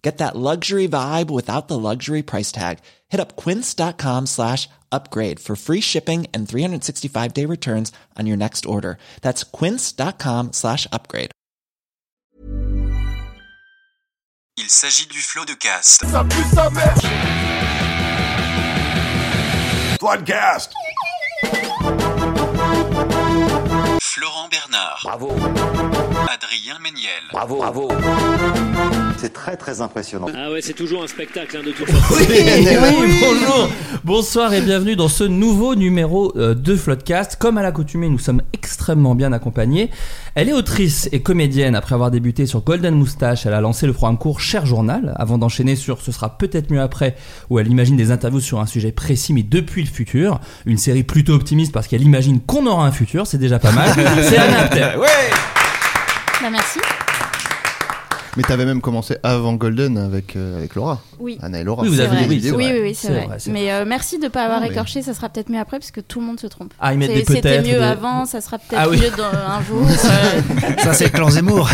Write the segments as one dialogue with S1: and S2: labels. S1: Get that luxury vibe without the luxury price tag. Hit up quince.com slash upgrade for free shipping and 365 day returns on your next order. That's quince.com slash upgrade.
S2: Il s'agit du flot de cast.
S3: Floodcast.
S2: Florent Bernard,
S4: Bravo,
S2: Adrien Méniel,
S4: bravo, bravo.
S5: C'est très très impressionnant.
S6: Ah ouais, c'est toujours un spectacle hein, de toute façon.
S7: Oui, bonjour, bonsoir et bienvenue dans ce nouveau numéro euh, de Floodcast. Comme à l'accoutumée, nous sommes extrêmement bien accompagnés. Elle est autrice et comédienne. Après avoir débuté sur Golden Moustache, elle a lancé le programme court Cher Journal, avant d'enchaîner sur Ce sera peut-être mieux après, où elle imagine des interviews sur un sujet précis, mais depuis le futur. Une série plutôt optimiste parce qu'elle imagine qu'on aura un futur, c'est déjà pas mal. c'est Anna Apter.
S8: Bah merci.
S9: Mais t'avais même commencé avant Golden avec, euh, avec Laura.
S8: Oui.
S9: Anna et Laura.
S7: Oui, vous
S8: C'est
S7: avez-
S8: vrai.
S7: oui, c'est
S8: oui,
S7: vrai.
S8: oui, oui, c'est
S7: C'est
S8: vrai.
S7: vrai, c'est
S8: Mais euh, merci de ne pas avoir
S9: Non, mais-
S8: écorché, ça sera peut-être mieux après parce que tout le monde se trompe.
S7: Ah, ils mettent des
S8: C'est- C'était
S7: peut-être.
S8: mieux
S7: des-
S8: avant, ça sera peut-être
S7: Ah oui.
S8: mieux dans un jour. Euh,
S4: Ça, c'est Clan Zemmour.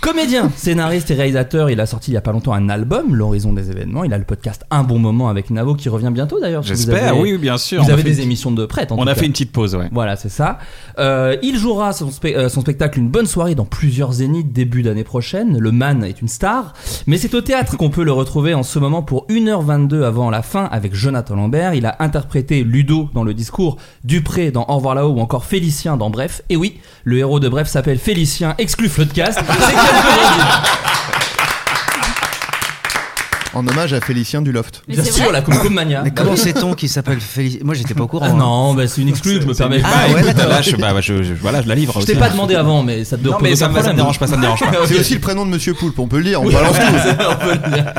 S7: Comédien, scénariste et réalisateur, il a sorti il y a pas longtemps un album, L'horizon des événements. Il a le podcast Un bon moment avec Navo qui revient bientôt d'ailleurs. si vous
S10: J'espère,
S7: avez-
S10: oui, oui, bien sûr.
S7: Vous
S10: On a
S7: avez
S10: fait
S7: des
S10: une-
S7: émissions de prête. En
S10: On
S7: tout
S10: a
S7: cas.
S10: fait une petite pause, ouais.
S7: Voilà, c'est ça. Euh, il jouera son, spe- euh, son spectacle Une bonne soirée dans plusieurs zéniths début d'année prochaine. Le Man est une star. Mais c'est au théâtre qu'on peut le retrouver en ce moment pour 1h22 avant la fin avec Jonathan Lambert. Il a interprété Ludo dans le discours, Dupré dans Au revoir là-haut ou encore Félicien dans Bref. Et oui, le héros de Bref s'appelle Félicien, exclu Floodcast. C'est quelque chose.
S9: En hommage à Félicien du Loft.
S8: mais
S7: Bien
S8: c'est
S7: sûr,
S8: vrai.
S7: la Comic Mania.
S4: Mais comment sait-on qui s'appelle Félicien Moi, j'étais pas au courant. hein.
S7: Ah non, bah, c'est une exclue, je me permets.
S4: Ah,
S10: Bah,
S4: ouais,
S10: écoute,
S4: d'accord.
S10: là, je, bah, je, je- voilà, je la livre
S7: Je t'ai
S10: aussi.
S7: pas demandé avant, mais ça te
S10: Non,
S7: pose
S10: mais
S7: aucun
S10: ça, me- ça
S7: problème.
S10: me dérange pas, ça me dérange pas.
S9: C'est aussi le prénom de Monsieur Poulpe, on peut le dire, on
S7: Oui,
S9: balance tout.
S7: voilà, on peut le dire.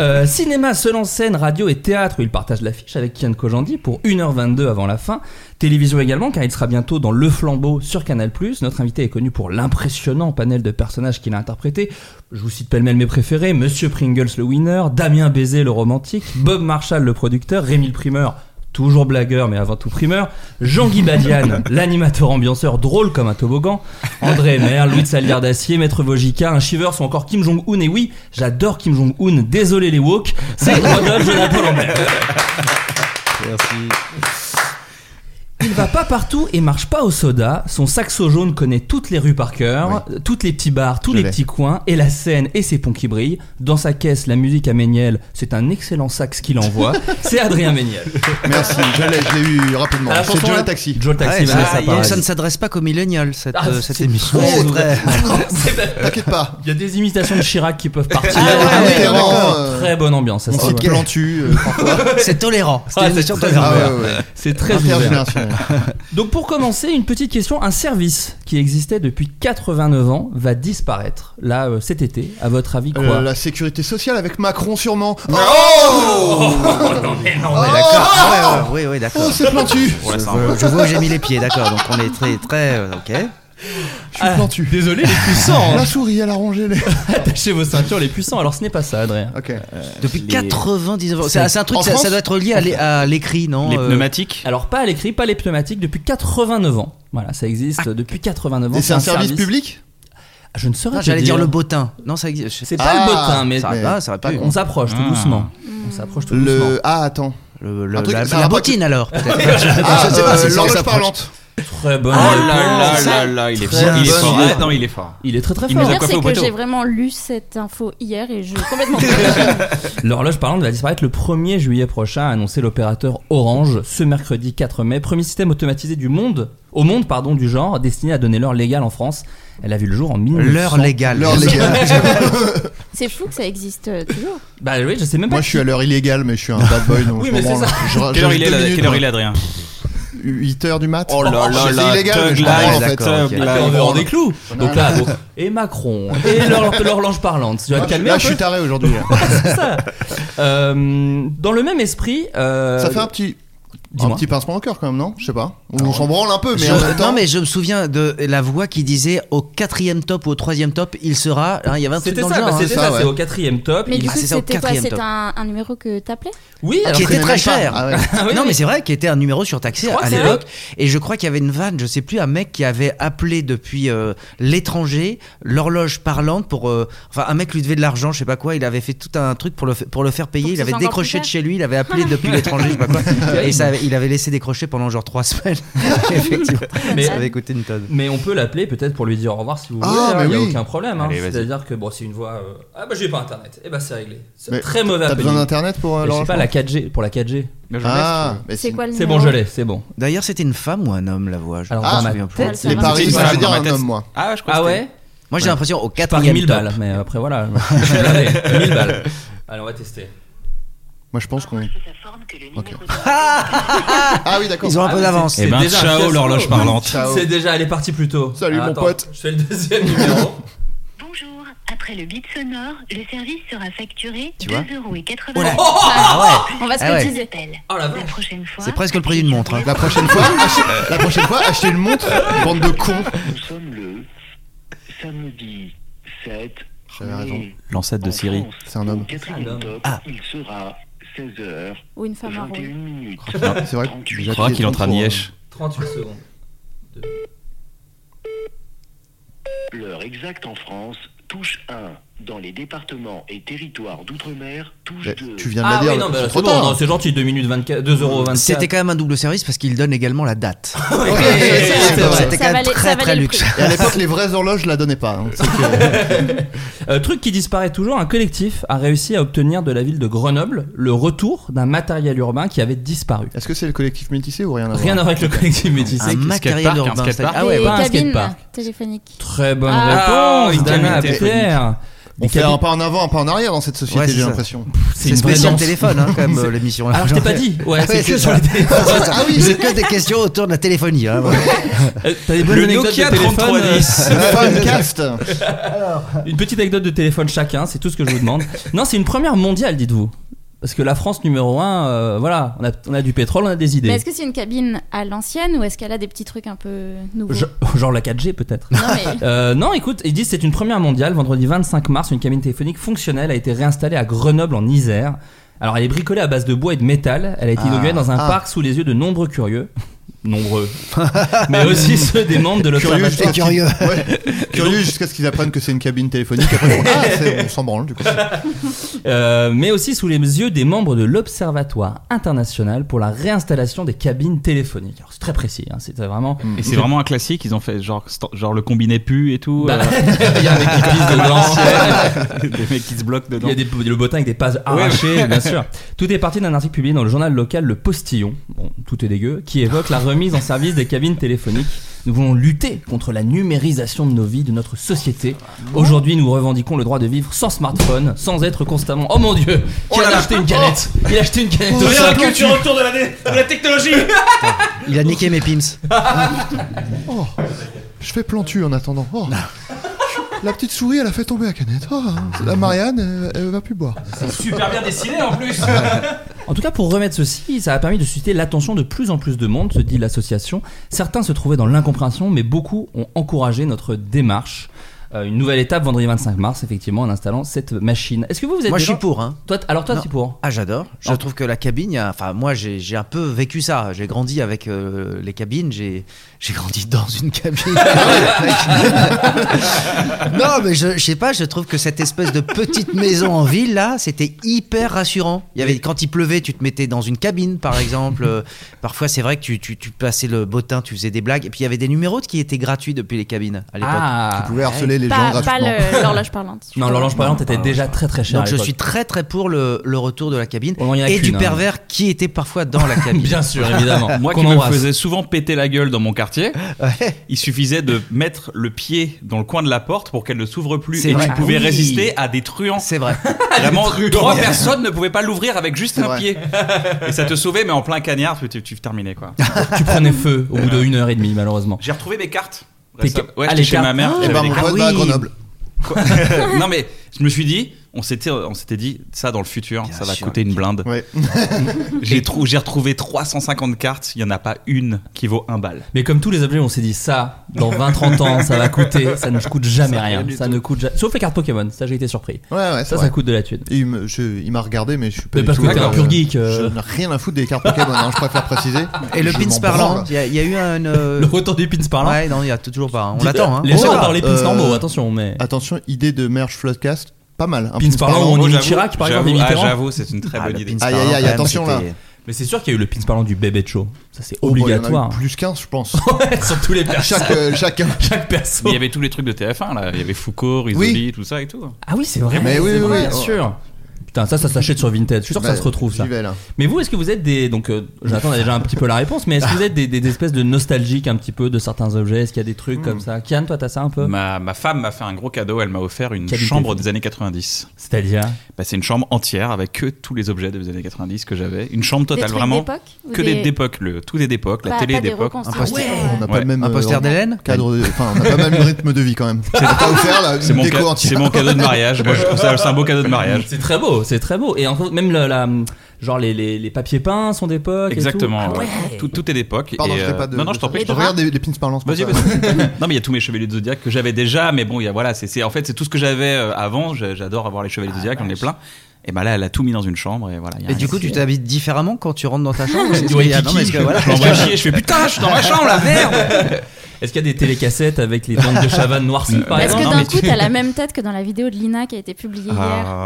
S7: Euh, cinéma, seul en scène, radio et théâtre, où il partage l'affiche avec Kian Kojandi pour 1h22 avant la fin. Télévision également, car il sera bientôt dans Le Flambeau sur Canal+. Notre invité est connu pour l'impressionnant panel de personnages qu'il a interprétés. Je vous cite pêle-mêle mes préférés. Monsieur Pringles, le winner. Damien Baiser, le romantique. Bob Marshall, le producteur. Rémi le primeur. Toujours blagueur, mais avant tout primeur. Jean-Guy Badian, l'animateur ambianceur drôle comme un toboggan. André Maire, Louis de Salière d'Acier, Maître Vojica, un Shiver sont encore Kim Jong-un. Et oui, j'adore Kim Jong-un. Désolé les woke. C'est Rodolphe Jonathan Lambert.
S4: Merci.
S7: Il va pas partout et marche pas au soda. Son saxo jaune connaît toutes les rues par cœur, toutes les petits bars, tous
S9: Je
S7: les
S9: l'ai.
S7: petits coins et la scène et ses ponts qui brillent. Dans sa caisse, la musique à Méniel, c'est un excellent sax qu'il envoie. c'est Adrien Méniel.
S9: Merci, je l'ai, je l'ai eu rapidement.
S7: Alors,
S9: C'est
S7: chanson,
S9: Joe
S7: là
S9: le Taxi. Eh,
S7: Joe le taxi,
S4: Ouais,
S7: Vanessa
S4: ça,
S7: Paradis.
S4: ça ne s'adresse pas qu'aux millennials, cette,
S7: Ah,
S4: euh, cette
S7: c'est-
S4: émission.
S7: c'est vrai.
S9: C'est pas- Euh, T'inquiète pas.
S7: Il y a des imitations de Chirac qui peuvent partir.
S9: Ah ouais,
S7: C'est
S9: ouais,
S7: vraiment
S9: d'accord. Euh,
S7: très bonne ambiance. ça,
S9: On
S7: c'est
S9: cite
S7: vrai.
S9: Calentu. euh,
S4: C'est tolérant. C'est
S7: Ah,
S4: une
S7: c'est
S4: émission
S7: très-
S4: tolérante.
S9: Ah ouais, ouais.
S7: C'est très ouvert.
S9: Intergénérationnel.
S7: Donc pour commencer, une petite question, un service qui existait depuis 89 ans va disparaître là euh, cet été. À votre avis quoi
S9: Euh, La sécurité sociale avec Macron sûrement. Oh,
S4: Ouais,
S1: Ah.
S4: d'accord. Ouais, ouais, oui, oui,
S9: oh,
S4: d'accord.
S9: c'est plantu.
S4: Je vois- je vois où j'ai mis les pieds, d'accord. Donc on est très, très, euh, ok.
S9: Je suis plantu.
S7: Ah, Désolé les puissants. hein.
S9: La souris, elle a rongé les.
S7: Attachez vos ceintures les puissants. Alors ce n'est pas ça Adrien.
S9: Ok.
S4: Ah, Depuis
S10: Les-
S4: 99 ans. C'est c'est un truc,
S9: En
S4: ça, ça
S9: France
S4: doit être lié à l'é- à l'écrit, non
S10: Les
S4: euh,
S10: pneumatiques.
S7: Alors pas à l'écrit, pas les pneumatiques depuis 89 ans. Voilà, ça existe
S4: Ah.
S7: depuis 89 ans.
S9: Et c'est un service public
S7: Ah, Je ne saurais
S4: Non,
S7: te
S4: J'allais dire le botin. Non, ça existe.
S7: C'est pas
S9: Ah,
S7: le botin mais bah,
S4: Ça va, ça va
S9: pas
S4: plus.
S7: on s'approche tout
S10: Ah.
S7: doucement. On s'approche tout doucement.
S9: Le. Ah, attends.
S4: Le- le-
S9: Un truc-
S4: la
S9: ça
S4: la
S9: a pas
S4: bottine alors. peut-être.
S9: Ah,
S4: Je sais pas,
S9: euh,
S4: c'est- c'est-
S9: l'horloge
S4: ça s'approche.
S9: parlante.
S7: Très bonne
S1: Oh là
S7: réponse.
S1: là là là, il est
S7: Très
S1: fort, il est
S7: bonne
S1: fort.
S7: idée.
S1: Ah, non, il est fort.
S7: Il est très très
S8: Le
S7: fort.
S8: pire, c'est que j'ai vraiment lu cette info hier et je complètement.
S7: L'horloge parlante va disparaître le 1er juillet prochain, a annoncé l'opérateur Orange ce mercredi 4 mai. Premier système automatisé du monde, au monde pardon, du genre, destiné à donner l'heure légale en France. Elle a vu le jour en 1900.
S6: L'heure légale.
S9: L'heure légale.
S8: c'est fou que ça existe euh, toujours.
S7: bah oui, je sais même pas.
S9: Moi, je suis à l'heure illégale, mais je suis un bad boy. Donc
S7: Oui, mais
S9: je hein. m'en
S7: c'est
S9: branle.
S7: ça.
S9: Je- je-
S1: Quelle heure
S9: j'ai
S1: il est,
S9: deux
S1: là-
S9: minutes,
S1: quelle heure
S9: moi.
S1: il est, Adrien
S9: 8 heures du mat.
S1: Oh là là
S9: C'est
S1: là,
S9: illégal, mais
S1: Thug
S9: je m'en branle,
S1: Life,
S9: en fait.
S1: Thug Life.
S7: Ah, t'es en dehors des clous.
S9: Non.
S7: Donc là, bon, et Macron, et l'hor- l'horloge parlante. Tu vas
S9: Là,
S7: te
S9: je-
S7: calmer
S9: Là,
S7: un
S9: je
S7: peu
S9: suis taré aujourd'hui. hein. là.
S7: C'est ça. Euh, dans le même esprit. euh,
S9: Ça fait un petit. Un
S7: dis-moi.
S9: petit pincement au cœur quand même, non Je sais pas. On s'en branle un peu, mais
S6: Je-
S9: en même temps.
S6: non mais je me souviens de la voix qui disait au quatrième top ou au troisième top il sera. hein, Il y avait un truc
S7: C'était
S6: dans
S7: ça,
S6: le genre.
S7: bah,
S6: hein.
S7: c'était
S9: ça,
S7: ça,
S9: ouais.
S7: c'est au quatrième top.
S8: Mais
S7: Il-
S8: du
S6: Ah,
S8: coup,
S6: c'est ça, au
S8: c'était quoi
S6: quatrième
S8: C'était
S6: top.
S8: un, un numéro que t'appelais
S7: Oui, alors
S6: qui
S9: je
S6: était
S9: connais
S6: très
S9: même pas.
S6: cher.
S9: Ah ouais.
S7: Ah oui,
S6: non,
S7: oui.
S6: mais c'est vrai qu'il était un numéro surtaxé
S7: Je crois
S6: à
S7: que c'est
S6: l'époque. Et je crois qu'il y avait une vanne, je sais plus, un mec qui avait appelé depuis euh, l'étranger l'horloge parlante pour. euh, enfin, un mec lui devait de l'argent, je sais pas quoi. Il avait fait tout un truc pour le, fa- pour le faire payer.
S8: Pour que
S6: Il
S8: ce
S6: avait
S8: soit encore
S6: décroché
S8: plus
S6: de
S8: cher.
S6: chez lui, il avait appelé depuis l'étranger, je sais pas quoi. Et ça, avait- il avait laissé décrocher pendant genre trois semaines. Effectivement.
S7: Mais-
S6: ça avait coûté une tonne.
S7: Mais on peut l'appeler peut-être pour lui dire au revoir si vous
S9: Ah,
S7: voulez, hein,
S9: mais
S7: il n'y a
S9: oui.
S7: aucun problème. hein.
S1: Allez, vas-y.
S7: C'est-à-dire que bon, c'est une voix. euh, Ah bah j'ai pas internet, et bah c'est réglé. C'est
S9: Mais
S7: très mauvais
S9: T'as
S7: appel.
S9: besoin d'internet pour. euh,
S7: Et Je sais
S9: l'horloge
S7: pas, la 4G, pour la 4G.
S9: Ah, mais
S8: C'est quoi le
S7: C'est
S8: numéro
S7: bon, je l'ai, c'est bon.
S6: D'ailleurs, c'était une femme ou un homme, la voix je-
S7: Alors,
S9: Ah,
S7: dans
S9: je
S7: ma
S6: me souviens plus.
S7: tête,
S8: C'est
S9: Les
S8: un
S9: paris,
S8: truc
S9: ça
S8: comme
S9: veut
S8: ça.
S9: dire
S1: Dans
S9: un
S1: ma tête.
S9: homme, moi.
S1: Ah, je crois
S7: Ah
S1: que c'était-
S7: ouais
S6: Moi, j'ai l'impression au
S7: Paris
S6: quatrième
S7: 1000
S6: top.
S7: balles, mais après voilà. Je vais regarder, 1000 balles. Allez, on va tester.
S9: Moi, je pense qu'on. Ok. ah oui, d'accord.
S6: Ils ont un peu d'avance.
S1: Eh ben,
S7: déjà un
S1: ciao,
S7: fiasco.
S1: l'horloge parlante.
S9: Ciao.
S7: C'est déjà, elle est partie plus tôt.
S9: Salut, mon
S7: attends,
S9: pote.
S7: Je fais le deuxième numéro.
S2: Bonjour, après le bip sonore, le service sera facturé
S6: Tu vois
S2: 2,80€
S6: Oh là.
S8: Ah On va se
S6: Ah ouais.
S8: cotiser.
S2: d'appel.
S7: Oh la
S2: La
S7: vache.
S2: prochaine fois.
S6: C'est presque le prix d'une montre. hein.
S9: La prochaine fois, achetez, la prochaine fois, achetez une montre, bande de cons.
S11: Nous sommes le samedi 7
S9: J'avais raison.
S11: mai.
S1: L'ancêtre de
S11: En
S1: Siri.
S11: France,
S9: C'est un homme.
S11: au quatrième
S7: C'est un homme.
S11: top,
S6: Ah.
S11: Il sera 16h21
S8: Ou une femme à rôle.
S11: minutes.
S9: C'est vrai. que
S11: Je
S9: j'ai
S1: Je crois
S9: appuyé
S1: qu'il entre à
S9: trop pour,
S1: Liège.
S7: 38 secondes.
S11: L'heure exacte en France touche 1. Dans les départements et territoires d'outre-mer, touche
S9: euh,
S11: 2.
S9: Tu viens de
S7: Ah
S9: me dire.
S7: oui, non, bah,
S9: c'est
S7: c'est
S9: trop
S7: bon, non,
S9: tard. hein.
S7: c'est gentil, 2 minutes 24, 2,24€.
S6: C'était quand même un double service parce qu'il donne également la date.
S7: Ouais,
S9: Ouais,
S7: c'est- c'est vrai.
S6: C'était
S8: Ça
S6: quand même
S8: valait-
S6: très
S8: ça
S6: très
S8: valait le
S6: luxe.
S9: Et
S8: prix.
S9: à l'époque, les vraies horloges, je la donnais pas. hein. C'est que-
S7: Euh, truc qui disparaît toujours, un collectif a réussi à obtenir de la ville de Grenoble le retour d'un matériel urbain qui avait disparu.
S9: Est-ce que c'est le collectif métissé ou rien à
S7: Rien à
S9: voir
S7: voir avec le collectif métissé.
S6: Un matériel
S1: skatepark, un
S6: urbain.
S1: skatepark.
S6: Ah ouais,
S8: Des
S7: pas un
S8: cabines
S7: skatepark.
S8: téléphoniques.
S7: Très bonne
S8: Ah,
S7: réponse,
S1: une
S7: Dana
S1: cabine
S7: Pierre.
S9: On
S7: Des
S9: fait
S7: cabines-
S9: un pas en avant, un pas en arrière dans cette société,
S6: Ouais, c'est
S9: j'ai
S6: ça.
S9: l'impression.
S7: C'est
S6: c'est
S7: une vraie
S6: spécial
S7: danse.
S6: téléphone hein, quand même euh, l'émission.
S7: Alors je t'ai pas dit. Ouais,
S6: Ah
S7: c'est
S6: ouais,
S7: que
S6: c'est
S7: sur
S6: ça.
S7: les téléphones.
S9: Ah oui,
S6: C'est que des questions autour de la téléphonie. hein, voilà.
S7: Euh, T'as des bonnes
S1: Le
S7: anecdotes
S1: Nokia
S7: de téléphone.
S1: 3310.
S7: euh,
S9: le funcast.
S7: Une petite anecdote de téléphone chacun, c'est tout ce que je vous demande. non, c'est une première mondiale, dites-vous. Parce que la France numéro 1, voilà, on a, on a du pétrole, on a des
S8: Mais
S7: idées.
S8: est-ce que c'est une cabine à l'ancienne ou est-ce qu'elle a des petits trucs un peu nouveaux
S7: Je- genre la 4G peut-être.
S8: Non mais
S7: Euh, non, écoute, ils disent que c'est une première mondiale. Vendredi 25 mars, une cabine téléphonique fonctionnelle a été réinstallée à Grenoble en Isère. Alors, elle est bricolée à base de bois et de métal. Elle a été
S6: Ah,
S7: inaugurée dans un
S9: ah.
S7: parc sous les yeux de nombreux curieux. Nombreux. Mais aussi ceux des membres de
S9: Curieux,
S7: l'Observatoire.
S9: jusqu'à
S6: T'es curieux.
S9: Ouais. Curieux jusqu'à ce qu'ils apprennent que c'est une cabine téléphonique. Après, ah, c'est- on s'en branle du coup.
S7: Euh, mais aussi sous les yeux des membres de l'Observatoire international pour la réinstallation des cabines téléphoniques. Alors, c'est très précis, hein, c'était vraiment.
S1: Et c'est vraiment un classique, ils ont fait genre, st- genre le combiné pu et tout.
S7: Bah,
S1: euh,
S7: Il y a un mec qui glisse dedans.
S1: des mecs qui se bloquent dedans.
S7: Il y a des, le botin avec des passes arrachées, bien sûr. Tout est parti d'un article publié dans le journal local Le Postillon, bon, tout est dégueu, qui évoque la remise en service des cabines téléphoniques. Nous voulons lutter contre la numérisation de nos vies, de notre société. Aujourd'hui, nous revendiquons le droit de vivre sans smartphone, sans être constamment. Oh mon dieu Qui a acheté une canette
S1: Oh.
S7: Il a acheté une canette de
S12: Rien
S7: cinq.
S12: que tu retournes de la, de la technologie
S6: Il a niqué mes pims.
S9: Oh, je fais plantu en attendant. Oh. La petite souris, elle a fait tomber la canette. Oh, la Marianne, elle, elle va plus boire.
S12: Super bien dessiné en plus
S7: En tout cas, pour remettre ceci, ça a permis de susciter l'attention de plus en plus de monde, se dit l'association. Certains se trouvaient dans l'incompréhension, mais beaucoup ont encouragé notre démarche. euh, une nouvelle étape vendredi 25 mars, effectivement, en installant cette machine. Est-ce que vous, vous êtes
S1: Moi, je
S7: déjà-
S1: suis pour, hein.
S7: Toi, t- alors toi,
S1: Non.
S7: tu es pour. Oh.
S1: Ah, j'adore. Je trouve que la cabine, il y a- enfin, moi, j'ai j'ai un peu vécu ça. J'ai grandi avec euh, les cabines. J'ai j'ai grandi dans une cabine. non, mais je, je sais pas. Je trouve que cette espèce de petite maison en ville là, c'était hyper rassurant. Il y avait quand il pleuvait, tu te mettais dans une cabine, par exemple. Euh, Parfois, c'est vrai que tu, tu, tu passais le beau temps, tu faisais des blagues. Et puis il y avait des numéros qui étaient gratuits depuis les cabines à l'époque.
S7: Ah. Tu pouvais harceler les
S8: Pas, pas le- l'horloge parlante.
S7: Non, l'horloge parlante était déjà très très chère.
S1: Donc Ah, je suis très très pour le, le retour de la cabine
S7: y en a
S1: et du
S7: qu'une, hein.
S1: pervers qui était parfois dans la cabine.
S7: Bien sûr, évidemment.
S6: Moi
S7: Qu'on
S6: qui me
S7: embrasse.
S6: faisais souvent péter la gueule dans mon quartier, il suffisait de mettre le pied dans le coin de la porte pour qu'elle ne s'ouvre plus
S1: C'est
S6: et
S1: vrai.
S6: tu pouvais
S1: Ah oui.
S6: résister à des truands.
S1: C'est vrai.
S6: Vraiment,
S1: Des truands.
S6: trois personnes ne pouvaient pas l'ouvrir avec juste
S1: C'est
S6: un
S1: vrai.
S6: pied. Et ça te sauvait, mais en plein cagnard, tu, tu, tu terminais quoi.
S1: Ah.
S7: Tu prenais feu au bout de une heure et demie, malheureusement.
S6: J'ai retrouvé mes cartes.
S7: Tes
S6: Récem-
S7: ca-
S6: Ouais,
S7: Ah,
S6: j'étais
S7: les
S6: chez
S7: cartes.
S6: ma mère.
S7: Ah,
S6: j'avais
S7: bah,
S6: des
S7: mon
S6: cartes.
S7: voisin à Grenoble.
S6: Quoi non mais je me suis dit, on s'était, on s'était dit, ça dans le futur, ça va
S1: sûr.
S6: coûter une blinde. j'ai, trou- j'ai retrouvé 350 cartes, il y en a pas une qui vaut un bal.
S7: Mais comme tous les objets, on s'est dit ça, dans 20-30 ans, ça va coûter, ça ne coûte jamais
S6: Ça, rien
S7: rien.
S6: du
S7: Ça
S6: tout.
S7: ne coûte ja- Sauf les cartes Pokémon, ça j'ai été surpris.
S9: Ouais, ouais, c'est
S7: ça, ça
S9: vrai.
S7: coûte de la thune.
S9: Il me- je- il m'a regardé, mais je suis pas.
S7: Mais
S9: du
S7: parce
S9: tout,
S7: que t'es un
S9: euh,
S7: pur geek, euh.
S9: Je n'ai rien à foutre des cartes Pokémon, hein, je préfère préciser.
S1: Et le
S9: Je
S1: pins
S9: m'en
S1: parlant,
S9: branle.
S1: il y, a- il y a eu un. euh,
S9: Euh,
S7: Le retour du pins parlant.
S1: Ouais, non, il y a toujours pas. hein. On
S9: Dis-
S1: l'attend. hein.
S7: Les gens
S9: Oh,
S7: adorent les pins
S9: euh,
S7: normaux, attention, mais.
S9: Attention, idée de merge floodcast, pas mal. hein. un
S7: Pins parlant où on dit
S9: j'avoue.
S7: Chirac, par exemple, et
S6: J'avoue, ah,
S7: Mitterrand.
S6: j'avoue, c'est une très
S1: Ah,
S6: bonne
S1: le
S6: idée.
S1: pins
S9: Aïe, aïe,
S1: parlant,
S9: aïe,
S1: quand même,
S9: attention, là.
S1: c'était-
S7: Mais c'est sûr qu'il y a eu le pins parlant du bébé de show. Ça c'est
S9: Oh, bah, il y en a eu
S7: obligatoire.
S9: plus 15, je pense.
S7: Sur tous les personnes.
S9: Chaque, euh, chacun.
S7: Chaque perso.
S6: Mais il y avait tous les trucs de TF1 là, il y avait Foucault, Risoli, tout ça et tout.
S7: Ah oui, c'est vrai.
S9: Mais oui,
S7: c'est
S9: oui,
S7: vrai,
S9: oui.
S7: bien sûr. Putain, ça, ça s'achète sur Vinted. Je suis sûr que
S9: Bah,
S7: ça se retrouve ça.
S9: j'y vais, là.
S7: Mais vous, est-ce que vous êtes des. Donc, euh, j'attends déjà un petit peu la réponse, mais est-ce que vous êtes des, des- des espèces de nostalgiques un petit peu de certains objets Est-ce qu'il y a des
S9: Hmm.
S7: trucs comme ça Kian, toi, t'as ça un peu
S6: Ma, ma femme m'a fait un gros cadeau, elle m'a offert une
S7: Qualité.
S6: chambre des années 90.
S7: C'est-à-dire
S6: Bah, c'est une chambre entière avec que tous les objets des années 90 que j'avais. Une chambre
S8: Des
S6: totale,
S8: trucs
S6: vraiment.
S8: d'époque ou
S6: Que des
S8: des-
S6: d'époque, le, tout est d'époque, la
S8: Pas-
S6: télé
S8: pas
S6: est
S8: des
S6: d'époque.
S8: reconstructions.
S1: Un poster-
S8: Ouais.
S9: On n'a pas
S6: Ah Ouais.
S9: le même
S1: Un
S9: euh,
S1: poster d'Hélène
S9: cadre, de- enfin, on n'a pas le même rythme de vie quand même. C'est pas offert là,
S6: C'est
S9: une
S6: mon,
S9: déco
S6: ca-
S9: entière.
S6: c'est mon cadeau de mariage. Moi, je trouve ça c'est un beau cadeau de mariage.
S7: Eh, C'est très beau, c'est très beau. Et encore, même la, la- genre les, les, les papiers peints sont d'époque. et tout.
S6: Exactement.
S7: Ah ouais.
S6: ouais. tout, tout est d'époque.
S9: Pardon,
S6: et,
S9: je n'ai
S6: euh,
S9: pas de.
S6: Non, non, je t'en prie.
S9: Je regarde des, des pins parlants. c'est pour
S6: Vas-y,
S9: ça.
S6: vas-y. non, mais il y a tous mes chevaliers de Zodiac que j'avais déjà, mais bon, il y a, voilà, c'est, c'est- en fait, c'est tout ce que j'avais euh, avant. J'ai- J'adore avoir les
S7: Ah,
S6: chevaliers de Zodiac, j'en ai plein. Et bah là, elle a tout mis dans une chambre, et voilà. il y a
S1: Et
S6: rien.
S1: du coup, tu t'habites différemment quand tu rentres dans ta chambre Est-ce
S7: Du
S1: qu'il y a-
S7: waikiki.
S1: non, mais est-ce que- voilà.
S6: Je m'envoie chier, je fais putain, je suis dans ma chambre, la merde! Euh,
S7: Est-ce qu'il y a des télécassettes avec les dents de Chavannes noircies par
S8: Est-ce
S7: exemple
S8: que
S6: non,
S8: d'un
S6: mais
S8: coup,
S6: tu-
S8: t'as la même tête que dans la vidéo de Lina qui a été
S7: Ah,
S8: publiée hier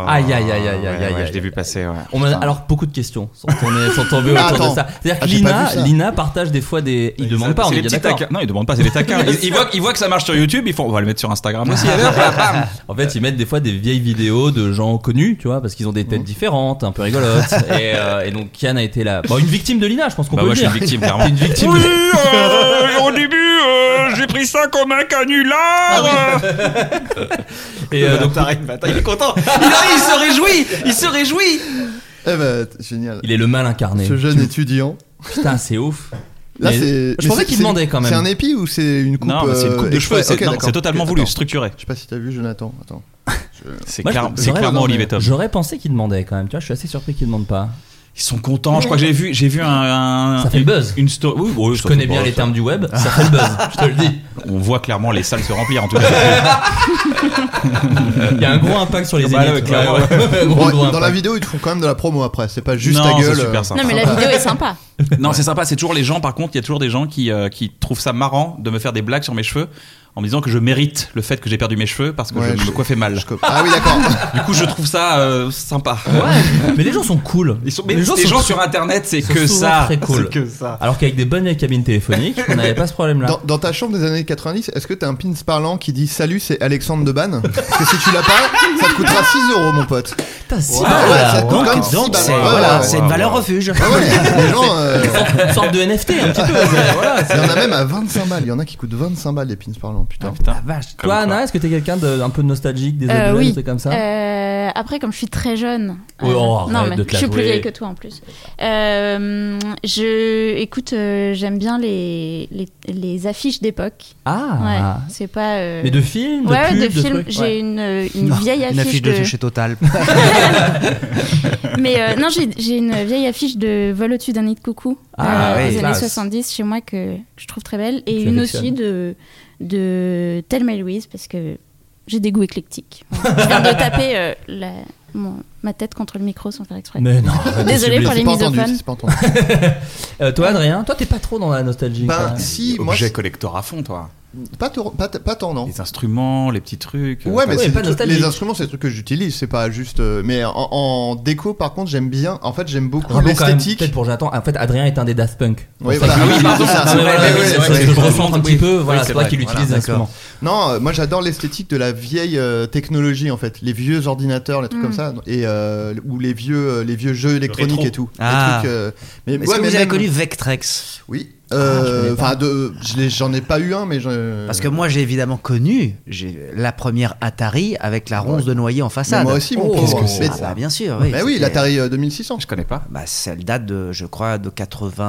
S7: Aïe, aïe, aïe, aïe, aïe,
S6: Ah. Ouais, ouais,
S7: aïe,
S6: je l'ai vu passer, ouais.
S7: On m'a- alors beaucoup de questions sont tournées, sont tombées
S9: Ah,
S7: autour de
S9: attends.
S7: ça. C'est-à-dire que
S9: Ah, j'ai pas vu
S7: Lina,
S9: ça.
S7: Lina partage des fois des. Il demande pas, on
S6: C'est
S7: est
S6: les
S7: bien
S6: petits
S7: d'accord.
S6: taquins. Non, ils demandent pas, c'est les taquins. Ils, ils voient, ils voient que ça marche sur YouTube, ils font, on va le mettre sur Instagram aussi.
S7: Ah,
S6: Bah, alors, bam, bam.
S7: En fait, ils mettent des fois des vieilles vidéos de gens connus, tu vois, parce qu'ils ont des
S6: Mhm.
S7: têtes différentes, un peu rigolotes. et, euh, et donc, Kian a été là. Bon, une victime de Lina, je pense qu'on
S6: Bah,
S7: peut
S6: moi,
S7: le
S6: je suis
S7: dire.
S6: une victime, clairement.
S7: T'es une victime.
S6: Oui,
S7: de-
S6: euh, au début, euh, j'ai pris ça comme un canular.
S7: Ah Et
S6: Bah,
S7: euh, donc,
S6: il est content. Il, arrive, il se réjouit. Il se réjouit.
S9: Eh ben, t- génial.
S7: il est le mal incarné.
S9: Ce jeune étudiant.
S7: Putain, c'est ouf.
S9: Là,
S7: Mais-
S9: c'est.
S7: Je
S9: mais
S7: pensais
S9: c'est-
S7: qu'il
S9: c'est-
S7: demandait quand même.
S9: C'est un épi ou c'est une coupe
S6: Non, mais c'est une coupe
S9: euh,
S6: de cheveux.
S9: exprès
S6: C'est
S9: Ok,
S6: non,
S9: d'accord.
S6: c'est totalement
S9: Ok,
S6: voulu,
S9: attends.
S6: structuré.
S9: Je sais pas si t'as vu, Jonathan. Attends.
S6: C'est
S7: Moi, je-
S6: clair-
S7: j'aurais-
S6: c'est clairement
S7: non, mais
S6: Olivier Tom.
S7: J'aurais pensé qu'il demandait quand même, tu vois, je suis assez surpris qu'il demande pas.
S6: Ils sont contents. Je crois que j'ai vu, j'ai vu un, un-
S7: Ça fait le buzz.
S6: Une story. Oui, oui,
S7: Je
S6: ça
S7: connais
S6: fait
S7: bien
S6: pas-
S7: les termes du web, ça fait le buzz, je te le dis.
S6: On voit clairement les salles se remplir en tout cas.
S7: Il y a un gros impact sur les
S6: Bah,
S7: élites.
S6: ouais, clairement.
S7: Ouais, ouais, gros,
S9: Bon,
S7: gros
S9: dans
S7: impact.
S9: la vidéo, ils te font quand même de la promo après. C'est pas juste ta
S6: non,
S9: gueule.
S6: c'est
S9: euh,
S6: super sympa.
S8: Non, mais la vidéo est sympa.
S6: Non, c'est sympa, c'est toujours les gens, par contre, il y a toujours des gens qui, euh, qui trouvent ça marrant de me faire des blagues sur mes cheveux en me disant que je mérite le fait que j'ai perdu mes cheveux parce que
S9: Ouais,
S6: je me
S9: je-
S6: coiffais mal.
S9: je copie. Ah oui, d'accord.
S6: Du coup, je trouve ça euh, sympa.
S7: Ouais, Ah, mais les gens sont cool.
S6: Ils sont, mais les gens,
S7: sont-
S6: sur internet, c'est
S7: sont
S6: que
S7: souvent
S6: ça.
S7: très cool.
S6: C'est que ça.
S7: Alors qu'avec des bonnes vieilles cabines téléphoniques, on n'avait pas ce problème-là.
S9: Dans, dans ta chambre des années 90, est-ce que t'as un pins parlant qui dit salut, c'est Alexandre Deban Parce que si tu l'as pas, ça te coûtera 6 euros, mon pote.
S7: Putain, si
S9: Ouais,
S7: bah,
S9: ouais,
S7: voilà.
S9: ça bah, te coûte
S1: Donc,
S9: quand même
S1: donc,
S9: 6 balles.
S1: c'est
S9: Ouais,
S1: voilà,
S9: ouais,
S1: c'est
S9: ouais.
S1: une valeur refuge.
S9: Ah ouais, les gens, euh,
S7: Une sorte de NFT un petit peu. mais voilà,
S9: il
S7: c'est-
S9: y en a même à 25 balles. Il y en a qui coûtent 25 balles les pins parlants, putain.
S6: Putain. Comme
S7: Toi,
S6: quoi.
S7: Anna, est-ce que t'es quelqu'un d'un peu nostalgique des
S8: Euh,
S7: objets,
S8: oui.
S7: des trucs comme ça
S8: Euh, après, comme je suis très jeune, euh,
S7: Oui, oh, arrête
S8: non mais
S7: de te la
S8: je suis plus
S7: jouer.
S8: vieille que toi en plus. Euh, je, écoute, euh, j'aime bien les les, les affiches d'époque.
S7: Ah
S8: Ouais, c'est pas. euh,
S7: Mais de films, de
S8: ouais, ouais,
S7: pubs,
S8: de,
S7: de
S8: films.
S7: trucs,
S8: J'ai
S7: ouais.
S8: une, euh, une vieille affiche,
S1: Une affiche de chez Total.
S8: Mais euh, non, j'ai j'ai une vieille affiche de Vol au-dessus d'un nid de coucou
S7: Ah,
S8: euh,
S7: oui.
S8: des années
S7: Classe.
S8: 70 chez moi que, que je trouve très belle et
S7: Tu
S8: une
S7: affectionnes.
S8: aussi de de Thelma et Louise parce que J'ai des goûts éclectiques. Je viens de taper euh, la- mon- ma tête contre le micro sans faire exprès. Désolée pour les misophones.
S7: Euh, toi, Adrien, toi, t'es pas trop dans la nostalgie.
S9: Ben,
S7: quoi.
S9: si, moi,
S6: Objet
S9: c'est-
S6: collector à fond, toi.
S9: Pas, tant- pas, t- pas tant, non.
S6: Les instruments, les petits trucs. euh,
S9: Ouais, mais
S6: t'as-
S9: c'est des trucs- les instruments, c'est des trucs que j'utilise, c'est pas juste. euh, mais en, en déco, par contre, j'aime bien. En fait, j'aime beaucoup
S1: Ah,
S7: Rappelons quand même,
S9: l'esthétique.
S7: peut-être pour j'attends. En fait, Adrien est un des Daft Punk.
S9: Oui,
S7: Pour
S9: voilà.
S7: ça qu'il-
S9: Ah oui, pardon,
S7: Non,
S9: c'est
S7: mais
S9: vrai,
S7: voilà,
S9: oui,
S7: c'est
S9: oui,
S7: parce
S9: oui,
S7: que
S9: oui,
S7: je
S9: oui,
S7: refonds un
S9: oui,
S7: petit
S9: oui,
S7: peu.
S9: oui,
S7: Voilà,
S9: c'est
S7: c'est toi
S9: vrai,
S7: qui l'utilise
S9: voilà,
S7: en ce moment.
S9: Non, euh, moi j'adore l'esthétique de la vieille euh, technologie en fait, les vieux ordinateurs, les trucs
S1: Mm.
S9: comme ça, et euh, ou les vieux, euh, les vieux jeux électroniques
S1: rétro.
S9: et tout. Les
S1: Ah.
S9: trucs, euh, mais
S1: Est-ce
S9: ouais,
S1: que
S9: mais
S1: vous avez
S9: même-
S1: connu Vectrex
S9: Oui.
S1: je connais
S9: euh,
S1: pas.
S9: Enfin, de, je l'ai- j'en ai pas eu un, mais je.
S1: Parce que moi, j'ai évidemment connu j'ai la première Atari avec la ronce de noyer en façade.
S9: Mais moi aussi, mon
S1: Oh,
S9: pauvre.
S1: qu'est-ce que
S9: Mais-
S1: c'est Ah bah, bien sûr. Oui,
S9: Bah oui,
S1: c'était-
S9: l'Atari euh, 2600.
S6: Je connais pas.
S1: Bah, celle date de, je crois, de 80,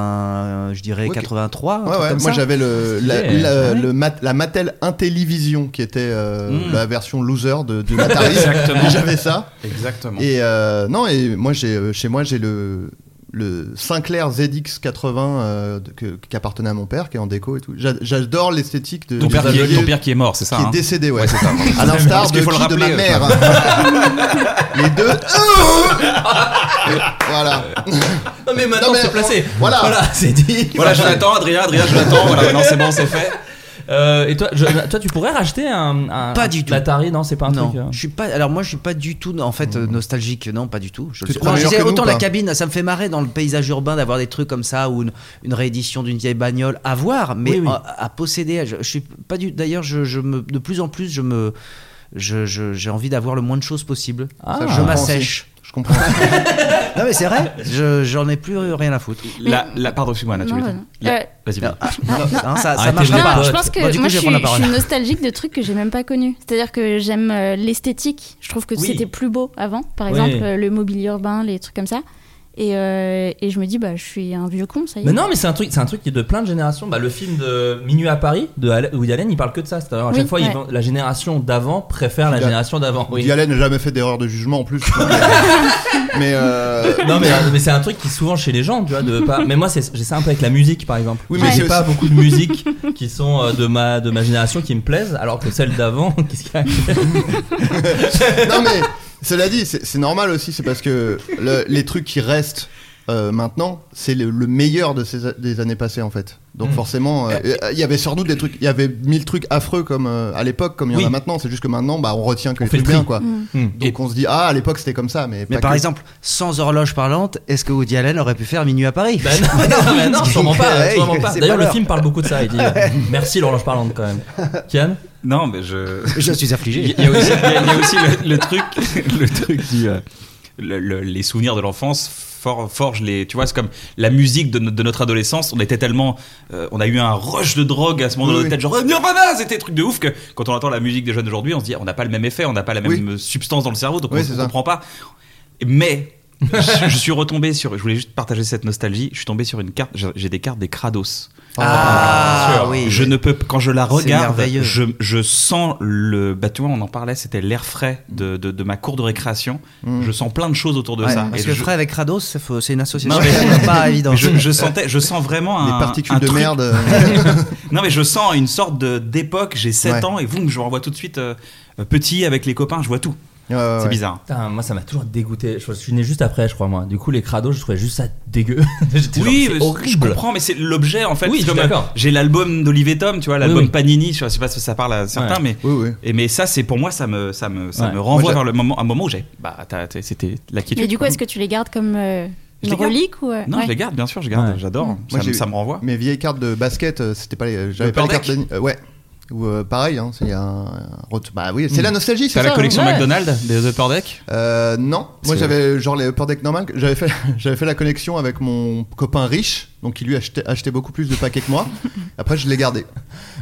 S1: euh, je dirais
S9: Ok.
S1: 83. un
S9: Ouais,
S1: truc
S9: ouais,
S1: comme
S9: moi
S1: ça.
S9: j'avais le, la,
S1: Stylé. hein.
S9: la-
S1: Ouais.
S9: le mat- la Mattel Intellivision qui était euh,
S1: Mm.
S9: la version loser de, de l'Atari.
S6: Exactement.
S9: J'avais ça.
S6: Exactement.
S9: Et euh, non, et moi j'ai euh, chez moi j'ai le le Sinclair ZX80 euh, de- que- qui appartenait à mon père qui est en déco et tout. J'a- J'adore l'esthétique de
S6: Ton père,
S9: du-
S6: qui est,
S9: du-
S6: ton père qui est mort, c'est ça
S9: qui est
S6: hein
S9: décédé, ouais.
S6: c'est ça.
S9: À l'instar
S6: Parce
S9: de,
S6: qu'il faut le
S9: qui de
S6: rappeler.
S9: ma
S6: euh,
S9: mère. Les deux. euh, voilà.
S7: Non, mais maintenant,
S9: Non, mais
S7: c'est placé.
S9: on- voilà.
S7: c'est dit.
S6: Voilà, Jonathan, Adrien, Adrien, Jonathan. Voilà, maintenant c'est bon, c'est fait.
S7: Euh, et toi, je- toi, tu pourrais racheter un, un
S1: Pas du tout.
S7: l'Atari, non, c'est pas un
S1: non,
S7: truc. euh.
S1: je suis pas. Alors moi, je suis pas du tout en fait euh, nostalgique. Non, pas du tout. Je,
S7: Tu te
S1: je-
S7: crois
S1: non, je
S7: meilleur
S1: disais,
S7: que nous
S1: autant
S7: ou
S1: la
S7: pas
S1: cabine, ça me fait marrer dans le paysage urbain d'avoir des trucs comme ça ou une, une réédition d'une vieille bagnole à voir, mais
S7: Oui, oui.
S1: À, à posséder. Je, je suis pas du. D'ailleurs, je, je me de plus en plus, je me je- je- j'ai envie d'avoir le moins de choses possible.
S9: Ah.
S1: je
S9: Je
S1: m'assèche.
S9: Je comprends.
S1: non mais c'est vrai. Je- J'en ai plus rien à foutre.
S6: La, la, pardon, excuse-moi, Anna, tu
S8: Non,
S6: veux
S8: non,
S6: dire
S8: non.
S6: La-
S8: Euh,
S6: Vas-y,
S1: Non, ah,
S6: vas-y.
S1: non, ça, ça
S6: Arrêtez,
S1: marche
S6: je l'ai
S1: pas.
S6: pas.
S8: Non, je
S6: Pote.
S8: pense que
S1: Bon, du coup,
S8: moi
S1: je
S8: je
S1: vais
S8: suis,
S1: prendre la
S8: je suis
S1: parole.
S8: nostalgique de trucs que j'ai même pas connus. C'est-à-dire que j'aime euh, l'esthétique. Je trouve que
S13: Oui.
S8: c'était plus beau avant. Par
S7: Oui.
S8: exemple, euh, le mobilier urbain, les trucs comme ça. Et, euh, et je me dis, bah, je suis un vieux con, ça y est.
S7: Mais non, mais c'est un truc, c'est un truc qui est de plein de générations. Bah, le film de Minuit à Paris de Al- Woody Allen, il parle que de ça. C'est-à-dire à
S8: Oui,
S7: chaque fois, il
S8: ouais.
S7: vend- la génération d'avant préfère la
S9: Woody-
S7: génération d'avant. Oui.
S9: Woody Allen n'a jamais fait d'erreur de jugement en plus. mais euh,
S7: Non mais, mais c'est un truc qui est souvent chez les gens, tu vois, de pas. Mais moi, c'est- j'ai ça un peu avec la musique, par exemple.
S9: Oui, mais
S7: j'ai
S9: c'est
S7: pas
S9: aussi-
S7: beaucoup de musiques qui sont euh, de ma de ma génération qui me plaisent, alors que celle d'avant, qu'est-ce qu'il y a
S9: non mais cela dit, c'est c'est normal aussi, c'est parce que le- les trucs qui restent euh, maintenant, c'est le, le meilleur de ces a- des années passées en fait. Donc
S7: Mm.
S9: forcément, euh, euh, il y avait sans doute des trucs, il y avait mille trucs affreux comme euh, à l'époque, comme il y
S7: Oui.
S9: en a maintenant. C'est juste que maintenant, bah, on retient que
S7: On
S9: les
S7: fait
S9: trucs
S7: le tri.
S9: bien quoi.
S8: Mm.
S7: Mm.
S9: Donc on se dit ah à l'époque c'était comme ça, mais,
S1: Mais
S9: pas
S1: par
S9: que.
S1: exemple, sans horloge parlante, est-ce que Woody Allen aurait pu faire Minuit à Paris
S7: Bah non, mais non, mais non, sûrement pas.
S1: Ouais,
S7: sûrement pas.
S1: c'est pas
S7: D'ailleurs, le
S1: l'heure.
S7: film parle beaucoup de ça. Il dit euh, merci l'horloge parlante quand même. Kian
S6: Non, mais je.
S1: Je suis affligé.
S6: Il y a aussi, il y a- il y a aussi le, le truc, le truc du, euh, le- le- les souvenirs de l'enfance for- forgent les. Tu vois, c'est comme la musique de, no- de notre adolescence. On était tellement, euh, on a eu un rush de drogue à ce moment
S9: Oui,
S6: dans notre
S9: oui.
S6: tête. Genre oh, Nirvana, c'était un truc de ouf que quand on entend la musique des jeunes d'aujourd'hui, on se dit on n'a pas le même effet, on n'a pas la même
S9: Oui.
S6: euh, substance dans le cerveau, donc
S9: Oui,
S6: on-
S9: c'est
S6: on
S9: ça.
S6: comprend pas. Mais je, je suis retombé sur. Je voulais juste partager cette nostalgie. Je suis tombé sur une carte. j'ai- J'ai des cartes des Krados.
S1: Ah,
S6: Bien sûr.
S1: oui.
S6: Je ne peux quand je la
S1: C'est
S6: regarde,
S1: merveilleux.
S6: je, je sens le. Bah, tu vois, on en parlait. C'était l'air frais de, de, de ma cour de récréation. Je sens plein de choses autour de
S1: Mm. Ouais,
S6: ça.
S1: Parce
S6: Et
S1: que
S6: je-
S1: frais avec Rados, ça faut- c'est une association
S6: Non, mais-
S1: pas évidente.
S6: je, je sentais, je sens vraiment un.
S9: Des particules
S6: un
S9: de
S6: truc-
S9: merde.
S6: non mais je sens une sorte de d'époque. J'ai 7
S9: Ouais.
S6: ans et vous, je me renvoie tout de suite euh, petit avec les copains. Je vois tout.
S9: Ouais, ouais,
S6: C'est
S9: ouais.
S6: bizarre.
S7: Putain, moi ça m'a toujours dégoûté. Je, je suis né juste après, je crois moi. Du coup, les crados, je trouvais juste ça dégueu. J'étais
S6: Oui,
S7: genre,
S6: mais
S7: c'est
S6: je
S7: horrible.
S6: comprends, mais c'est l'objet en fait. C'est
S7: Oui, je suis
S6: comme,
S7: d'accord.
S6: euh, J'ai l'album d'Olivier Tom, tu vois, l'album
S7: Oui, oui.
S6: Panini. Je sais pas si ça parle à certains,
S7: Ouais.
S6: mais
S9: Oui, oui.
S6: et mais ça, c'est pour moi, ça me ça me ça
S7: Ouais.
S6: me
S9: Moi,
S6: renvoie
S9: j'ai-
S6: vers le moment, un moment où j'ai bah t'as- t'as- c'était la
S8: Mais
S6: quiétude.
S8: du coup, est-ce que tu les gardes comme euh,
S6: Je
S8: une
S6: les garde.
S8: relique ou, euh,
S6: Non,
S8: ouais.
S6: je les garde, bien sûr, je garde,
S7: Ouais.
S6: j'adore.
S9: Moi,
S6: Ça, me-
S9: j'ai-
S6: ça me renvoie.
S9: Mes vieilles cartes de basket, euh, c'était pas les. J'avais
S6: Le
S9: pas les
S6: Perdec.
S9: cartes. de- euh, ouais. Ou euh, pareil, hein, c'est un. un ret- Bah oui, c'est la nostalgie, c'est
S6: Hmm.
S9: ça.
S6: T'as la collection
S9: hein.
S6: McDonald's des Upper Deck
S9: Euh, non, moi
S6: que-
S9: j'avais genre les upper deck normal. que J'avais fait, j'avais fait la connexion avec mon copain riche, donc qui lui achetait, achetait beaucoup plus de paquets que moi. Après, je l'ai gardé.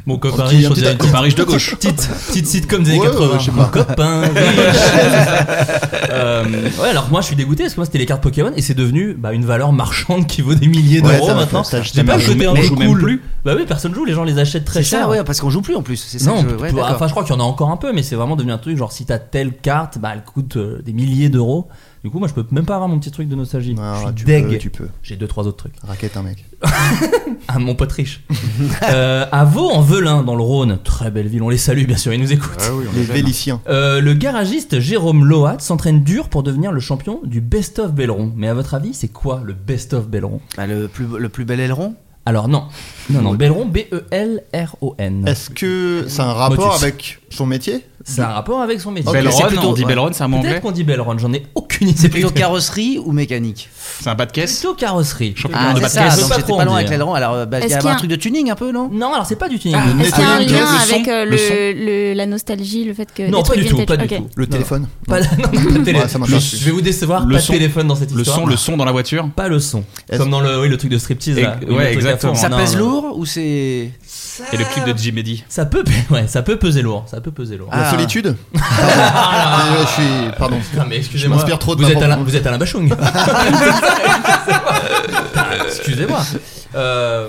S7: Mon copain
S9: Ok,
S7: riche,
S9: un
S7: on
S9: petit-
S7: dirait une
S6: copain riche de gauche.
S7: Petite, petite sitcom des années
S9: Ouais,
S7: 80.
S9: ouais, je sais
S7: Mon
S9: pas.
S7: copain riche. Euh, ouais, alors moi je suis dégoûté parce que moi c'était les cartes Pokémon et c'est devenu bah, une valeur marchande qui vaut des milliers
S9: Ouais,
S7: d'euros
S9: ça,
S7: maintenant.
S9: ça, ça, je
S7: J'ai pas
S9: t'aime.
S7: jeté un
S6: Mais
S7: jeu
S6: je joue même
S7: cool.
S6: plus.
S7: Bah oui, personne joue, les gens les achètent très
S1: C'est ça,
S7: cher.
S1: ouais, parce qu'on joue plus en plus. C'est ça.
S7: hein. non,
S1: que je, ouais,
S7: tu-
S1: d'accord.
S7: enfin je crois qu'il y en a encore un peu, mais c'est vraiment devenu un truc genre si t'as telle carte, bah elle coûte euh, des milliers d'euros. Du coup, moi, je peux même pas avoir mon petit truc de nostalgie. je suis
S9: Ah, tu
S7: deg.
S9: peux, tu peux.
S7: J'ai deux, trois autres trucs.
S9: Raquette un mec.
S7: à mon pote riche. Euh, à Vaux en Velin, dans le Rhône. Très belle ville, on les salue bien sûr, ils nous écoutent.
S9: Ah oui, on les Les
S6: hein.
S9: aime. Véliciens.
S7: Euh, le garagiste Jérôme Loat s'entraîne dur pour devenir le champion du Best of Belleron. Mais à votre avis, c'est quoi le Best of Belleron
S1: Bah, le, plus, le plus bel aileron
S7: Alors non. Non, non, Belleron, E B-E-L-R-O-N.
S9: Est-ce que c'est un rapport
S7: Motus.
S9: avec son métier
S7: C'est un rapport avec son métier.
S9: Ok, c'est plutôt- ouais.
S7: Peut-être qu'on dit Belleron, j'en ai aucune idée.
S1: C'est plutôt carrosserie ou mécanique
S6: C'est un bas de caisse
S7: Plutôt carrosserie.
S1: Ah,
S7: de
S1: c'est
S7: bas de
S1: ça,
S7: caisse.
S1: donc
S7: Pas
S1: j'étais
S7: trop
S1: pas
S7: en
S1: loin avec
S7: dire.
S1: l'aileron. Alors, euh, bah,
S8: Est-ce
S1: il y
S8: qu'il y
S1: avait
S8: a
S1: un
S8: un-
S1: truc de tuning un peu, non
S7: Non, alors c'est pas du tuning.
S8: Est-ce qu'il y a un
S9: nettoyage,
S8: lien
S9: le son,
S8: avec euh,
S9: le
S8: le,
S9: son.
S8: le- la nostalgie, le fait que.
S7: Non, pas
S8: des trucs
S7: du tout, pas
S8: vintage-
S7: du
S8: ok.
S7: tout.
S9: Le téléphone
S7: Pas, non, pas de télé-
S9: Ouais, ça m'intéresse.
S7: Le- Je vais vous décevoir,
S6: Le
S7: pas
S6: son-
S7: de téléphone dans cette
S6: le
S7: histoire.
S6: son- le son dans la voiture
S7: Pas le son. Comme dans le, oui, le truc de striptease.
S6: Et-
S7: là, où
S6: ouais,
S7: le truc à
S6: exactement.
S7: fond.
S6: Ça
S7: Non,
S6: pèse
S7: non.
S1: Lourd ou c'est.
S6: Et le clip de Jim Eddy.
S7: Ça peut, pe- ouais, ça peut peser lourd. Ça peut peser lourd.
S6: Ah,
S9: La solitude
S7: Ah,
S9: Ah, je suis- pardon.
S7: Non, mais excusez-moi.
S9: Je m'inspire trop de
S7: vous
S9: ma
S7: êtes,
S9: propre-
S7: Alain, vous êtes Alain Bachung. excusez-moi. Euh,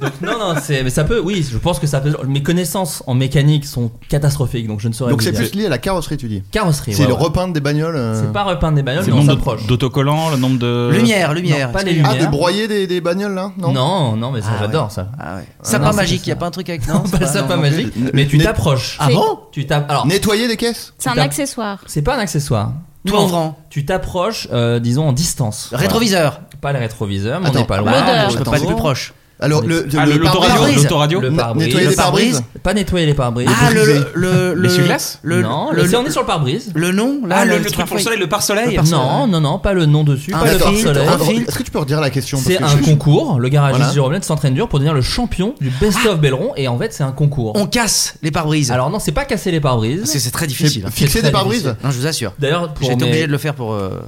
S7: donc, non, non, c'est, mais ça peut, oui, je pense que ça peut. Mes connaissances en mécanique sont catastrophiques, donc je ne saurais
S9: Donc
S7: vous
S9: c'est
S7: dire.
S9: plus lié à la carrosserie, tu dis
S7: Carrosserie,
S9: C'est
S7: ouais,
S9: le
S7: ouais.
S9: repeindre des bagnoles. euh,
S7: C'est pas repeindre des bagnoles,
S6: Le
S7: mais on
S6: nombre
S7: s'approche.
S6: d'aut- d'autocollants, le nombre de.
S1: Lumière, lumière.
S7: Euh, Non, pas les
S9: Ah,
S7: lumières.
S9: de broyer des, des bagnoles là Non
S7: Non, non, mais ça,
S1: Ah
S7: j'adore
S1: ouais.
S7: ça.
S1: Ah ouais.
S7: Ah
S1: Sapin
S7: non, c'est
S1: magique,
S7: ça. Bah,
S1: il y a pas un truc avec.
S7: Non, pas ça, pas magique. Mais tu
S9: Net-
S7: t'approches.
S1: Ah bon
S7: Tu t'app- Alors,
S9: Nettoyer des caisses
S8: C'est un
S7: T'as-
S8: accessoire.
S7: c'est pas un accessoire.
S1: Tout
S7: Non,
S1: ouvrant.
S7: Tu t'approches, euh, disons, en distance.
S1: Rétroviseur.
S7: Voilà. Pas les rétroviseurs, mais on
S9: Attends,
S7: n'est pas
S9: ah
S7: loin.
S9: bah, L'odeur.
S7: On est
S9: je peux pas
S7: toujours-
S9: aller plus
S1: proche.
S9: Alors,
S7: On est-
S9: le, le,
S6: Ah, le-
S9: le
S6: l'autoradio,
S9: pare-brise
S6: l'autoradio.
S7: Le pare-brise.
S9: Nettoyer
S7: Le
S9: des
S7: pare-brise.
S9: pare-brises
S7: Pas nettoyer les pare-brises.
S1: Ah, le. le, le,
S6: Les
S1: le-
S6: sous-glaces
S1: le-
S7: non,
S1: le-
S7: le, on est sur le pare-brise.
S1: Le nom là,
S6: Ah, le, le truc pour le soleil, le pare-soleil
S7: Non, non, non, pas le nom dessus.
S1: Un
S7: pas le
S1: filtre,
S7: pare-soleil.
S1: un
S9: Attends,
S1: filtre.
S9: Est-ce que tu peux redire la question
S7: C'est
S9: Parce que
S7: un
S9: je- je-
S7: concours. Le garagiste
S9: Voilà.
S7: Jérôme Lett s'entraîne dur pour devenir le champion du Best of Belleron. Et en fait, c'est un concours.
S1: Ah. On casse les pare-brises.
S7: Alors, non, c'est pas casser les pare-brises.
S1: C'est c'est très difficile. hein.
S9: Fixer
S7: c'est
S9: des
S7: très
S9: pare-brises
S1: Non, je vous assure.
S7: D'ailleurs, pour
S1: J'ai été
S7: mes-
S1: obligé de le faire pour. euh,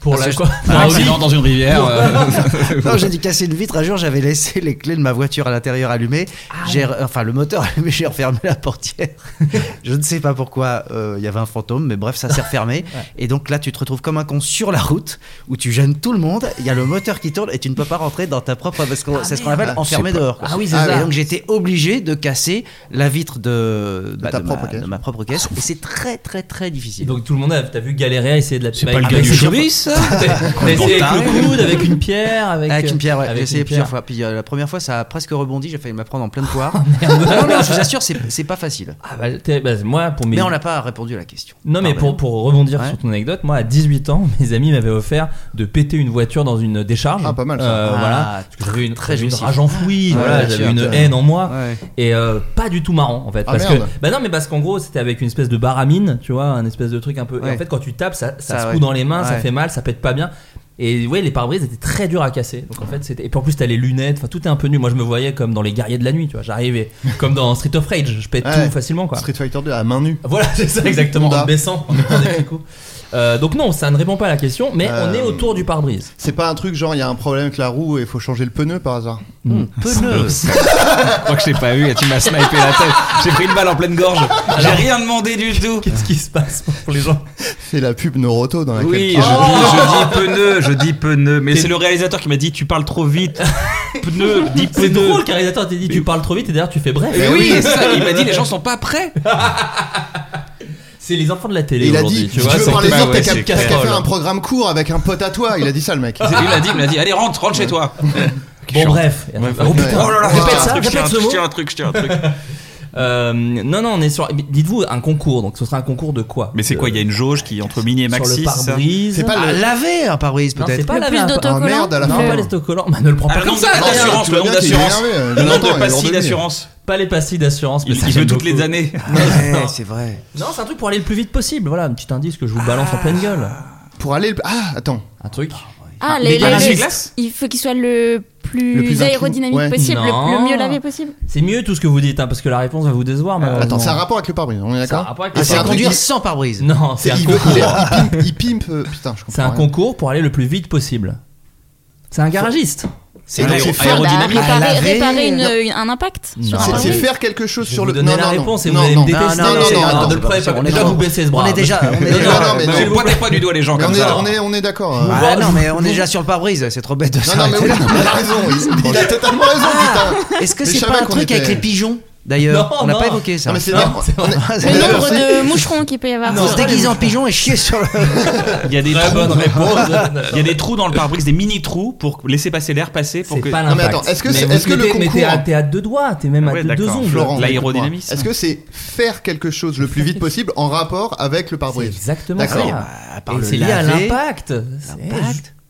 S7: pour
S1: parce
S7: la
S1: que
S7: quoi
S6: Un
S7: Ah oui.
S6: accident dans une rivière. euh,
S1: Non, j'ai dû casser une vitre. Un jour, j'avais laissé les clés de ma voiture à l'intérieur allumées.
S9: Ah
S1: J'ai, re- enfin, le moteur allumé, j'ai refermé la portière. je ne sais pas pourquoi euh, il y avait un fantôme, mais bref, ça s'est refermé. Et donc là, tu te retrouves comme un con sur la route où tu gênes tout le monde. Il y a le moteur qui tourne et tu ne peux pas rentrer dans ta propre. Parce que c'est ce qu'on appelle
S9: Ah,
S1: enfermé
S9: c'est pas-
S1: dehors. quoi.
S7: Ah oui, c'est
S1: Ah,
S7: ça.
S1: Et donc, j'étais obligé de casser la vitre de,
S9: ta
S1: de
S9: propre
S1: ma,
S9: caisse.
S1: de ma propre caisse. Et c'est très, très, très difficile.
S7: Donc tout le monde a, t'as vu galérer à essayer de la
S6: C'est
S7: bah,
S6: pas le
S7: avec-
S6: gars
S7: avec
S6: du
S7: ses-
S6: showbiz, ça
S7: T'as t'as essayé avec le coude, avec une pierre, avec, euh,
S1: Avec une pierre, ouais.
S7: avec
S1: J'ai essayé
S7: une
S1: plusieurs
S7: pierre.
S1: fois. Puis euh, la première fois, ça a presque rebondi. J'ai failli me la prendre en pleine poire. non, non, je vous assure, c'est c'est pas facile.
S7: Ah bah, t'es- bah, moi pour mes
S1: Mais on n'a pas répondu à la question.
S7: non mais
S1: Pardon.
S7: pour, pour rebondir
S1: Ouais.
S7: sur ton anecdote, moi à 18 ans, mes amis m'avaient offert de péter une voiture dans une décharge.
S9: Ah, pas mal, ça.
S7: Euh,
S1: Ah,
S7: voilà,
S1: très-
S7: j'avais une,
S1: très
S7: j'avais une
S1: jouissif.
S7: rage enfouie,
S1: Ah,
S7: voilà,
S1: bien
S7: j'avais
S1: sûr,
S7: une
S1: bien sûr.
S7: haine en moi
S1: Ouais.
S7: et euh, pas du tout marrant en fait
S9: Ah,
S7: parce
S9: merde.
S7: que bah non mais parce qu'en gros, c'était avec une espèce de baramine, tu vois, un espèce de truc un peu et
S1: Ouais.
S7: en fait quand tu tapes ça, ça,
S1: Ça,
S7: se
S1: ouais.
S7: fout dans les mains, ça
S1: Ouais.
S7: fait mal, ça pète pas bien. Et ouais, les pare-brises étaient très durs à casser. Donc en fait, c'était et puis en plus t'as les lunettes, enfin tout est un peu nu. Moi je me voyais comme dans les guerriers de la nuit, tu vois, j'arrivais comme dans Street of Rage, je pète
S9: Ouais.
S7: tout facilement quoi.
S9: Street Fighter 2 à main nue.
S7: Voilà, c'est ça exactement,
S9: Honda.
S7: en baissant, en mettant des petits coups. Euh, donc non, ça ne répond pas à la question, mais on
S9: Euh,
S7: est autour du pare-brise.
S9: C'est pas un truc genre il y a un problème avec la roue et il faut changer le pneu par hasard.
S1: Pneu.
S6: Moi, je t'ai pas eu, tu m'as snipé la tête. J'ai pris une balle en pleine gorge. J'ai rien demandé du tout.
S7: Qu'est-ce qui se passe pour les gens
S9: C'est la pub Noroto dans laquelle.
S6: Oui, je,
S9: tu-
S6: dis, je dis pneu, je dis pneu. Mais c'est le réalisateur qui m'a dit tu parles trop vite. Pneu, dis
S7: C'est
S6: pneu.
S7: drôle, car les t'a dit tu parles trop vite et d'ailleurs tu fais bref.
S6: Mais oui, c'est ça, il m'a dit les gens sont pas prêts.
S7: C'est les enfants de la télé
S9: Il a
S7: aujourd'hui,
S9: dit, si
S7: tu vois.
S9: tu veux
S7: c'est-
S9: parler
S6: bah
S9: vite,
S6: ouais,
S9: t'as qu'à
S6: c'est
S9: t'as qu'à
S6: clair.
S9: faire un programme court avec un pote à toi. Il a dit ça, le mec.
S6: Il m'a dit, il m'a dit allez rentre, rentre chez toi.
S7: Bon bref. Oh putain,
S6: Oh là là,
S7: répète ça,
S6: je tiens un
S7: répète ce
S6: truc, je
S7: mot.
S6: tiens un truc, je tiens un truc.
S7: Euh, non, non, on est sur. mais Dites-vous un concours, donc ce sera un concours de quoi
S6: Mais c'est quoi Il y a une jauge qui entre mini et
S7: Sur
S6: maxi,
S7: le
S6: c'est ça
S7: pare-brise.
S9: C'est pas
S1: Ah,
S9: le-
S1: laver un pare-brise
S7: Non, c'est
S1: peut-être.
S7: pas la
S8: Plus
S7: merde.
S8: d'autocollants.
S9: Ah, merde, à la
S7: Non,
S9: fin.
S7: pas les autocollants. Bah, ne le prends
S6: Ah,
S7: pas
S6: le
S7: comme
S6: nombre
S7: ça. d'ailleurs.
S6: d'assurance,
S9: tu
S6: le
S9: vois bien
S6: nombre
S9: qu'il est
S6: d'assurance.
S9: énervé, euh,
S6: Le nombre
S9: j'entends, il
S6: de
S9: est
S6: pastilles
S9: ordonné.
S6: d'assurance.
S7: Pas les pastilles d'assurance. mais
S6: Il
S7: ça,
S6: il veut
S7: j'aime
S6: toutes les
S7: beaucoup.
S6: années.
S1: Ah Ouais, c'est vrai.
S7: Non, c'est un truc pour aller le plus vite possible. Voilà, un petit indice que je vous balance en pleine gueule.
S9: Pour aller. le- Ah, attends.
S7: Un truc.
S8: Ah,
S7: les
S8: les,
S6: Bah,
S8: les-
S7: glaces.
S8: les-
S7: Les glaces
S8: Il faut qu'il soit le plus,
S9: Le plus inclus.
S8: aérodynamique
S9: Ouais.
S8: possible, le,
S7: Non.
S8: le mieux lavé possible.
S7: C'est mieux tout ce que vous dites, hein, parce que la réponse va vous décevoir. malheureusement.
S9: Attends, c'est un rapport avec le pare-brise, on est
S7: C'est un
S9: d'accord
S7: rapport avec
S9: Et
S1: Ah,
S7: le
S9: c'est un
S7: pare-brise.
S9: truc-
S1: Conduire sans pare-brise.
S7: Non, c'est un
S9: il veut-
S7: concours.
S9: il est- il pimpe- Il pimpe. euh, Putain, je comprends.
S7: C'est un
S9: rien.
S7: concours pour aller le plus vite possible. C'est un garagiste.
S1: C'est
S9: Ah,
S1: l'aéro-
S9: c'est faire
S8: Bah,
S1: aérodynamique.
S8: réparer,
S1: laver.
S8: réparer une- une- un impact sur un
S9: C'est- C'est
S8: pare-brise.
S9: faire quelque chose
S7: Je vais
S9: sur
S7: vous
S9: le.
S7: donner la réponse et vous allez me
S9: non,
S7: détester.
S9: non, non,
S7: C'est-
S9: non,
S7: alors,
S9: non,
S7: ne
S9: c'est
S7: le
S9: pas
S7: prenez
S1: possible,
S7: pas.
S1: on est
S7: Déjà,
S1: d'accord.
S7: vous baissez ce bras.
S1: On est déjà- on est déjà-
S7: Non, non,
S9: non, mais
S7: non,
S9: non.
S7: s'il vous plaît.
S6: Bah, Pointez pas du doigt les gens
S9: Mais on
S6: comme
S9: est-
S6: ça.
S9: on est- on est d'accord. hein.
S1: Ah non, mais on est déjà sur le pare-brise. C'est trop bête de
S9: Non, non, mais
S1: s'arrêter
S9: oui,
S1: là.
S9: il a raison. Il, il a totalement raison,
S1: Ah,
S9: putain.
S1: Est-ce que
S9: Mais je
S1: c'est
S9: savais
S1: pas un
S9: qu'on
S1: truc avec
S9: était-
S1: les pigeons d'ailleurs.
S8: Non,
S1: on n'a
S8: non.
S1: pas évoqué ça.
S9: Non, mais c'est- Non, non, c'est vrai.
S8: Le nombre de moucherons qu'il peut y avoir.
S1: Faut se déguiser en pigeon et chier sur le.
S6: Il y a des
S1: Très
S6: trous.
S1: bonne réponse.
S6: Il y a des trous dans le pare-brise, des mini trous pour laisser passer l'air passer pour que.
S7: pas l'impact. Mais vous mettez- mettez à- T'es à deux doigts, t'es même à
S6: Ah Ouais,
S7: deux, deux
S6: d'accord.
S7: ongles.
S6: Florent, L'aérodynamisme.
S9: Est-ce que c'est faire quelque chose le plus vite possible en rapport avec le pare-brise
S7: Exactement
S9: D'accord.
S7: ça. Ah, à part Et le c'est lié à laver, l'impact.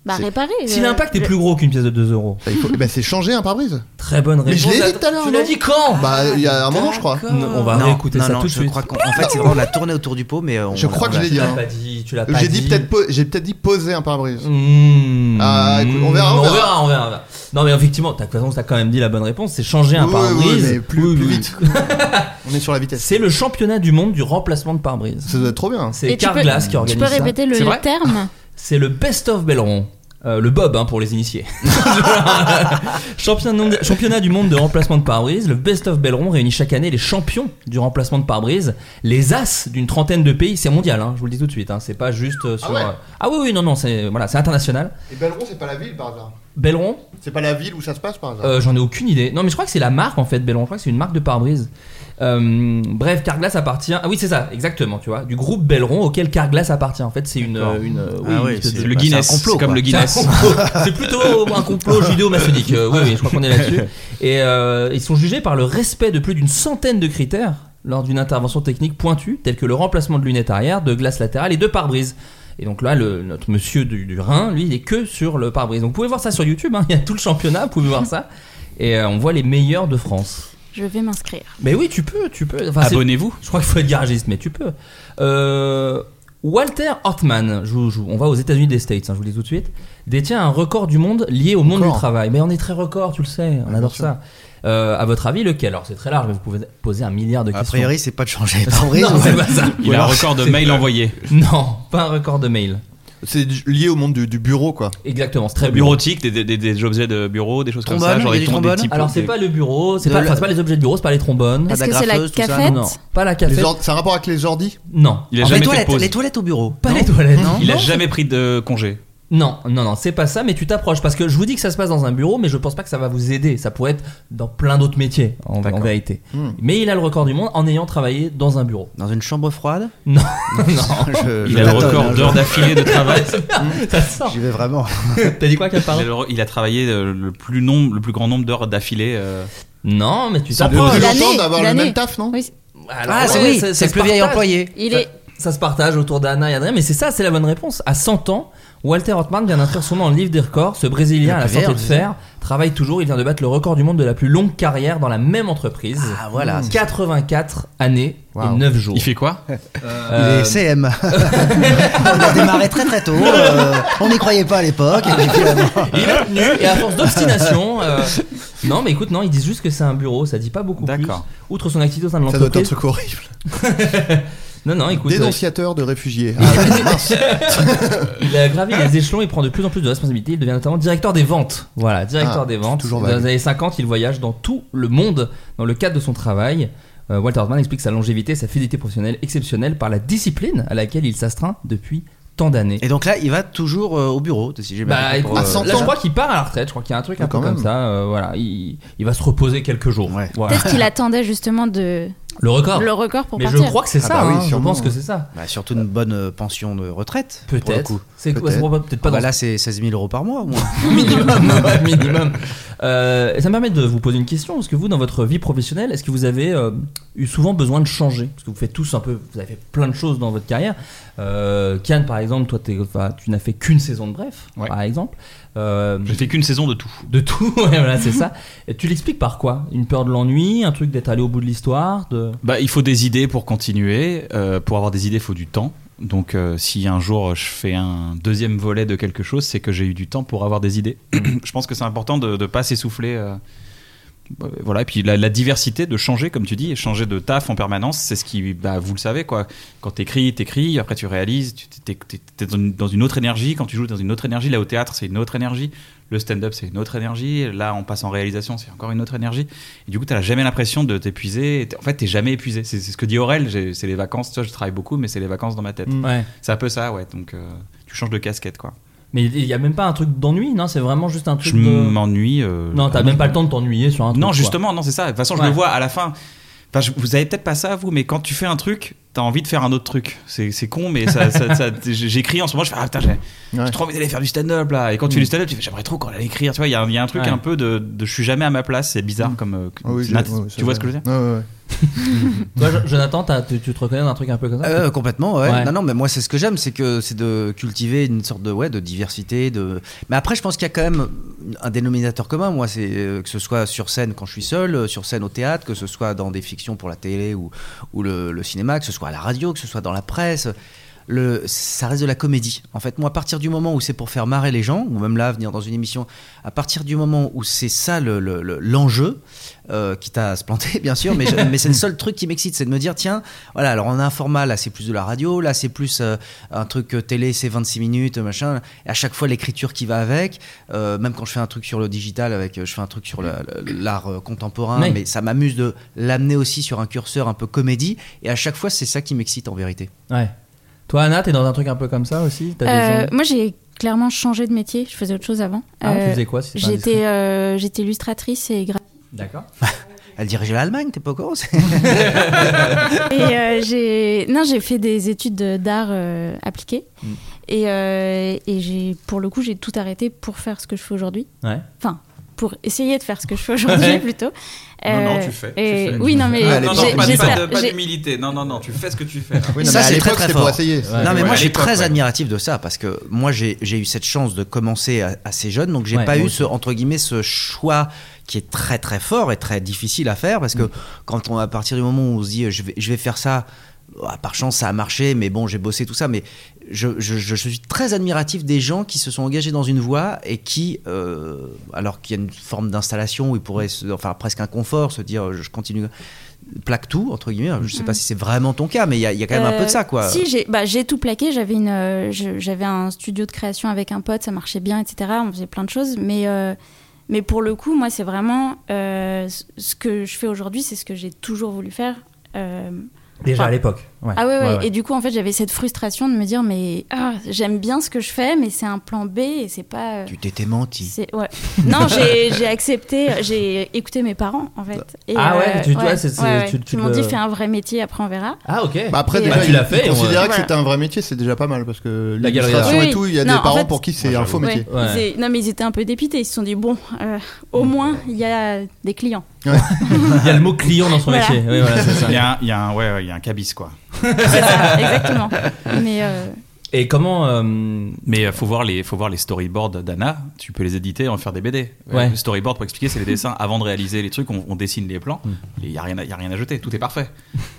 S8: Bah,
S9: C'est-
S8: réparer.
S7: Si
S8: euh,
S7: l'impact est
S8: le-
S7: plus gros qu'une pièce de 2 euros.
S9: c'est changer un pare-brise.
S7: Très bonne
S9: Mais
S7: réponse.
S9: je l'ai dit tout à l'heure.
S7: Tu
S9: non
S7: l'as dit quand Euh,
S9: Bah, il y a un moment, je crois.
S7: On va
S1: Non,
S7: réécouter
S1: non,
S7: ça
S1: non,
S7: tout de
S1: je
S7: suite.
S1: crois qu'en- en fait, c'est vraiment la tournée autour du pot, mais euh, on-
S9: Je crois que
S1: on
S9: je
S1: l'a-
S9: l'ai dit. hein.
S7: tu l'as pas
S9: J'ai dit
S7: dit.
S9: peut-être po- j'ai peut-être dit poser un pare-brise. Ah, écoute, on verra, on
S7: Hmm,
S9: verra.
S7: on verra, on verra. Non, mais effectivement, t'as de toute façon, t'as quand même dit la bonne réponse. C'est changer un
S9: Oui,
S7: pare-brise.
S9: oui, mais plus-
S7: Oui,
S9: plus
S7: oui.
S9: vite. On est sur la vitesse.
S7: C'est le championnat du monde du remplacement de pare-brise.
S9: Ça doit être trop bien.
S7: C'est
S8: Et tu peux-
S7: Carglass qui organise
S8: Tu peux
S7: ça.
S8: répéter
S7: C'est vrai
S8: le terme
S7: C'est le Best of Belleron. Euh, le Bob hein, pour les initiés. championnat, mondial- championnat du monde de remplacement de pare-brise, le Best of Belleron réunit chaque année les champions du remplacement de pare-brise, les as d'une trentaine de pays, c'est mondial, hein, je vous le dis tout de suite, hein, c'est pas juste euh, sur.
S9: ouais
S7: euh, ah oui, oui, non, non, c'est voilà, c'est international.
S9: Et Belleron, c'est pas la ville par hasard
S7: Belleron,
S9: C'est pas la ville où ça se passe par hasard
S7: euh, j'en ai aucune idée. Non, mais je crois que c'est la marque en fait, Bellon. Je crois que c'est une marque de pare-brise. Euh, bref, Carglass appartient. Ah oui, c'est ça, exactement, tu vois. Du groupe Belleron auquel Carglass appartient. En fait, c'est une.
S6: D'accord.
S7: une euh, oui,
S6: Ah
S7: une
S6: oui,
S7: espèce
S6: c'est-
S7: de-
S6: le Guinness,
S7: un complot,
S6: c'est comme
S7: quoi.
S6: le Guinness.
S7: C'est un complot. C'est plutôt un complot judéo-maçonnique. Euh, oui, oui, je crois qu'on est là-dessus. Et euh, ils sont jugés par le respect de plus d'une centaine de critères lors d'une intervention technique pointue, telle que le remplacement de lunettes arrière, de glace latérale et de pare-brise. Et donc là, le- notre monsieur du, du Rhin, lui, il est que sur le pare-brise. Donc vous pouvez voir ça sur YouTube, hein, il y a tout le championnat, vous pouvez voir ça. Et euh, on voit les meilleurs de France.
S8: Je vais m'inscrire.
S7: Mais oui, tu peux, tu peux. Enfin, c'est-
S6: Abonnez-vous.
S7: Je crois qu'il faut être garagiste, mais tu peux. Euh, Walter Hortman, je vous- je vous- on va aux États-Unis des States, hein, je vous le dis tout de suite, détient un record du monde lié au monde
S9: Encore.
S7: du travail. Mais on est très record, tu le sais, on adore ça. Euh, à votre avis, lequel Alors c'est très large, mais vous pouvez poser un milliard de
S1: A
S7: questions.
S1: priori, c'est pas de changer les pare-brise.
S7: Non,
S1: ouais.
S7: c'est pas ça.
S6: Il a un record de mail envoyé.
S7: Non, pas un record de mail.
S9: C'est du- lié au monde du, du bureau, quoi.
S7: Exactement, c'est très bureau.
S6: Bureautique, des, des- des- des objets de bureau, des choses comme
S7: Trombone,
S6: ça.
S7: il y a
S6: J'aurais
S7: du
S6: tombé
S7: trombone
S6: des types-
S7: Alors c'est
S6: des-
S7: pas le bureau, c'est
S6: De
S7: pas,
S6: la-
S7: enfin, c'est pas les objets de bureau, c'est pas les trombones.
S8: Est-ce que c'est la cafette
S7: Non, pas la
S9: Les
S7: cafette.
S9: ordi- ça a rapport avec les ordi
S7: Non.
S6: Il a
S7: En
S6: jamais fait
S7: fait, toilettes,
S6: pause.
S7: les
S1: toilettes au bureau.
S7: Pas les toilettes. Non,
S6: Il a
S7: non,
S6: jamais pris de congé.
S7: Non, non, non, c'est pas ça, mais tu t'approches parce que je vous dis que ça se passe dans un bureau, mais je pense pas que ça va vous aider. Ça pourrait être dans plein d'autres métiers, en, en vérité.
S1: Hmm.
S7: Mais il a le record du monde en ayant travaillé dans un bureau.
S1: Dans une chambre froide
S7: Non, non.
S1: Je-
S6: Il
S1: je
S6: a le
S1: tâtonne,
S6: record
S1: hein, je-
S6: d'heures d'affilée de travail.
S8: Hmm.
S7: ça sort.
S1: J'y vais vraiment.
S7: T'as dit quoi, Caparo
S6: Il a le- Il a travaillé euh, le plus nombre, le plus grand nombre d'heures d'affilée. euh,
S7: Non, mais tu
S9: Ça prend plus longtemps d'avoir le même taf, non
S8: Oui,
S7: Alors,
S1: Ah, c'est-
S7: ouais,
S1: oui,
S7: ça- ça
S1: c'est
S7: se
S1: le plus vieil
S7: partage.
S1: employé.
S8: il est.
S7: Ça se partage autour d'Anna et Adrien, mais c'est ça, c'est la bonne réponse. À 100 ans, Walter Hortman vient d'inscrire son nom dans le livre des records. Ce Brésilien à la
S1: Le
S7: santé de
S1: meilleur, c'est
S7: fer travaille toujours. Il vient de battre le record du monde de la plus longue carrière dans la même entreprise.
S1: Ah, voilà.
S7: 84 années
S9: Waouh.
S7: et 9 jours.
S6: Il fait quoi
S1: Il
S7: Euh,
S1: est CM. on a démarré très très tôt. euh, on n'y croyait pas à l'époque. et puis euh, finalement-
S7: Il a tenu et à force d'obstination. euh, Non, mais écoute, non, ils disent juste que c'est un bureau, ça dit pas beaucoup plus.
S6: D'accord.
S7: Outre son activité au sein de
S9: Ça doit être un
S7: l'entreprise.
S9: truc horrible.
S7: Non, non, écoute. euh,
S9: Dénonciateur de réfugiés. Ah,
S7: il a gravi les échelons et prend de plus en plus de responsabilités. Il devient notamment directeur des ventes. Voilà, directeur
S9: Ah,
S7: des ventes.
S9: toujours
S7: dans
S9: vague.
S7: les années 50, il voyage dans tout le monde dans le cadre de son travail. Euh, Walter Hartman explique sa longévité et sa fidélité professionnelle exceptionnelle par la discipline à laquelle il s'astreint depuis tant d'années.
S1: Et donc là, il va toujours euh, au bureau, si
S6: Eh ben,
S1: j'ai bien
S7: Bah,
S1: compris, pour,
S6: euh,
S1: euh,
S7: écoute,
S9: à 100
S7: là,
S9: ans.
S7: je crois qu'il part à la retraite. Je crois qu'il y a un truc un peu
S9: quand
S7: comme
S9: même.
S7: ça. euh, voilà, il, il va se reposer quelques jours.
S1: Ouais.
S7: Voilà.
S8: Peut-être qu'il attendait justement de
S7: Le record.
S8: le record pour
S7: Ah. Mais
S8: partir.
S7: je crois que c'est
S9: Ah
S7: ça.
S9: bah oui,
S7: hein, je
S9: sûrement,
S7: pense que
S9: hein.
S7: c'est ça.
S1: Bah, surtout une bonne euh, pension de retraite. pour le
S7: Peut-être.
S1: coup.
S7: C'est quoi
S9: Peut-être.
S7: c'est probable- Peut-être
S1: Ah
S7: pas
S1: bah
S7: dans
S1: là, c'est 16 000 euros par mois au moins.
S7: minimum, hein, minimum. Euh, et ça me permet de vous poser une question. Est-ce que vous, dans votre vie professionnelle, est-ce que vous avez euh, eu souvent besoin de changer Parce que vous faites tous un peu, vous avez fait plein de choses dans votre carrière. Euh, Kian, par exemple, toi, t'es- enfin, tu n'as fait qu'une saison de bref,
S6: Ouais.
S7: par exemple. Euh,
S6: Je fais qu'une saison de tout.
S7: de tout, ouais, voilà, c'est ça. Et tu l'expliques par quoi Une peur de l'ennui, un truc d'être allé au bout de l'histoire, de
S6: Bah, il faut des idées pour continuer. Euh, pour avoir des idées, il faut du temps. Donc, euh, si un jour je fais un deuxième volet de quelque chose, c'est que j'ai eu du temps pour avoir des idées. je pense que c'est important de ne pas s'essouffler. euh, euh, Voilà, et puis la, la diversité de changer, comme tu dis, et changer de taf en permanence, c'est ce qui, bah, vous le savez, quoi. Quand t'écris, t'écris, après tu réalises, tu t'es, t'es- t'es dans, une, dans une autre énergie, quand tu joues dans une autre énergie, là au théâtre, c'est une autre énergie, le stand-up, c'est une autre énergie, là on passe en réalisation, c'est encore une autre énergie. Et du coup, t'as jamais l'impression de t'épuiser. Et t'es- En fait, t'es jamais épuisé. C'est c'est ce que dit Aurel. j'ai- C'est les vacances. Tu vois, je travaille beaucoup, mais c'est les vacances dans ma tête.
S7: Ouais.
S6: C'est un peu ça, ouais. Donc, euh, tu changes de casquette, quoi.
S7: Mais il y a même pas un truc d'ennui, non C'est vraiment juste un truc.
S6: Je
S7: de...
S6: m'ennuie. euh,
S7: Non, t'as
S6: ah,
S7: même pas le temps de t'ennuyer sur un truc.
S6: Non,
S7: quoi.
S6: justement, non, c'est ça. De toute façon, je
S7: Ouais.
S6: le vois à la fin. Enfin, je- vous avez peut-être pas ça, vous, mais quand tu fais un truc, t'as envie de faire un autre truc. C'est c'est con, mais ça, ça- ça- j'écris en ce moment, je fais Ah putain, j'ai j'ai trop envie d'aller faire du stand-up là. Et quand tu fais
S7: Mm.
S6: du stand-up, tu fais J'aimerais trop qu'on allait écrire. Tu vois, il y, a un- il y a un truc
S7: Ouais.
S6: un peu de, de Je suis jamais à ma place, c'est bizarre comme. euh,
S7: Ah oui,
S6: c'est
S7: je-
S6: nat-
S7: ouais, ouais,
S6: tu
S7: c'est
S6: vois
S7: vrai.
S6: ce que je veux dire
S7: Toi, Jo- Jonathan, t'as- tu, tu te reconnais dans un truc un peu comme ça
S1: Euh, complètement, ouais.
S7: Ouais.
S1: Non, non, mais moi, c'est ce que j'aime, c'est que c'est de cultiver une sorte de, ouais, de diversité. De... Mais après, je pense qu'il y a quand même un dénominateur commun. Moi, c'est euh, que ce soit sur scène quand je suis seul, euh, sur scène au théâtre, que ce soit dans des fictions pour la télé ou, ou le, le cinéma, que ce soit à la radio, que ce soit dans la presse. Le, ça reste de la comédie. En fait, moi, à partir du moment où c'est pour faire marrer les gens, ou même là, venir dans une émission, à partir du moment où c'est ça le- le- le- l'enjeu, euh, quitte à se planter, bien sûr, mais, je- mais c'est le seul truc qui m'excite, c'est de me dire, tiens, voilà, alors on a un format, là c'est plus de la radio, là c'est plus euh, un truc euh, télé, c'est 26 minutes, machin, et à chaque fois l'écriture qui va avec, Euh, même quand je fais un truc sur le digital, avec, euh, je fais un truc sur la- la- l'art euh, contemporain,
S7: Oui.
S1: mais ça m'amuse de l'amener aussi sur un curseur un peu comédie, et à chaque fois c'est ça qui m'excite en vérité.
S7: Ouais. Toi, Anna, t'es dans un truc un peu comme ça aussi T'as des
S8: Euh,
S7: gens-
S8: moi, j'ai clairement changé de métier. Je faisais autre chose avant.
S7: Ah, tu faisais quoi, si c'est pas
S8: J'étais
S7: indiscret
S8: euh, j'étais illustratrice et graphiste.
S7: D'accord.
S1: Elle dirigeait l'Allemagne, t'es pas au courant c'est-
S8: Et euh, j'ai non, j'ai fait des études de- d'art euh, appliquées.
S1: Mm.
S8: Et, euh, et j'ai pour le coup, j'ai tout arrêté pour faire ce que je fais aujourd'hui.
S7: Ouais.
S8: Enfin, pour essayer de faire ce que je fais aujourd'hui
S6: Ouais.
S8: plutôt.
S6: Non, non,
S8: Euh,
S6: tu fais. tu
S8: et-
S6: fais.
S8: Oui, non, mais
S6: Ah, non, non,
S8: j'ai-
S6: pas, de-
S8: j'espère-
S6: pas de- pas
S8: j'ai-
S6: d'humilité. Non, non, non, tu fais ce que tu fais. là.
S1: ça, c'est très très fort.
S6: Ouais.
S1: Non, mais moi,
S6: Ouais,
S1: je
S6: à
S1: suis
S6: l'époque,
S1: très
S6: ouais.
S1: admiratif de ça parce que moi, j'ai j'ai eu cette chance de commencer à- assez jeune, donc j'ai
S7: Ouais,
S1: pas
S7: moi
S1: eu
S7: aussi.
S1: ce entre guillemets ce choix qui est très très fort et très difficile à faire parce que quand on à partir du moment où on se dit euh, je vais, je vais faire ça. ah, Par chance, ça a marché, mais bon, j'ai bossé tout ça. Mais je, je- je suis très admiratif des gens qui se sont engagés dans une voie et qui, euh, alors qu'il y a une forme d'installation où ils pourraient, se, enfin presque un confort, se dire euh, je continue, plaque tout, entre guillemets. Je sais pas si c'est vraiment ton cas, mais il y, a- il y a quand même un peu de ça, quoi.
S8: Euh, Si, j'ai bah, j'ai tout plaqué. J'avais une, euh, je- j'avais un studio de création avec un pote, ça marchait bien, etc. On faisait plein de choses, mais euh, mais pour le coup, moi, c'est vraiment euh, ce- ce que je fais aujourd'hui, c'est ce que j'ai toujours voulu faire. euh,
S7: Déjà
S8: enfin,
S7: à l'époque.
S8: ah ouais, ouais.
S7: ouais.
S8: Et du coup, en fait, j'avais cette frustration de me dire, mais ah, j'aime bien ce que je fais, mais c'est un plan B et c'est pas. euh,
S1: Tu t'étais menti.
S8: c'est- ouais. Non, j'ai j'ai accepté, j'ai écouté mes parents en fait. Et, euh,
S7: Ah ouais, tu- ouais, c'est-
S8: ouais,
S7: c'est-
S8: ouais.
S7: tu- tu
S8: Ils m'ont
S7: le-
S8: dit fais un vrai métier, après on verra.
S7: Ah, ok.
S9: Bah après,
S8: Et,
S9: déjà,
S7: Bah, tu
S9: il-
S7: l'as fait,
S9: il
S7: on-
S9: considérait que
S8: Voilà.
S9: c'était un vrai métier, c'est déjà pas mal parce que
S7: La galerie
S9: l'illustration
S8: d'art.
S9: et tout, il y a
S8: Oui, oui.
S9: des
S8: Non,
S9: parents
S8: en fait-
S9: pour qui c'est un faux
S8: Ouais.
S9: métier.
S8: Ils étaient- Non, mais ils étaient un peu dépités. Ils se sont dit bon, euh,
S7: Mm.
S8: au moins il y a des clients.
S7: Il y a le mot client dans son
S8: Voilà.
S7: métier. Oui, voilà, c'est ça.
S6: Il y a un- il y a un ouais, ouais, il y a un cabis, quoi.
S8: C'est ça, exactement. Mais euh,
S7: Et comment.
S6: Mais euh, faut voir les, faut voir les storyboards d'Anna. Tu peux les éditer et en faire des BD. Euh,
S7: Ouais.
S6: le storyboard pour expliquer, c'est les dessins. Avant de réaliser les trucs, on, on dessine les plans.
S7: Mm.
S6: Il y a rien, à- il y a rien à jeter. Tout est parfait.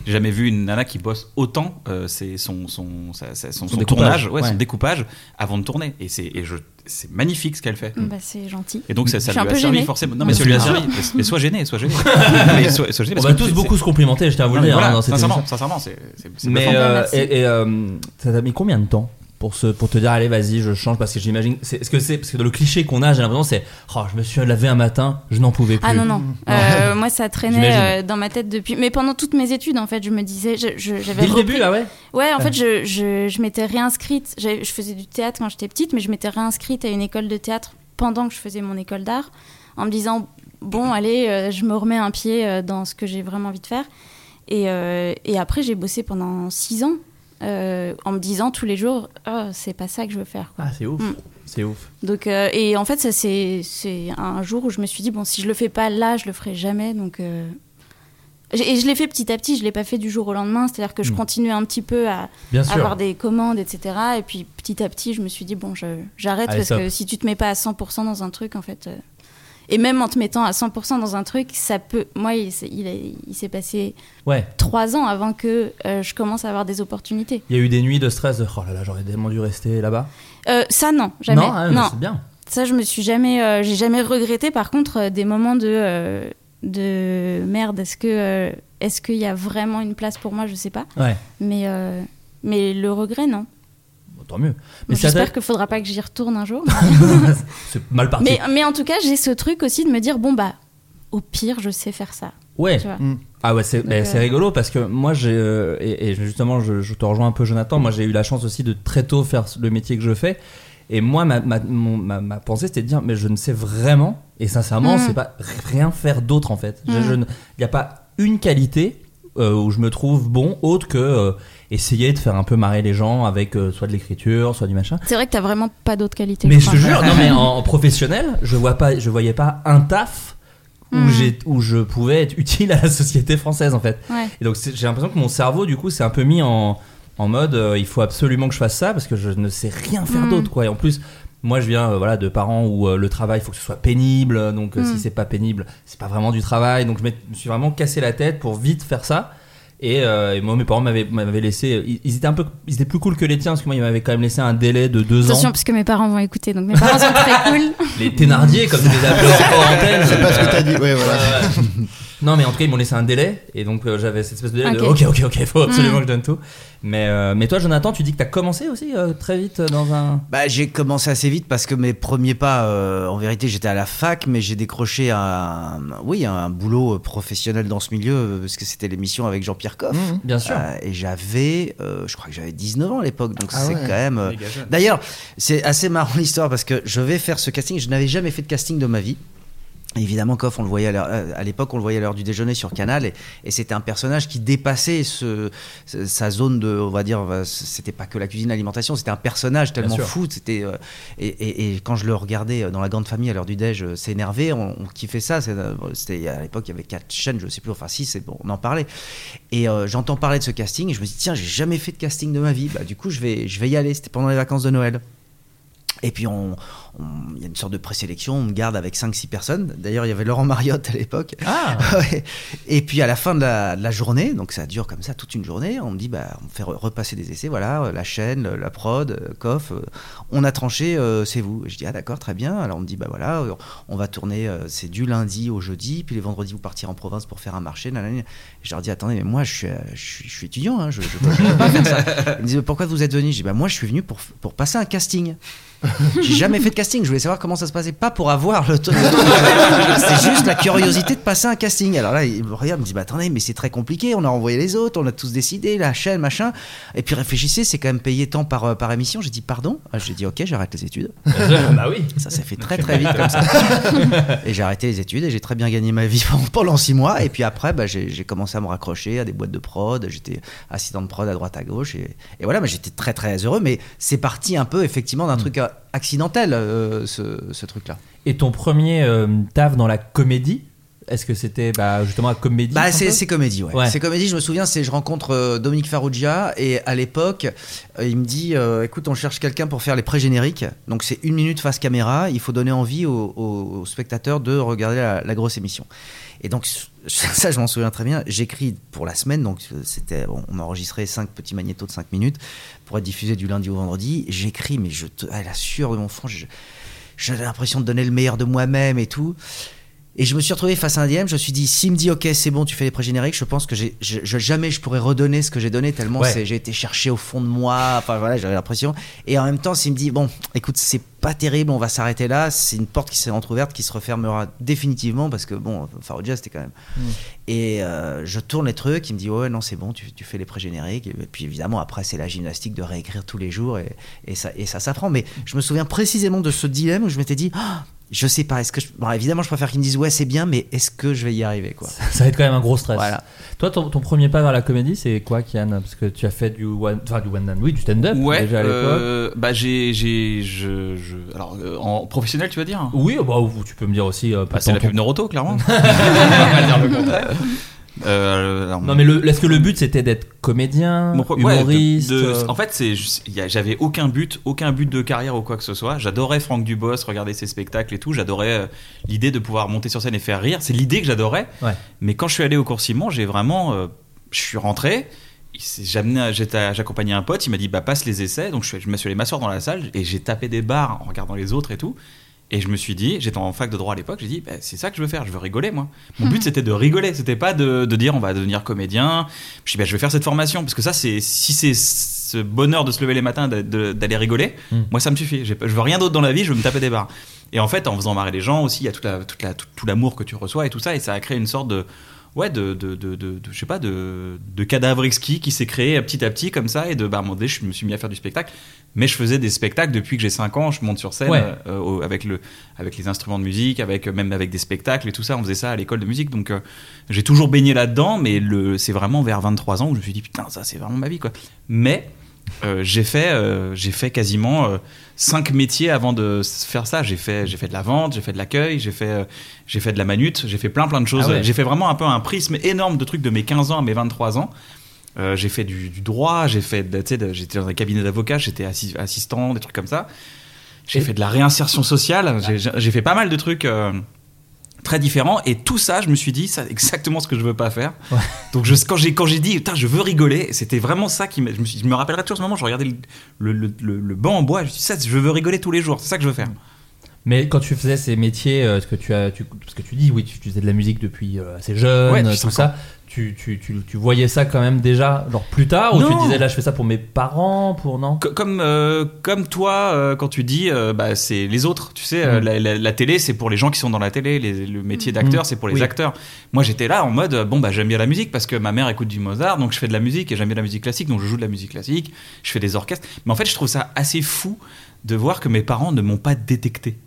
S6: J'ai jamais vu une Nana qui bosse autant. euh, c'est son, son, sa- sa- son,
S7: Son
S6: son
S7: découpage.
S6: tournage, ouais, son
S7: Ouais.
S6: découpage avant de tourner. Et c'est, et je, c'est magnifique ce qu'elle fait.
S8: bah, c'est gentil.
S6: Et donc ça, ça
S8: Je suis un
S6: lui a
S8: peu
S6: servi
S8: gênée.
S6: forcément. Non mais ça lui a servi. Mais sois gêné, sois gêné. Mais sois- sois gêné
S7: On
S6: parce
S7: va
S6: que
S7: tous
S6: c'est-
S7: beaucoup
S6: c'est-
S7: se complimenter, je tiens à vous le
S6: Non, mais
S7: dire. hein,
S6: voilà,
S7: dans cette
S6: sincèrement,
S7: émission.
S6: sincèrement, c'est, c'est, c'est
S7: Mais
S6: bluffant.
S7: euh,
S8: Merci.
S7: et, et, euh, ça t'a mis combien de temps pour, se, pour te dire allez vas-y je change parce que j'imagine c'est- est-ce que c'est parce que le cliché qu'on a j'ai l'impression c'est oh je me suis lavé un matin je n'en pouvais plus
S8: Ah non non, Euh, moi ça traînait
S7: Mm. J'imagine.
S8: euh, dans ma tête depuis. Mais pendant toutes mes études en fait, je me disais, je- je- j'avais
S7: dès le
S8: repris-
S7: début ah ouais
S8: Ouais, en
S7: Ah.
S8: fait, je, je, je m'étais réinscrite. J'avais- Je faisais du théâtre quand j'étais petite, mais je m'étais réinscrite à une école de théâtre pendant que je faisais mon école d'art, en me disant bon, allez, euh, je me remets un pied euh, dans ce que j'ai vraiment envie de faire. Et, euh, et après, j'ai bossé pendant six ans euh, en me disant tous les jours, Ah, c'est pas ça que je veux faire. quoi.
S7: ah c'est ouf
S8: Mm.
S7: c'est ouf
S8: Donc, euh, et en fait, ça c'est c'est un jour où je me suis dit bon, si je le fais pas là, je le ferai jamais. Donc, euh, j'ai- et je l'ai fait petit à petit. Je l'ai pas fait du jour au lendemain. C'est-à-dire que je
S7: Mm.
S8: continuais un petit peu à,
S7: Bien
S8: à
S7: sûr.
S8: avoir des commandes, etc. Et puis petit à petit, je me suis dit bon, je- j'arrête
S7: Allez,
S8: parce
S7: stop.
S8: que si tu te mets pas à 100% dans un truc, en fait, euh, et même en te mettant à 100% dans un truc, ça peut. Moi, il, s'est- il a- il s'est passé
S7: ouais
S8: trois ans avant que euh, je commence à avoir des opportunités.
S7: il y a eu des nuits de stress de oh là là j'aurais tellement dû rester là-bas
S8: Euh, ça, non, jamais.
S7: non, ah, mais c'est bien
S8: Ça, je me suis jamais, euh, j'ai jamais regretté. Par contre, euh, des moments de euh, de merde. Est-ce que euh, est-ce qu'il y a vraiment une place pour moi Je sais pas.
S7: Ouais.
S8: Mais euh, mais le regret, non.
S7: Bon, tant mieux
S8: Bon,
S7: ça
S8: J'espère
S7: t'a-
S8: qu'il faudra pas que j'y retourne un jour.
S7: c'est mal parti
S8: mais mais en tout cas, j'ai ce truc aussi de me dire bon bah au pire, je sais faire ça.
S7: Ouais.
S8: Tu vois.
S7: Ah ouais, c'est
S8: Donc,
S7: mais
S8: euh,
S7: c'est rigolo parce que moi j'ai euh, et, et justement je, je te rejoins un peu Jonathan. Moi j'ai eu la chance aussi de très tôt faire le métier que je fais. Et moi ma, ma, mon- ma, ma pensée c'était de dire mais je ne sais vraiment et sincèrement
S6: Mm.
S7: c'est pas rien faire d'autre en fait. Je-
S6: Mm.
S7: je ne- Il n'y a pas une qualité euh, où je me trouve bon, autre que euh, essayer de faire un peu marrer les gens avec euh, soit de l'écriture, soit du machin.
S8: C'est vrai que t'as vraiment pas d'autres qualités.
S7: Mais je te
S8: crois.
S7: jure, non Ah, mais en, en professionnel, je vois pas, je voyais pas un taf où
S8: Hmm.
S7: j'ai où je pouvais être utile à la société française en fait.
S8: Ouais.
S7: Et donc c'est- j'ai l'impression que mon cerveau du coup s'est un peu mis en en mode euh, il faut absolument que je fasse ça parce que je ne sais rien faire
S8: Mm.
S6: Hmm.
S7: d'autre quoi. Et en plus moi je viens euh, voilà de parents où euh, le travail faut que ce soit pénible euh, donc euh,
S8: Mm.
S6: Hmm.
S7: si c'est pas pénible c'est pas vraiment du travail donc je m'étais- me suis vraiment cassé la tête pour vite faire ça. Et, euh, et moi, mes parents m'avaient m'avaient laissé. Ils, ils étaient un peu, ils étaient plus cool que les tiens parce que moi, ils m'avaient quand même laissé un délai de deux ans.
S8: Attention, parce que mes parents vont écouter, donc mes parents sont très cool.
S7: Les Thénardier, comme tu les appelais en quarantaine.
S9: C'est pas ce que t'as dit, ouais, voilà.
S7: Non, mais en tout cas, ils m'ont laissé un délai, et donc euh, j'avais cette espèce de délai de
S6: Ok.
S7: ok, ok, ok, faut absolument
S6: Mm.
S7: que je donne tout. Mais, euh, mais toi, Jonathan, tu dis que t'as commencé aussi euh, très vite euh, dans un.
S1: Bah, j'ai commencé assez vite parce que mes premiers pas, euh, en vérité, j'étais à la fac, mais j'ai décroché un, oui, un boulot professionnel dans ce milieu euh, parce que c'était l'émission avec Jean-Pierre Coff.
S7: Mhm. Bien sûr.
S1: Euh, et j'avais, euh, je crois que j'avais 19 ans à l'époque, donc
S7: Ah
S1: c'est
S7: ouais.
S1: quand même. euh,
S7: Méga jeune.
S1: D'ailleurs, c'est assez marrant l'histoire parce que je vais faire ce casting. Je n'avais jamais fait de casting de ma vie. Évidemment, Koff, on le voyait à l'heure- euh, à l'époque, on le voyait à l'heure du déjeuner sur Canal, et, et c'était un personnage qui dépassait ce, ce- sa zone de, on va dire, euh, c'était pas que la cuisine, l'alimentation, c'était un personnage tellement
S7: sûr.
S1: fou. C'était euh, et, et- et quand je le regardais euh, dans la grande famille à l'heure du déj, euh, s'énerver, on, on kiffait ça. c'est, euh, C'était à l'époque, il y avait quatre chaînes, je sais plus, enfin six, c'est bon, on en parlait. Et euh, j'entends parler de ce casting, et je me dis tiens, j'ai jamais fait de casting de ma vie. Bah du coup, je vais, je vais y aller. C'était pendant les vacances de Noël. Et puis, on- on- il y a une sorte de présélection, on me garde avec 5-6 personnes. D'ailleurs, il y avait Laurent Mariotte à l'époque. Ouais. Et puis, à la fin de la, de la journée, donc ça dure comme ça toute une journée, on me dit, bah, on me fait re- repasser des essais, voilà, euh, la chaîne, euh, la prod, euh, Coff, euh, on a tranché, euh, c'est vous. Et je dis, ah d'accord, très bien. Alors, on me dit, bah voilà, euh, on va tourner, euh, c'est du lundi au jeudi, puis les vendredis, vous partirez en province pour faire un marché. nanana. Et Je leur dis, attendez, mais moi, je suis, euh, je suis, je suis étudiant, hein, je ne peux pas faire ça. Ils me disent, pourquoi vous êtes venu Je dis, bah moi, je suis venu pour, pour passer un casting. J'ai jamais fait de casting, je voulais savoir comment ça se passait, pas pour avoir le truc. c'est juste la curiosité de passer un casting. Alors là, il me regarde, il me dit bah, attendez, mais c'est très compliqué, on a envoyé les autres, on a tous décidé, la chaîne, machin. Et puis réfléchissez, c'est quand même payé tant par, euh, par émission. J'ai dit pardon. Ah, J'ai dit ok, j'arrête les études.
S7: bah oui.
S1: Ça s'est fait très très vite comme ça. Et j'ai arrêté les études et j'ai très bien gagné ma vie pendant six mois. Et puis après, bah, j'ai j'ai commencé à me raccrocher à des boîtes de prod. J'étais assistant de prod à droite à gauche. Et, et voilà, mais j'étais très très heureux. Mais c'est parti un peu effectivement d'un truc euh, accidentel, euh, ce, ce truc-là.
S7: Et ton premier euh, taf dans la comédie, est-ce que c'était bah, justement la comédie
S1: Bah,
S7: sans
S1: c'est,
S7: doute
S1: c'est comédie, ouais.
S7: Ouais.
S1: C'est comédie, je me souviens, c'est je rencontre euh, Dominique Farrugia et à l'époque, euh, il me dit euh, écoute, on cherche quelqu'un pour faire les pré-génériques. Donc c'est une minute face caméra, il faut donner envie aux, aux- aux spectateurs de regarder la, la grosse émission. Et donc, ça, je m'en souviens très bien. J'écris pour la semaine, donc euh, c'était, on on enregistrait 5 petits magnétos de 5 minutes pour être diffusé du lundi au vendredi. J'écris, mais je te, à la sueur de mon front, je- j'avais l'impression de donner le meilleur de moi-même et tout. Et je me suis retrouvé face à un DM, je me suis dit, s'il me dit, ok, c'est bon, tu fais les pré-génériques, je pense que j'ai- je- je- jamais je pourrais redonner ce que j'ai donné, tellement
S7: Ouais.
S1: c'est- j'ai été cherché au fond de moi, enfin voilà, j'avais l'impression. Et en même temps, s'il me dit, bon, écoute, c'est pas terrible, on va s'arrêter là, c'est une porte qui s'est entrouverte, qui se refermera définitivement, parce que bon, Farouja, c'était quand même.
S7: Mm.
S1: Et euh, je tourne les trucs, il me dit ouais non c'est bon, tu, tu fais les pré-génériques. Et puis évidemment après c'est la gymnastique de réécrire tous les jours et, et ça et ça s'apprend. Mais je me souviens précisément de ce dilemme où je m'étais dit Ah, je sais pas, est-ce que je... Bon, évidemment je préfère qu'ils me disent ouais c'est bien, mais est-ce que je vais y arriver quoi
S7: Ça va être quand même un gros stress.
S1: Voilà.
S7: Toi, ton, ton premier pas vers la comédie, c'est quoi, Kian Parce que tu as fait du one, enfin, du one man, oui, du stand-up
S6: Ouais,
S7: déjà à l'époque.
S6: euh, bah j'ai, j'ai, je, je- alors euh, en professionnel tu vas dire
S7: Oui, bah, ou tu peux me dire aussi. euh,
S6: Bah, c'est la
S7: ton-
S6: pub Noroto clairement. On va dire le contraire. Euh, alors,
S7: Non, mais le- est-ce que le but c'était d'être comédien,
S6: Mon pro- ouais, de-
S7: humoriste
S6: de-
S7: euh,
S6: en fait, c'est, juste- il y a- j'avais aucun but, aucun but de carrière ou quoi que ce soit. J'adorais Franck Dubos, regarder ses spectacles et tout. J'adorais euh, l'idée de pouvoir monter sur scène et faire rire. C'est l'idée que j'adorais.
S7: Ouais.
S6: Mais quand je suis allé au cours Simon, j'ai vraiment, euh, je suis rentré. il s'est- j'ai amené- j'étais- J'accompagnais un pote, il m'a dit bah passe les essais. Donc je, suis- je me suis allé m'asseoir dans la salle et j'ai tapé des barres en regardant les autres et tout. Et je me suis dit, j'étais en fac de droit à l'époque, j'ai dit, bah, c'est ça que je veux faire, je veux rigoler moi. Mon but c'était de rigoler, c'était pas de, de dire on va devenir comédien. Je dis, bah, je vais faire cette formation, parce que ça, c'est si c'est ce bonheur de se lever les matins, de- de- d'aller rigoler,
S7: Mm.
S6: moi ça me suffit. J'ai pas- Je veux rien d'autre dans la vie, je veux me taper des barres. Et en fait, en faisant marrer les gens aussi, il y a toute la, toute la, tout, tout l'amour que tu reçois et tout ça, et ça a créé une sorte de. ouais, de, de, de, de- de- je sais pas, de, de cadavre exquis qui s'est créé à petit à petit comme ça. Et de, bah, à un moment donné, je me suis mis à faire du spectacle. Mais je faisais des spectacles depuis que j'ai 5 ans. Je monte sur scène
S14: Ouais.
S6: euh, au- avec, le, avec les instruments de musique, avec, euh, même avec des spectacles et tout ça. On faisait ça à l'école de musique. Donc euh, j'ai toujours baigné là-dedans. Mais le- c'est vraiment vers 23 ans où je me suis dit, putain, ça, c'est vraiment ma vie. quoi. Mais. Euh, j'ai fait, euh, j'ai fait quasiment euh, cinq métiers avant de s- faire ça. J'ai fait, j'ai fait de la vente, j'ai fait de l'accueil, j'ai fait, euh, j'ai fait de la manute, j'ai fait plein plein de choses.
S14: Ah ouais.
S6: J'ai fait vraiment un peu un prisme énorme de trucs de mes 15 ans à mes 23 ans. Euh, j'ai fait du, du droit, j'ai fait, de- tu sais, de- j'étais dans un cabinet d'avocat, j'étais assi- assistant, des trucs comme ça. J'ai fait de la réinsertion sociale,
S14: Ah.
S6: j'ai- j'ai j'ai fait pas mal de trucs. euh, très différents et tout ça je me suis dit c'est exactement ce que je veux pas faire donc je, quand j'ai quand j'ai dit putain je veux rigoler c'était vraiment ça qui m'a- je me, suis- je me rappellerai toujours ce moment je regardais le, le, le- le- le banc en bois je me suis dit ça je veux rigoler tous les jours c'est ça que je veux faire
S7: Mais quand tu faisais ces métiers, euh, ce que tu as, tu- parce que tu dis, oui, tu, tu faisais de la musique depuis euh, assez jeune,
S6: Ouais,
S7: euh,
S6: depuis
S7: tout
S6: cinq
S7: ça. Tu, tu, tu, tu voyais ça quand même déjà, genre plus tard, ou tu
S6: Non.
S7: disais là, je fais ça pour mes parents, pour non
S6: Co- comme, euh, comme toi, euh, quand tu dis, euh, bah, c'est les autres. Tu sais, euh,
S7: Mm.
S6: la, la- la télé, c'est pour les gens qui sont dans la télé. les- le métier d'acteur,
S14: Mm.
S6: c'est pour les
S14: Oui.
S6: acteurs. Moi, j'étais là en mode, euh, bon, bah, j'aime bien la musique parce que ma mère écoute du Mozart, donc je fais de la musique et j'aime bien la musique classique, donc je joue de la musique classique, je fais des orchestres. Mais en fait, je trouve ça assez fou de voir que mes parents ne m'ont pas détecté.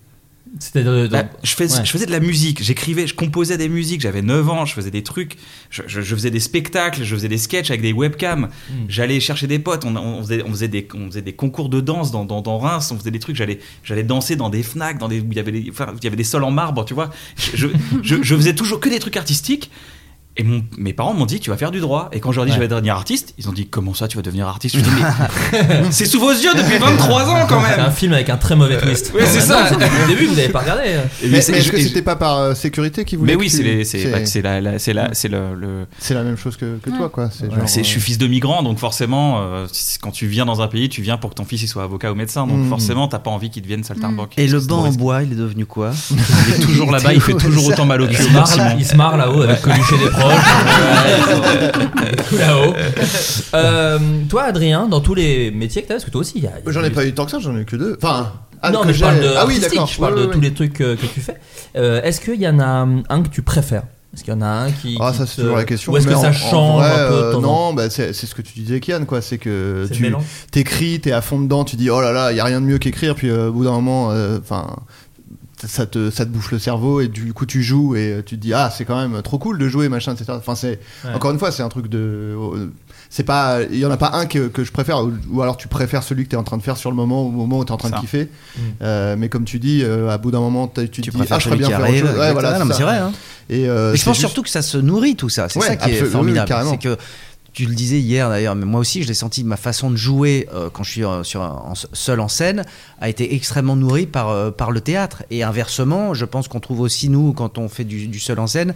S7: C'est-à-dire, de- de-
S6: Bah, je, fais-
S7: ouais.
S6: je faisais de la musique, j'écrivais, je composais des musiques, j'avais 9 ans, je faisais des trucs, je, je- je faisais des spectacles, je faisais des sketchs avec des webcams, j'allais chercher des potes, on, on faisait, on faisait des, on faisait des concours de danse dans, dans, dans Reims, on faisait des trucs, j'allais j'allais danser dans des FNAC, dans des, où il y avait des- enfin, où il y avait des sols en marbre, tu vois. Je, je- je- je faisais toujours que des trucs artistiques. Et mon- mes parents m'ont dit, tu vas faire du droit. Et quand je leur ai dit, je vais devenir artiste, ils ont dit, comment ça, tu vas devenir artiste Je dis, mais c'est sous vos yeux depuis 23 ans quand même
S7: C'est un film avec un très mauvais twist.
S6: Ouais, c'est
S7: Non,
S6: ça.
S7: Au début, vous n'avez pas regardé. hein.
S6: Et
S9: Mais,
S6: mais c'est-
S9: mais est-ce que
S6: et-
S9: c'était pas par euh, sécurité qui voulait
S6: Mais
S9: que
S6: oui,
S9: tu-
S6: c'est les- c'est bah, c'est la, la- c'est
S1: Hmm.
S6: la- c'est le, le-
S9: c'est la même chose que, que toi, quoi. C'est
S6: Ouais,
S9: genre,
S6: c'est- je suis
S9: euh,
S6: fils de migrant, donc forcément, euh, c- quand tu viens dans un pays, tu viens pour que ton fils il soit avocat ou médecin, donc
S1: Mm.
S6: forcément, t'as pas envie qu'il devienne saltimbanque.
S1: Et le banc en bois, il est devenu quoi
S6: Il est toujours là-bas, il fait toujours autant mal au cul.
S7: Il se marre, là-
S6: Simon.
S7: il se marre là-haut avec Coluche et des proches. Ouais, là-haut. Euh, toi, Adrien, dans tous les métiers que t'as, parce que toi aussi, il y a. il y a
S9: J'en ai
S7: du-
S9: pas eu tant que ça, j'en ai eu que deux. Enfin, euh, ah,
S7: non,
S9: que
S7: mais je
S9: j'ai-
S7: parle de
S9: Ah oui,
S7: artistique,
S9: d'accord.
S7: Je parle
S9: Ouais,
S7: de
S9: ouais,
S7: tous
S9: ouais.
S7: les trucs euh, que tu fais. Euh, Est-ce qu'il y en a hum, un que tu préfères Est-ce qu'il y en a un qui.
S9: Ah,
S7: qui
S9: ça, c'est
S7: te-
S9: toujours la question.
S7: Ou est-ce que
S9: mais en-
S7: ça
S9: en
S7: change
S9: vrai,
S7: un peu de
S9: euh,
S7: temps en temps
S9: Non, bah, c'est c'est ce que tu disais, Kian, quoi. C'est que
S7: C'est le
S9: tu
S7: mélange.
S9: t'écris, t'es à fond dedans, tu dis oh là là, il y a rien de mieux qu'écrire, puis euh, au bout d'un moment, euh, enfin. ça te, ça te bouffe le cerveau et du coup tu joues et euh, tu te dis ah c'est quand même trop cool de jouer machin etc enfin c'est
S7: Ouais.
S9: encore une fois c'est un truc de euh, c'est pas il y en a pas un que, que je préfère ou, ou alors tu préfères celui que t'es en train de faire sur le moment au moment où t'es en train
S6: Ça.
S9: de kiffer Euh, mais comme tu dis euh, à bout d'un moment t'as- tu, dis
S1: Mm. préfères
S9: ah je ferais
S1: celui
S9: bien
S1: qui
S9: faire
S1: arrive,
S9: autre chose. Ouais,
S1: exactement.
S9: voilà,
S1: Non, mais
S9: ça.
S1: c'est vrai, hein.
S9: et euh,
S1: Mais je
S9: c'est
S1: pense
S9: juste-
S1: surtout que ça se nourrit tout ça. C'est
S9: Ouais,
S1: ça qui est
S9: absolu- oui,
S1: formidable.
S9: carrément.
S1: c'est que tu le disais hier d'ailleurs, mais moi aussi je l'ai senti. Ma façon de jouer euh, quand je suis euh, sur un- en- seul en scène a été extrêmement nourrie par euh, par le théâtre. Et inversement, je pense qu'on trouve aussi nous quand on fait du, du seul en scène,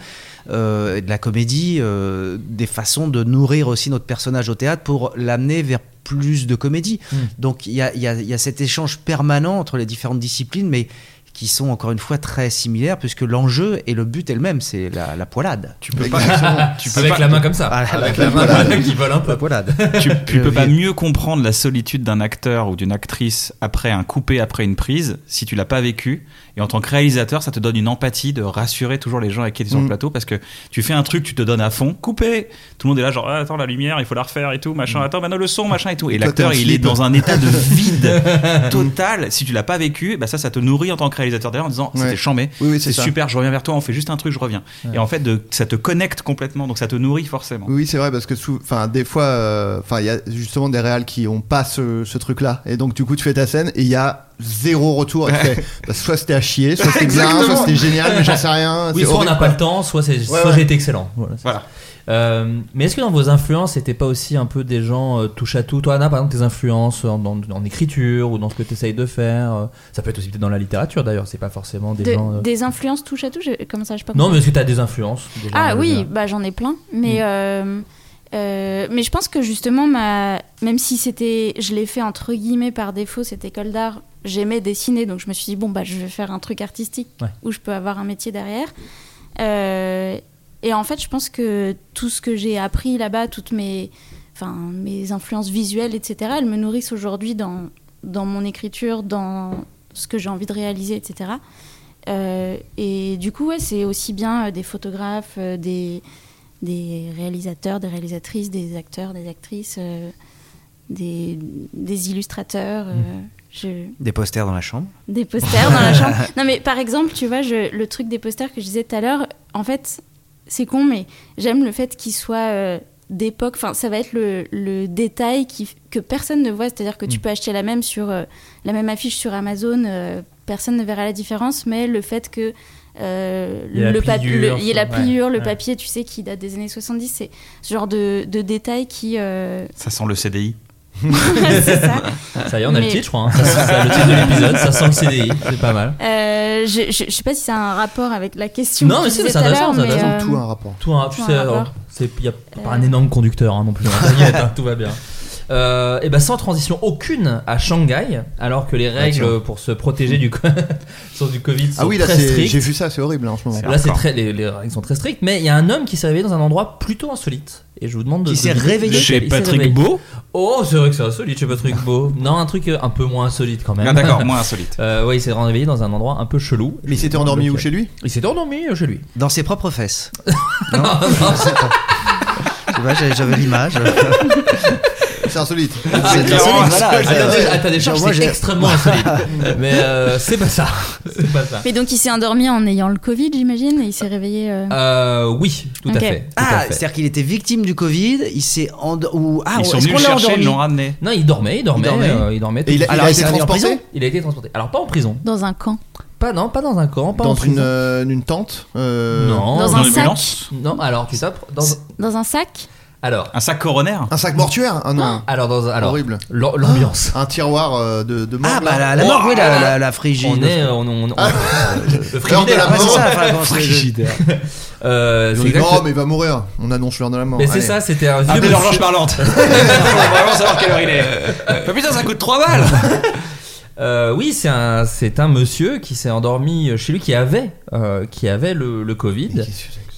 S1: euh, et de la comédie, euh, des façons de nourrir aussi notre personnage au théâtre pour l'amener vers plus de comédie.
S9: Mmh.
S1: Donc il y a, il y a- il y a cet échange permanent entre les différentes disciplines, mais qui sont encore une fois très similaires, puisque l'enjeu et le but est le même, c'est la, la poilade.
S6: Tu peux pas- Exactement. tu peux
S7: Avec
S6: pas-
S7: la main comme ça.
S1: Ah,
S7: Avec la main
S1: poilade.
S7: là, qui vole un peu.
S1: La poilade.
S6: tu, tu
S1: Le
S6: peux pas
S1: vieux.
S6: mieux comprendre la solitude d'un acteur ou d'une actrice après un coupé, après une prise, si tu l'as pas vécu. Et en tant que réalisateur, ça te donne une empathie de rassurer toujours les gens avec qui tu es sur le
S9: Mm.
S6: plateau parce que tu fais un truc, tu te donnes à fond, coupé. Tout le monde est là, genre, Ah, attends, la lumière, il faut la refaire et tout, machin, attends, maintenant le son, machin et tout. Et
S9: Mm. Toi,
S6: l'acteur,
S9: t'es en
S6: il est
S9: slip.
S6: dans un état de vide total. Si tu l'as pas vécu, bah ça, ça te nourrit en tant que réalisateur derrière en disant, c'était
S9: Ouais.
S6: chambé,
S9: Oui, oui,
S6: c'est
S9: c'est ça.
S6: super, je reviens vers toi, on fait juste un truc, je reviens. Et en fait, de- ça te connecte complètement, donc ça te nourrit forcément.
S9: Oui, c'est vrai parce que sou- enfin des fois euh, enfin il y a justement des réals qui ont pas ce, ce truc là et donc du coup tu fais ta scène et il y a zéro retour et tu fais, bah, soit c'était à chier, soit c'était bien, soit
S7: Exactement.
S9: c'était génial mais j'en sais rien.
S7: Oui,
S9: c'est
S7: soit on
S9: horrible,
S7: n'a pas
S9: quoi.
S7: le temps, soit, c'est- soit
S9: ouais.
S7: j'ai été excellent. Voilà. c'est ça. Euh, mais est-ce que dans vos influences, c'était pas aussi un peu des gens euh, touche à tout Toi, Anna, par exemple, tes influences en, en- en écriture ou dans ce que tu essayes de faire euh, Ça peut être aussi peut-être dans la littérature d'ailleurs, c'est pas forcément des
S8: De-
S7: gens. euh,
S8: Des influences touche à tout, j'ai- comme ça, je pas
S7: Non,
S8: compris.
S7: mais est-ce que tu as des influences des gens,
S8: Ah
S7: euh,
S8: oui,
S7: bien-
S8: bah j'en ai plein, mais euh, euh, mais je pense que justement ma même si c'était je l'ai fait entre guillemets par défaut cette école d'art, j'aimais dessiner donc je me suis dit bon bah je vais faire un truc artistique
S7: Ouais.
S8: où je peux avoir un métier derrière. Euh, et en fait, je pense que tout ce que j'ai appris là-bas, toutes mes enfin mes influences visuelles etc, elles me nourrissent aujourd'hui dans dans mon écriture, dans ce que j'ai envie de réaliser etc. Euh, et du coup, ouais, c'est aussi bien euh, des photographes, euh, des, des réalisateurs, des réalisatrices, des acteurs, des actrices, euh, des, des illustrateurs. euh, je-
S1: Des posters dans la chambre.
S8: des posters dans la chambre. Non, mais par exemple, tu vois, je- le truc des posters que je disais tout à l'heure, en fait, c'est con, mais j'aime le fait qu'ils soient euh, d'époque. Enfin, ça va être le, le détail qui, que personne ne voit. C'est-à-dire
S7: Mm.
S8: que tu peux acheter la même, sur, euh, la même affiche sur Amazon, euh, personne ne verra la différence, mais le fait que. euh,
S15: Il y a la
S8: le pap-
S15: pliure,
S8: le- il y a la
S15: sur- ouais,
S8: pliure, le
S15: ouais.
S8: papier, tu sais, qui date des années 70, c'est ce genre de, de détail qui, euh,
S6: Ça sent le CDI.
S8: C'est ça.
S7: Ça y est, on a
S8: Mais-
S7: le titre, je crois. hein. Ça, c'est ça, le titre de l'épisode, ça sent le CDI, c'est pas mal.
S8: Euh, je, je, je sais pas si ça a un rapport avec la question.
S7: Non,
S8: que
S7: mais
S8: tu
S7: si, mais c'est
S8: disais tout à
S7: intéressant,
S8: l'heure,
S7: c'est
S8: mais,
S7: intéressant.
S8: euh,
S7: Tout un
S9: rapport.
S7: Tout un, hein, tu
S8: tout
S7: sais,
S8: rapport. Euh.
S7: alors, c'est- il n'y a pas un énorme conducteur hein, non plus, hein, t'inquiète, hein, tout va bien. Euh, et ben sans transition aucune à Shanghai, alors que les règles
S9: tiens.
S7: pour se protéger du, co- sur du Covid sont
S9: Ah oui, là,
S7: très
S9: c'est-
S7: strictes.
S9: j'ai vu ça, c'est horrible hein, en ce moment.
S7: Là, c'est très, les, les règles sont très strictes, mais il y a un homme qui s'est réveillé dans un endroit plutôt insolite. Et je vous demande de.
S1: Qui
S7: de-
S1: s'est
S7: de-
S1: réveillé
S7: de-
S1: Chez
S7: il s'est
S1: Patrick
S7: réveillé.
S1: Beau
S7: Oh, c'est vrai que c'est insolite chez Patrick Beau. Non, un truc euh, un peu moins insolite quand même.
S6: Ah, d'accord, moins insolite.
S7: Euh, ouais, il s'est réveillé dans un endroit un peu chelou. Mais il
S9: s'était endormi où, chez lui
S7: Il s'était endormi euh, chez lui.
S1: Dans ses propres fesses. non, je sais pas. Tu vois, j'avais- j'avais l'image.
S9: euh, C'est insolite.
S7: C'est
S9: C'est
S7: clairement
S9: insolite.
S7: insolite.
S9: Voilà.
S7: Attendez, à ta décharge,
S9: Moi,
S7: c'est
S9: j'ai-
S7: extrêmement insolite. Mais euh, c'est pas ça. C'est pas ça.
S8: Mais donc il s'est endormi en ayant le Covid, j'imagine, et il s'est réveillé. euh.
S7: Euh, oui, tout
S8: Ok.
S7: à fait. tout à
S1: Ah,
S7: fait.
S1: c'est-à-dire qu'il était victime du Covid, il s'est endormi. Ou... Ah,
S7: Ils sont
S1: est-ce
S7: venus
S1: qu'on
S7: le
S1: l'a
S7: chercher,
S1: endormi
S7: ils l'ont ramené. Non, il dormait, il dormait.
S1: Il dormait.
S7: euh, Il dormait.
S1: Et il a- il a
S7: Alors,
S1: été
S7: s'est rendu en
S1: transporté
S7: prison Il a été transporté. Alors pas en prison.
S8: Dans un camp.
S7: Pas non, pas dans un camp, pas en
S9: Dans
S7: prison.
S9: une, euh, une tente euh,
S7: Non.
S8: Dans un sac.
S7: Non, alors tu sais dans
S8: Dans un sac.
S7: alors
S6: un sac coronaire.
S9: Un sac mortuaire Ah non.
S7: Alors dans un- alors,
S9: Horrible.
S7: L'ambiance.
S9: Un tiroir euh, de, de morgue.
S1: Ah, bah,
S9: là.
S1: la, la morgue, oui, la, la, la frigide.
S7: Oh, On est, euh, on, on, on- le frigidaire.
S9: Ah. L'heure de la
S1: Ouais, c'est ça,
S9: mort.
S1: enfin, comment c'est-
S7: Frigidaire. Euh, donc,
S9: C'est
S7: exact-
S9: grand, mais il va mourir. On annonce l'heure de la mort.
S7: Mais c'est
S9: Allez.
S7: ça, c'était un vieux.
S6: Appelez
S7: monsieur-
S6: Ah, l'horloge parlante. On va vraiment savoir quelle heure il est. Mais putain, ça coûte 3 balles.
S7: Euh, oui, c'est un, c'est un monsieur qui s'est endormi chez lui, qui avait, euh, qui avait le, le Covid,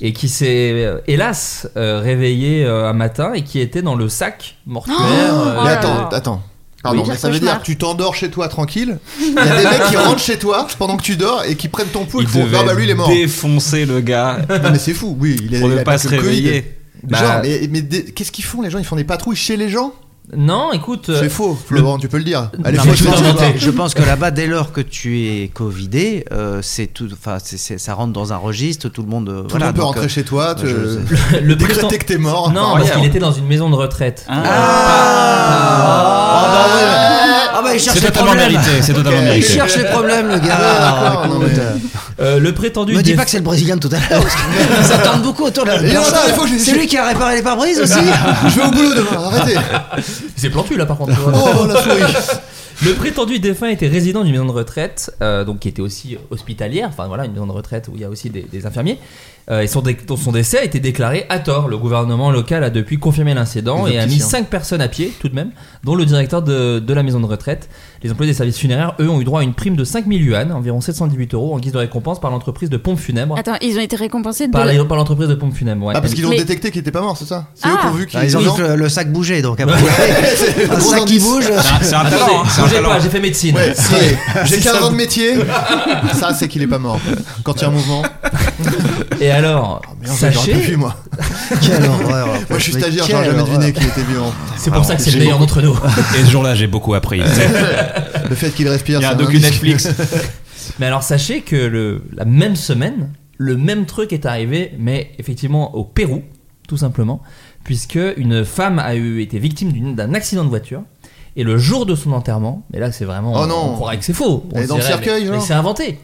S7: et qui s'est, euh, hélas, euh, réveillé euh, un matin et qui était dans le sac mortuaire. euh,
S9: Mais attends, attends. Pardon,
S7: Oui.
S9: mais ça veut
S7: Cauchemar.
S9: dire que tu t'endors chez toi tranquille. Il y a des mecs qui rentrent chez toi pendant que tu dors et qui prennent ton pouls et
S6: Il
S9: qui font
S6: devait
S9: Ah bah lui il est mort.
S6: défoncer le gars.
S9: Non mais c'est fou, oui, il est
S6: Pour ne
S9: il a
S6: pas
S9: pas
S6: se
S9: que le Covid.
S6: réveiller.
S9: Genre,
S6: Bah-
S9: mais, mais des- qu'est-ce qu'ils font les gens Ils font des patrouilles chez les gens
S7: Non, écoute. euh,
S9: C'est faux, Florent, tu peux le dire. Allez,
S1: Non,
S9: faut
S1: mais
S9: que
S1: je,
S9: tu
S1: pense,
S9: le dises.
S2: hein.
S1: je pense que là-bas, dès lors que tu es covidé, euh, c'est tout, enfin, c'est- c'est- ça rentre dans un registre. Tout le monde, euh,
S9: Tout
S1: voilà,
S9: le monde peut
S1: donc,
S9: rentrer
S1: euh,
S9: chez toi, te-
S1: je-
S7: Le, le
S9: décréter
S7: prétend-
S9: que t'es mort.
S7: Non,
S9: Enfin,
S7: parce
S9: rien.
S7: qu'il était dans une maison de retraite.
S6: Hein Ah,
S1: Ah bah il cherche
S6: C'est
S1: les
S6: totalement
S1: problèmes.
S6: mérité, c'est totalement
S1: Il
S6: mérité.
S1: cherche les problèmes, le gars.
S9: Ah, d'accord, non, mais-
S7: Euh, le prétendu.
S1: Me dis
S7: déf-
S1: pas que c'est le Brésilien de tout à l'heure. parce que Ça tourne beaucoup autour de la
S9: Et non, attends, il faut que je-
S1: C'est lui qui a réparé les pare-brises aussi.
S9: Je vais au boulot demain, arrêtez.
S7: Il s'est plantu là par contre.
S9: Oh la souris.
S7: Le prétendu défunt était résident d'une maison de retraite, euh, donc qui était aussi hospitalière, enfin voilà, une maison de retraite où il y a aussi des, des infirmiers. Euh, et son, dé- dont son décès a été déclaré à tort. Le gouvernement local a depuis confirmé l'incident
S9: Les
S7: et a mis
S9: opticiens.
S7: cinq personnes à pied, tout de même, dont le directeur de, de la maison de retraite. Les employés des services funéraires, eux, ont eu droit à une prime de 5000 yuan, environ 718 euros, en guise de récompense par l'entreprise de pompes funèbres.
S8: Attends, ils ont été récompensés de.
S7: Par la- par l'entreprise de pompes funèbres, ouais.
S9: Ah, parce qu'ils ont
S8: Mais-
S9: détecté qu'il était pas mort, c'est ça C'est eux
S8: Ah.
S9: qui ont vu qu'il
S1: Ah, Ils ont vu
S9: était mort.
S1: que le, le sac bougeait donc. à peu près. un
S9: Gros
S1: sac qui
S9: indice.
S1: bouge.
S6: C'est un
S7: Attendez,
S6: talent. hein, c'est un
S7: bougez
S6: talent.
S7: pas, j'ai fait médecine.
S9: Ouais,
S7: Si.
S9: ouais. j'ai
S7: Si ça
S9: 15 ans
S7: vous-
S9: de métier. Ça, c'est qu'il est pas mort. Quand il y a un mouvement,
S7: Et alors,
S9: merde, j'aurais pas
S7: sachez,
S9: pu, moi.
S1: Quelle horreur.
S9: Moi, je suis
S1: Mais
S9: stagiaire,
S1: quelle
S9: j'aurais jamais
S1: horreur.
S9: deviné qu'il était vivant.
S7: c'est pour
S6: Ah,
S7: ça que c'est le
S6: j'ai
S7: meilleur
S6: beaucoup-
S7: d'entre nous.
S6: Et ce jour-là, j'ai beaucoup appris. Il
S9: Le fait qu'il respire,
S6: y a un
S9: c'est
S6: docu
S9: indice.
S6: Netflix.
S7: Mais alors sachez que le, la même semaine, le même truc est arrivé, mais effectivement au Pérou, tout simplement, puisque une femme a eu, été victime d'une- d'un accident de voiture. Et le jour de son enterrement, mais là c'est vraiment,
S9: Oh non.
S7: on croirait que c'est faux. On
S9: Elle est dans le
S7: dirait,
S9: cercueil,
S7: mais-
S9: genre
S7: mais c'est inventé.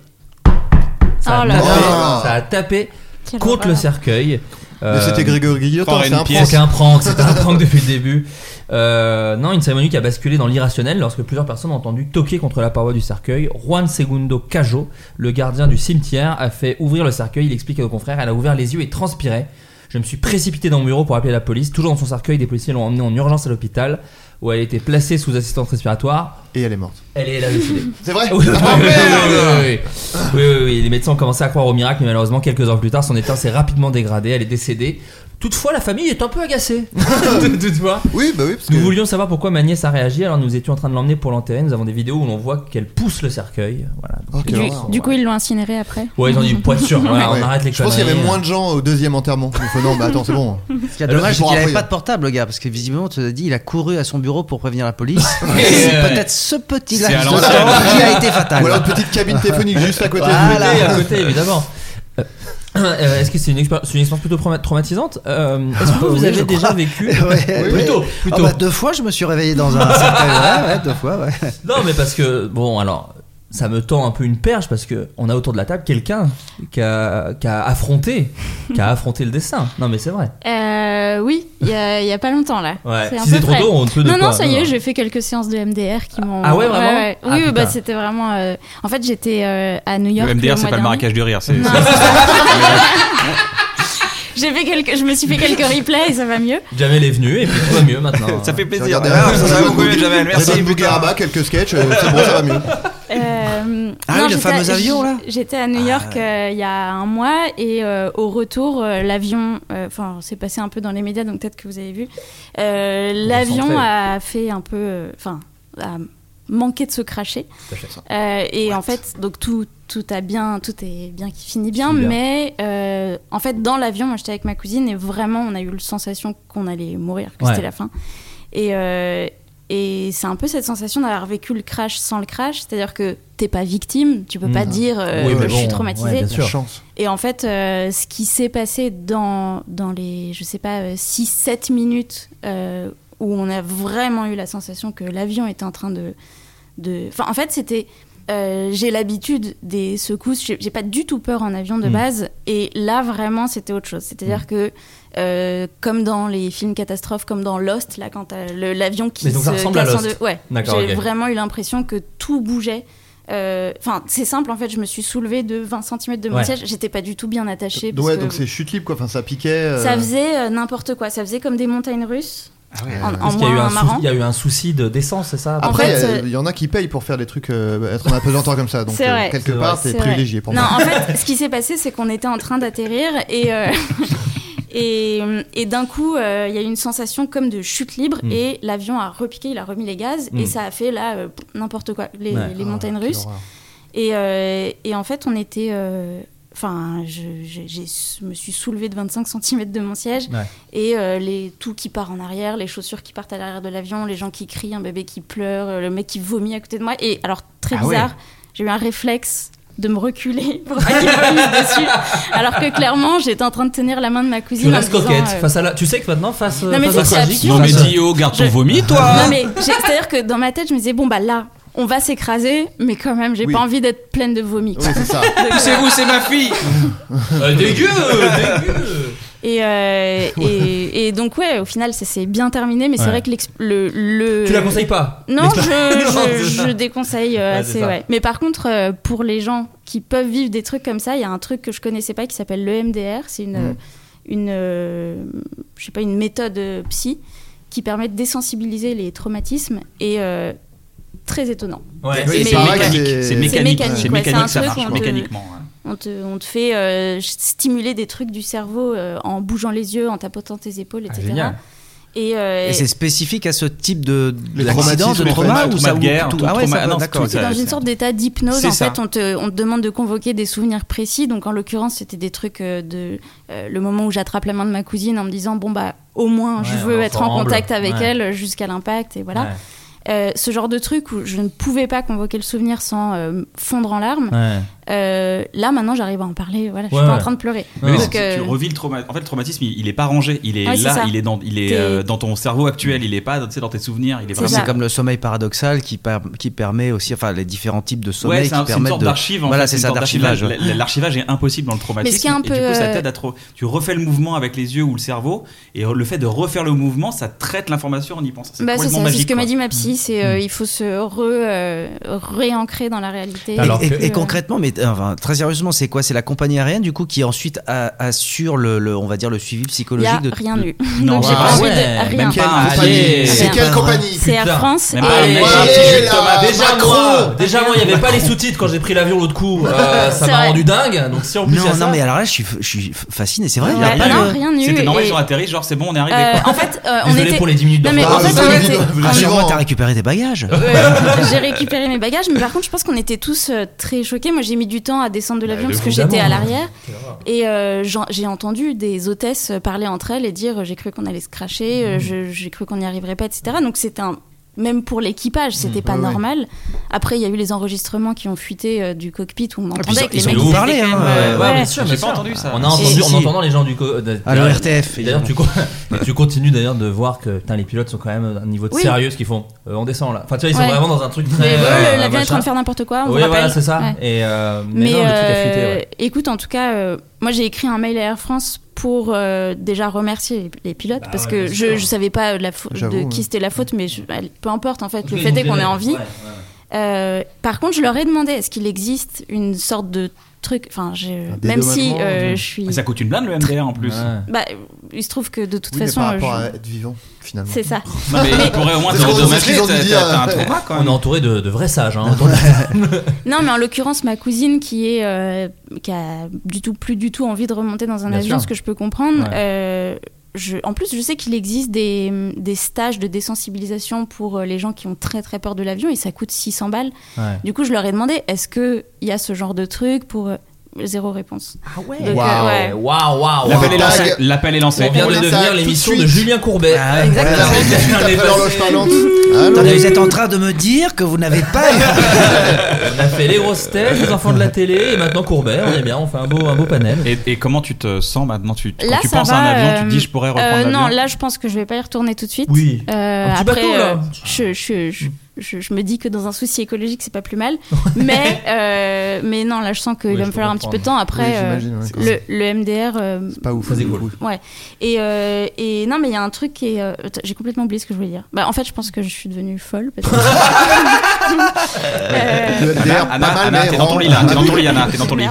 S7: Ça,
S8: Oh
S7: a
S8: là
S7: tapé,
S9: là.
S7: ça a tapé
S8: Quelle
S7: contre le
S8: horreur.
S7: cercueil.
S9: Mais
S7: Euh,
S9: c'était Grégory Guillotin,
S6: Foreign
S9: c'est un
S6: pièce.
S9: prank.
S7: c'était un prank, c'était un prank depuis le début. Euh, non, une cérémonie qui a basculé dans l'irrationnel lorsque plusieurs personnes ont entendu toquer contre la paroi du cercueil. Juan Segundo Cajo, le gardien du cimetière, a fait ouvrir le cercueil. Il explique à nos confrères, elle a ouvert les yeux et transpirait. Je me suis précipité dans mon bureau pour appeler la police. Toujours dans son cercueil, des policiers l'ont emmenée en urgence à l'hôpital où elle a été placée sous assistance respiratoire.
S9: Et elle est morte.
S7: Elle est là décédée.
S9: C'est vrai
S7: Oui, oui,
S9: Ah,
S7: oui,
S9: merde
S7: oui, oui, oui. Oui, oui, oui, Les médecins ont commencé à croire au miracle, mais malheureusement, quelques heures plus tard, son état s'est rapidement dégradé. Elle est décédée Toutefois, la famille est un peu agacée. Toutefois.
S9: Oui, bah oui.
S7: nous voulions savoir pourquoi ma nièce a réagi, alors nous étions en train de l'emmener pour l'enterrer. Nous avons des vidéos où l'on voit qu'elle pousse le cercueil. Voilà.
S9: Oh,
S7: Donc,
S8: Du, du coup, ils l'ont incinéré après
S7: Ouais, ils ont dit, poids de sûr, voilà,
S9: Ouais.
S7: on arrête les
S9: Je pense qu'il y avait
S7: conneries.
S9: moins de gens au deuxième enterrement. Ils font, non, bah attends, c'est bon.
S1: Ce qui est dommage, c'est qu'il n'avait pas de portable, le gars, parce que visiblement, tu as dit, il a couru à son bureau pour prévenir la police. Et c'est
S9: ouais.
S1: peut-être ce petit
S9: C'est à
S1: laps de
S9: l'ancienne.
S1: temps qui a été fatal.
S9: Ou alors une petite cabine téléphonique juste à côté.
S7: Voilà.
S9: Vous mettez
S7: à Ah côté, évidemment. Euh, euh, est-ce que c'est une, expéri- c'est une expérience plutôt trauma- traumatisante Euh, Est-ce que
S1: Ah,
S7: vous
S1: oui,
S7: avez
S1: je
S7: déjà
S1: crois.
S7: vécu
S1: Ouais,
S7: Plutôt,
S1: ouais.
S7: plutôt.
S1: Ah bah, deux fois, je me suis réveillé dans un cercueil. Ouais, ouais, deux fois, ouais.
S7: Non, mais parce que bon, alors ça me tend un peu une perche parce que on a autour de la table quelqu'un qui a, qui a affronté, qui a affronté le destin. Non, mais c'est vrai.
S8: Euh, oui, il y, a- il y a pas longtemps là.
S7: Ouais.
S8: un
S7: Si
S8: peu
S7: c'est trop
S8: frais.
S7: tôt, on te fait de
S8: Non, non,
S7: quoi,
S8: ça
S7: non,
S8: y
S7: non.
S8: est, j'ai fait quelques séances de MDR qui m'ont.
S7: Ah ouais, vraiment Ah,
S8: Oui, bah
S6: putain.
S8: c'était vraiment. euh, En fait, j'étais euh, à New York.
S6: Le MDR, c'est
S8: mois
S6: pas le
S8: dernier.
S6: marécage du rire. c'est-
S8: Non,
S6: c'est-
S8: J'ai fait quelques, je me suis fait quelques replays et ça va mieux.
S7: Jamel est venu et puis tout va mieux maintenant.
S6: Ça fait plaisir.
S9: Regardez,
S6: Ah, ça va
S9: Redon
S6: beaucoup mieux, Jamel. Merci.
S9: Redon Bougueraba, quelques sketchs, euh, c'est bon, ça va mieux.
S8: Euh,
S9: Ah oui, le
S8: j'étais
S9: fameux
S8: à-
S9: avion, là Ah
S8: J'étais à New York euh, il y a un mois et euh, au retour, euh, l'avion, euh, enfin, c'est passé un peu dans les médias, donc peut-être que vous avez vu. Euh, l'avion
S15: sentait.
S8: a fait un peu, euh, enfin, a manqué de se cracher. Euh, et en fait, donc tout, tout a bien, tout est bien qui finit bien,
S15: Finit bien.
S8: mais euh, en fait, dans l'avion, moi j'étais avec ma cousine et vraiment, on a eu la sensation qu'on allait mourir, que
S15: Ouais.
S8: c'était la fin. Et, euh, et c'est un peu cette sensation d'avoir vécu le crash sans le crash, c'est-à-dire que t'es pas victime, tu peux
S15: Mmh.
S8: pas dire euh,
S15: Oui, mais
S8: je suis
S15: bon, ouais,
S8: traumatisée.
S15: bien sûr. La chance.
S8: Et en fait, euh, ce qui s'est passé dans, dans les, je sais pas, 6-7 minutes euh, où on a vraiment eu la sensation que l'avion était en train de. de... Enfin, en fait, c'était. euh, j'ai l'habitude des secousses, j'ai j'ai pas du tout peur en avion de
S15: Mm.
S8: base, et là vraiment c'était autre chose.
S15: Hmm.
S8: C'est-à-dire que, euh, comme dans les films catastrophes, comme dans Lost, là quand t'as le- l'avion qui
S15: Mais donc ça
S8: se
S15: ressemble à
S8: casse en
S15: Lost.
S8: deux- ouais, j'ai
S15: D'accord, ok.
S8: vraiment eu l'impression que tout bougeait. Euh, Enfin, c'est simple en fait, je me suis soulevée de 20 cm de mon
S9: Ouais.
S8: siège, j'étais pas du tout bien attachée. parce
S9: Ouais,
S8: que
S9: donc c'est chute libre quoi, enfin ça piquait. euh,
S8: ça faisait euh, n'importe quoi, ça faisait comme des montagnes russes.
S9: Ah Euh,
S8: en, en
S7: Parce qu'il y a
S8: moins
S7: eu un,
S8: marrant.
S7: souci, il y a eu un souci de décence, c'est ça
S9: Après,
S8: fait, euh,
S9: il y, en a qui payent pour faire des trucs, euh, être en apesanteur comme ça. Donc,
S8: C'est
S9: euh,
S8: vrai.
S9: quelque part,
S8: c'est
S9: t'es
S8: vrai.
S9: privilégié pour
S8: non,
S9: moi.
S8: en fait, ce qui s'est passé, c'est qu'on était en train d'atterrir et. euh, Et, et d'un coup, euh, il y a eu une sensation comme de chute libre
S7: Hmm.
S15: Mm.
S8: et l'avion a repiqué, il a remis les gaz et
S15: Mm.
S8: ça a fait là euh, n'importe quoi, les,
S15: Ouais.
S8: les
S15: Ah,
S8: montagnes
S15: quelle
S8: russes.
S15: horreur.
S8: Et, euh, et en fait, on était. euh, Enfin, je, je- j'ai- je me suis soulevée de 25 cm de mon siège
S15: Ouais.
S8: et euh, les, tout qui part en arrière, les chaussures qui partent à l'arrière de l'avion, les gens qui crient, un bébé qui pleure, euh, le mec qui vomit à côté de moi. Et alors, très
S15: Ah ouais.
S8: bizarre, j'ai eu un réflexe de me reculer pour pas qu'il vomisse dessus. Alors que clairement, j'étais en train de tenir la main de ma
S7: Tu
S8: cousine. en
S7: restes
S8: disant,
S7: coquette
S8: euh,
S7: face à la. Tu sais que maintenant face.
S8: Non,
S7: face
S8: mais c'est
S7: au
S8: que c'est
S7: tragique,
S8: absurde. Non, mais
S7: face à-
S6: dis, oh, garde ton vomi, toi.
S8: Non mais j'ai- c'est-à-dire que dans ma tête je me disais bon bah là on va s'écraser mais quand même j'ai
S6: Oui.
S8: pas envie d'être pleine de vomi. quoi.
S6: Poussez-vous, c'est ma fille.
S7: Euh, dégueu, dégueu.
S8: Et, euh, et, et donc ouais au final ça s'est bien terminé mais c'est
S7: Ouais.
S8: vrai que l'exp- le, le-
S7: Tu la conseilles pas
S8: Non je,
S7: l'expérience. Non,
S8: je-
S7: c'est ça.
S8: je déconseille euh,
S7: Ouais, c'est
S8: assez
S7: ça.
S8: ouais. Mais par contre euh, pour les gens qui peuvent vivre des trucs comme ça il y a un truc que je connaissais pas qui s'appelle le MDR c'est une
S15: Mm.
S8: une euh, je sais pas une méthode euh, psy qui permet de désensibiliser les traumatismes et euh, très étonnant.
S6: Ouais,
S8: Mais-
S6: c'est
S8: mais-
S6: pareil, c'est- c'est mécanique, c'est
S8: ouais,
S6: mécanique,
S8: un
S6: ça
S8: truc hein.
S6: marche,
S8: où on te-
S6: mécaniquement,
S8: On te, on te fait euh, stimuler des trucs du cerveau euh, en bougeant les yeux, en tapotant tes épaules,
S7: Ah,
S8: etc.
S1: génial.
S8: et, euh,
S1: Et c'est spécifique à ce type de
S6: Les
S1: d'accident,
S6: traumatismes,
S1: de
S6: les
S1: trauma
S6: traumatismes,
S1: ou ça
S6: trauma de
S1: ou
S6: guerre,
S1: tout
S6: tout
S1: Ah ouais,
S6: trauma-
S1: ça,
S6: ah non,
S1: d'accord.
S6: c'est tout,
S8: c'est dans
S6: c'est-
S8: une sorte d'état d'hypnose.
S6: C'est
S8: En
S6: ça.
S8: fait, on te, on te demande de convoquer des souvenirs précis. Donc, en l'occurrence, c'était des trucs euh, de euh, le moment où j'attrape la main de ma cousine en me disant bon bah au moins je
S15: Ouais,
S8: veux
S15: on
S8: être en
S15: ensemble.
S8: contact avec
S15: Ouais.
S8: elle jusqu'à l'impact et voilà.
S15: Ouais.
S8: Euh, ce genre de truc où je ne pouvais pas convoquer le souvenir sans euh, fondre en larmes.
S6: Ouais.
S8: Euh, là maintenant, j'arrive à en parler. Voilà, je suis
S6: Ouais,
S8: pas en
S6: ouais.
S8: train de pleurer.
S6: Mais oui,
S8: Donc,
S6: si tu-
S8: euh,
S6: tu revis le traumatisme. En fait, le traumatisme, il, il est pas rangé. Il est
S8: Ouais, c'est
S6: là,
S8: ça.
S6: il est dans, il est
S8: T'es-
S6: euh, dans ton cerveau actuel. Il est pas, tu sais, dans tes souvenirs. Il est
S1: C'est
S6: vraiment.
S1: comme le sommeil paradoxal qui, par- qui permet aussi, enfin les différents types de sommeil
S6: Ouais, c'est
S1: qui
S6: un- c'est une
S1: permettent
S6: sorte
S1: de-
S6: d'archive. en
S1: Voilà,
S6: fait,
S1: c'est
S6: une
S1: ça,
S6: sorte
S1: d'archivage.
S6: L- l- L'archivage est impossible dans le traumatisme.
S8: Mais ce qui est un
S6: et du
S8: peu,
S6: coup, ça
S8: euh,
S6: t'aide à trop. Tu refais le mouvement avec les yeux ou le cerveau, et le fait de refaire le mouvement, ça traite l'information en y pensant. C'est
S8: bah, c'est
S6: complètement
S8: ça, c'est
S6: magique.
S8: ce que
S6: quoi.
S8: m'a dit ma psy, c'est euh, il faut se re, euh, réancrer dans la réalité.
S1: Et, et- et concrètement, mais mais euh, enfin, très sérieusement, c'est quoi C'est la compagnie aérienne du coup qui ensuite a- assure le, le- on va dire le suivi
S8: Il n'y a
S1: psychologique de
S8: rien eu.
S1: Non,
S8: Donc j'ai
S1: bah,
S8: pas envie
S1: ouais.
S8: de- rien.
S1: Même pas, allez. C'est
S8: Rien.
S1: quelle compagnie,
S8: C'est Air
S7: putain
S8: France.
S7: Même pas,
S8: et-
S7: même pas un petit jus de tomate. déjà moi, déjà moi, il n'y avait pas les
S1: Macron.
S7: sous-titres quand j'ai pris l'avion l'autre coup. Euh, ça
S8: C'est
S7: m'a
S8: vrai.
S7: rendu dingue. Donc si en plus
S1: non,
S7: il y a
S1: non,
S7: ça-
S1: mais alors là, je suis, je suis fasciné. C'est vrai, il y a
S8: Ouais, bah
S1: pas
S8: non,
S1: de-
S8: rien eu.
S6: C'était normal,
S8: et-
S6: ils ont atterri, genre c'est bon, on est arrivé.
S8: Euh,
S6: quoi.
S8: en fait, euh, on
S6: Désolé
S8: était.
S6: pour les 10 minutes
S8: Non, mais en
S6: d'enfer.
S8: fait, Ah, on était-
S9: hein.
S1: Rassure-moi, t'as récupéré tes bagages.
S4: Euh,
S8: Ouais, j'ai récupéré mes bagages, mais par contre, je pense qu'on était tous euh, très choqués. Moi, j'ai mis du temps à descendre de l'avion
S1: de
S8: parce que
S1: fou.
S8: j'étais à
S1: Bah, Évidemment. hein.
S8: l'arrière. Et euh, j'en- j'ai entendu des hôtesses parler entre elles et dire euh, j'ai cru qu'on allait se cracher,
S1: Mm.
S8: euh, je- j'ai cru qu'on n'y arriverait pas, etc. Donc c'était un. Même pour l'équipage, c'était
S1: Mm.
S8: pas
S1: Ouais, ouais.
S8: normal. Après, il y a eu les enregistrements qui ont fuité euh, du cockpit où on
S1: Ah, puis
S8: entendait que
S1: ils
S8: les
S1: ont-
S8: mecs
S1: ils ont
S8: disaient
S1: parlé,
S8: quand
S1: hein,
S8: même,
S1: ouais,
S8: euh,
S1: ouais,
S8: ouais.
S1: bien sûr,
S7: J'ai
S1: bien
S7: pas
S1: sûr.
S7: entendu ça.
S1: Ah,
S7: On a
S1: si,
S7: entendu
S1: si,
S7: en
S1: si.
S7: entendant les gens du co- de-
S1: À
S7: d'ailleurs-
S1: l'ORTF,
S7: D'ailleurs, tu, co- tu continues d'ailleurs de voir que putain, les pilotes sont quand même à un niveau de
S8: Oui.
S7: sérieux ce qu'ils font. Euh, on descend là. Enfin, tu vois, ils sont
S8: Ouais.
S7: vraiment dans un truc très.
S8: Mais bon,
S7: euh,
S8: l'avion est en train de
S7: machin.
S8: faire n'importe quoi, on vous
S7: Oui, voilà,
S8: rappelle.
S7: c'est ça.
S8: Ouais.
S7: Et euh, mais,
S8: Mais
S7: non, le truc a fuité,
S8: euh,
S7: ouais.
S8: écoute, en tout cas, euh, moi j'ai écrit un mail à Air France pour euh, déjà remercier les, les pilotes parce
S7: ouais,
S8: que
S7: bien
S8: je
S7: sûr.
S8: ne savais pas de, la faute-
S7: J'avoue,
S8: de
S7: ouais.
S8: qui c'était la faute, mais je- bah, peu importe en fait, le
S7: Oui,
S8: fait
S7: ils
S8: est
S7: ont
S8: qu'on est en
S7: des-
S8: vie.
S7: ouais, ouais.
S8: Euh, par contre, je leur ai demandé est-ce qu'il existe une sorte de truc, enfin, je- même si euh, je
S7: Ah,
S8: suis.
S6: Ça coûte une blinde le MDR en plus.
S8: Bah, il se trouve que de toute
S9: Oui, mais
S8: façon.
S9: par
S8: euh,
S9: rapport
S8: je-
S9: à être vivant, finalement.
S8: C'est ça.
S6: Non, mais il pourrait au moins te
S9: C'est ce qu'on-
S6: redonner
S9: c'est ce qu'ils ont euh, dû
S6: t'as-
S9: dire.
S6: t'as un trauma Ah, quand
S7: On
S6: même.
S7: est entouré de, de vrais sages. Hein, autour de ça.
S8: Non, mais en l'occurrence, ma cousine qui est euh, qui a du tout plus du tout envie de remonter dans un
S7: Bien
S8: avion,
S7: sûr.
S8: ce que je peux comprendre.
S7: Ouais.
S8: euh, je, en plus, je sais qu'il existe des, des stages de désensibilisation pour euh, les gens qui ont très très peur de l'avion et ça coûte 600 balles.
S7: Ouais.
S8: Du coup, je leur ai demandé est-ce qu'il y a ce genre de truc pour. euh, Zéro réponse. Ah ouais
S1: euh,
S7: Waouh, waouh, waouh,
S6: L'appel
S7: waouh.
S6: est lancé. L'appel est lancé.
S7: On vient de devenir l'émission de Julien Courbet.
S1: Exactement.
S7: Voilà,
S1: Tout de
S7: on
S1: suite
S7: est
S1: après
S7: passé-
S1: l'horloge parlante.
S9: Ah
S1: Attendez, vous êtes en train de me dire que vous n'avez pas.
S7: On a fait les grosses têtes, les enfants de la télé, et maintenant Courbet. On est bien, on fait un beau, un beau panel.
S6: Et, et comment tu te sens maintenant tu, Quand
S8: Là,
S6: tu
S8: ça
S6: penses
S8: va,
S6: à un avion, tu
S8: euh,
S6: te dis je pourrais reprendre
S8: euh,
S6: l'avion.
S8: Non, là, je pense que je vais pas y retourner tout de suite.
S6: Oui.
S8: Euh,
S6: Un petit
S8: après,
S6: bateau, là.
S8: euh, je, je- je- je- je me dis que dans un souci écologique, c'est pas plus mal. mais, euh, mais non, là, je sens qu'il
S7: Oui,
S8: va
S7: je
S8: me
S7: peux
S8: falloir un petit
S7: comprendre.
S8: peu de temps. Après,
S7: Oui, j'imagine,
S8: euh,
S7: ouais,
S8: le- le, MDR. euh,
S9: Pas ouf.
S7: C'est cool.
S8: Ouais. Et, euh, et non, mais il y a un truc qui est. euh, attends, J'ai complètement oublié ce que je voulais dire. Bah, en fait, je pense que je suis devenue folle. Parce que... Euh,
S9: Le MDR,
S6: Anna,
S9: Euh, pas
S6: Anna,
S9: mal,
S6: Anna,
S9: mais
S6: t'es dans ton lit là, t'es dans ton lit, Anna, Ah, t'es dans ton lit.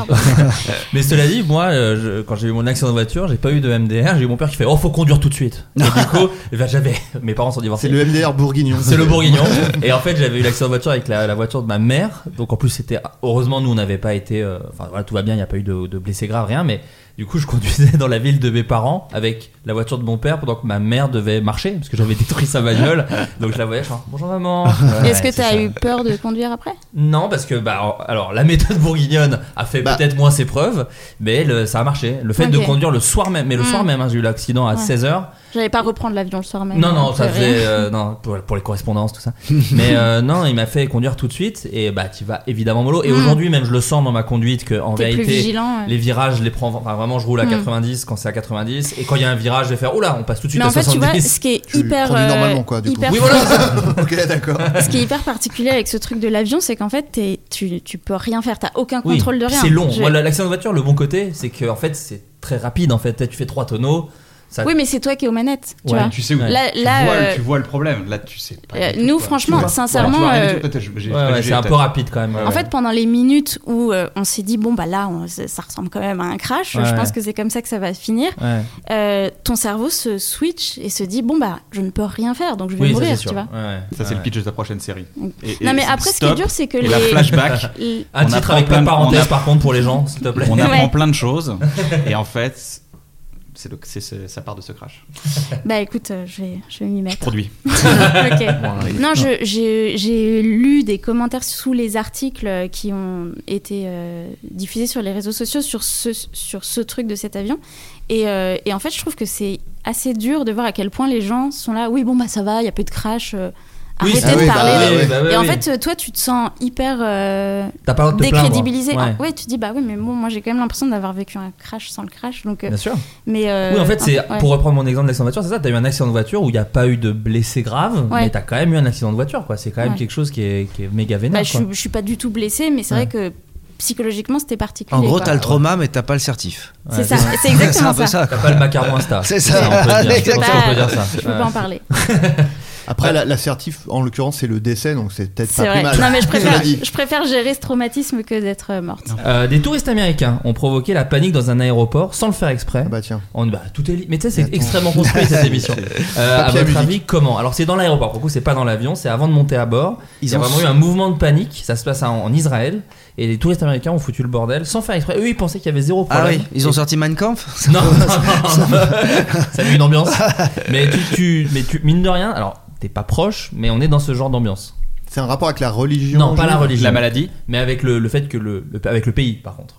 S7: Mais cela dit, moi, euh, je- quand j'ai eu mon accident de voiture, j'ai pas eu de MDR. J'ai eu mon père qui fait Oh, faut conduire tout de suite. Et du coup, eh ben, j'avais. Mes parents sont divorcés.
S9: C'est le MDR bourguignon.
S7: C'est le bourguignon. Et en fait, j'avais eu l'accident de voiture avec la, la voiture de ma mère. Donc en plus, c'était. Heureusement, nous, on n'avait pas été. euh, Enfin voilà, tout va bien, il n'y a pas eu de, de blessés graves, rien. Mais du coup, je conduisais dans la ville de mes parents avec la voiture de mon père pendant que ma mère devait marcher parce que j'avais détruit sa bagnole. Donc je la voyais, je suis en, Bonjour maman. Ouais,
S8: Est-ce que
S7: c'est
S8: tu as
S7: ça.
S8: eu peur de conduire après
S7: Non, parce que bah alors la méthode bourguignonne a fait peut-être moins ses preuves, mais le- ça a marché. Le fait de
S8: Ok.
S7: conduire le soir même, mais le
S8: Mm.
S7: soir même, hein, j'ai eu l'accident à
S8: Ouais.
S7: 16h.
S8: J'allais pas reprendre l'avion le soir même.
S7: Non, non,
S8: donc,
S7: ça
S8: euh,
S7: faisait. euh, non, pour, pour les correspondances, tout ça. Mais euh, non, il m'a fait conduire tout de suite. Et bah, tu vas évidemment mollo. Et
S8: Mm.
S7: aujourd'hui, même, je le sens dans ma conduite que en
S8: T'es plus
S7: vérité,
S8: vigilant, ouais.
S7: les virages, je les prends. Enfin, vraiment, je roule à
S8: Mm.
S7: 90 quand c'est à 90. Et quand il y a un virage, je vais faire. Oula, on passe tout de suite
S8: Mais
S7: à
S8: en fait,
S7: 70.
S8: tu vois, ce qui est hyper.
S7: conduis
S8: euh,
S7: normalement, quoi, du coup.
S8: hyper
S7: Oui, voilà.
S9: ok, d'accord.
S8: ce qui est hyper particulier avec ce truc de l'avion, c'est qu'en fait, t'es- tu, tu peux rien faire, t'as aucun
S7: Oui,
S8: contrôle de rien.
S7: C'est long.
S8: Je-
S7: Moi, l'accident de voiture, le bon côté, c'est que en fait, c'est très rapide. En fait, tu fais trois tonneaux. Ça...
S8: Oui, mais c'est toi qui es aux manettes. Tu, vois.
S6: tu sais où
S8: Là,
S6: tu,
S8: là,
S6: vois,
S8: euh,
S6: tu vois le problème. Là, tu sais pas.
S8: euh,
S6: du tout,
S8: nous,
S6: quoi.
S8: franchement,
S6: Tu vois.
S8: sincèrement,
S6: Ouais, tu vois rien du
S8: euh,
S6: tout. Peut-être, j'ai- j'ai-
S7: Ouais, ouais,
S6: j'ai-
S7: c'est un peu
S6: peut-être.
S7: rapide quand même.
S8: en fait, pendant les minutes où euh, on s'est dit, bon, bah là, on- ça ça ressemble quand même à un crash,
S7: Ouais.
S8: je pense que c'est comme ça que ça va finir,
S7: Ouais.
S8: euh, ton cerveau se switch et se dit, bon, bah, je ne peux rien faire, donc je vais
S6: Oui, ça,
S8: mourir,
S6: c'est
S8: tu
S6: sûr.
S8: vois.
S6: Ça, c'est le pitch de ta prochaine série.
S8: Non, mais après, ce qui est dur, c'est que
S6: et la
S8: les-
S6: flashback.
S8: les-
S7: Un
S6: on
S7: titre
S6: apprend
S7: avec
S6: plein
S7: plein
S6: de-
S7: de
S6: on
S7: parenthèses,
S6: apprend-
S7: par contre, pour les gens, s'il te plaît.
S6: On apprend
S8: Ouais.
S6: plein de choses. Et en fait, c'est le- c'est- c'est- ça part de ce crash.
S8: Bah écoute, euh, je vais, je vais m'y mettre.
S6: Produit.
S8: Ok.
S6: Ouais.
S8: Non, je- j'ai j'ai lu des commentaires sous les articles qui ont été euh, diffusés sur les réseaux sociaux sur ce, sur ce truc de cet avion. Et, euh, et en fait, je trouve que c'est assez dur de voir à quel point les gens sont là. Oui, bon, bah ça va, il n'y a pas eu de crash. euh,
S7: Oui,
S8: Arrêtez
S7: c'est-
S8: de
S7: oui, bah,
S8: parler.
S7: oui, bah, oui,
S8: et en
S7: oui.
S8: fait, euh, toi, tu te sens hyper euh,
S7: T'as pas le droit de te plaindre.
S8: décrédibilisé.
S7: Ouais.
S8: Ah, ouais, tu te dis, bah oui, mais bon, moi j'ai quand même l'impression d'avoir vécu un crash sans le crash. Donc, euh,
S7: Bien sûr.
S8: Mais, euh,
S7: oui, en fait, c'est
S8: ouais.
S7: pour reprendre mon exemple d'accident de voiture, c'est ça. T'as eu un accident de voiture où il n'y a pas eu de blessés graves,
S8: Ouais.
S7: mais t'as quand même eu un accident de voiture, quoi. C'est quand même
S8: Ouais.
S7: quelque chose qui est, qui est méga vénère.
S8: Bah, je,
S7: quoi.
S8: suis- je suis pas du tout blessée, mais c'est
S7: Ouais.
S8: vrai que psychologiquement c'était particulier.
S1: En gros,
S8: quoi.
S1: t'as le trauma, mais t'as pas le certif.
S8: C'est ça, c'est exactement
S1: un peu
S8: ça.
S1: ça.
S7: T'as pas le macaron Insta.
S1: C'est
S7: on peut
S1: ça.
S7: dire. Je pense qu'on
S8: Bah,
S7: peut dire ça.
S8: Je peux
S7: Ouais.
S8: pas en parler.
S9: Après, la- l'assertif, en l'occurrence, c'est le décès, donc c'est peut-être
S8: C'est
S9: pas plus
S8: vrai.
S9: mal.
S8: Non, mais je préfère,
S9: Cela dit.
S8: je préfère gérer ce traumatisme que d'être euh, morte.
S7: Euh, des touristes américains ont provoqué la panique dans un aéroport sans le faire exprès. bah
S9: Ah tiens.
S7: tout est li- Mais tu sais, c'est
S16: Attends.
S7: extrêmement construit cette émission. Euh, à
S16: Papier à
S7: votre
S16: musique.
S7: avis, comment Alors c'est dans l'aéroport. Pour le coup, c'est pas dans l'avion. C'est avant de monter à bord.
S16: Ils
S7: Il y a
S16: ont
S7: vraiment
S16: su-
S7: eu un mouvement de panique. Ça se passe en, en Israël et les touristes américains ont foutu le bordel sans faire exprès. Eux, ils pensaient qu'il y avait zéro
S1: Ah
S7: problème.
S1: oui, ils ont
S7: Et-
S1: sorti Mein Kampf
S7: non, non, non, non. ça met une ambiance. mais tu, tu- mais tu, mine de rien, alors t'es pas proche, mais on est dans ce genre d'ambiance.
S9: C'est un rapport avec la religion.
S7: Non, pas la
S9: juive
S7: religion.
S9: La maladie
S7: mais avec le, le fait que le, le- avec le pays, par contre.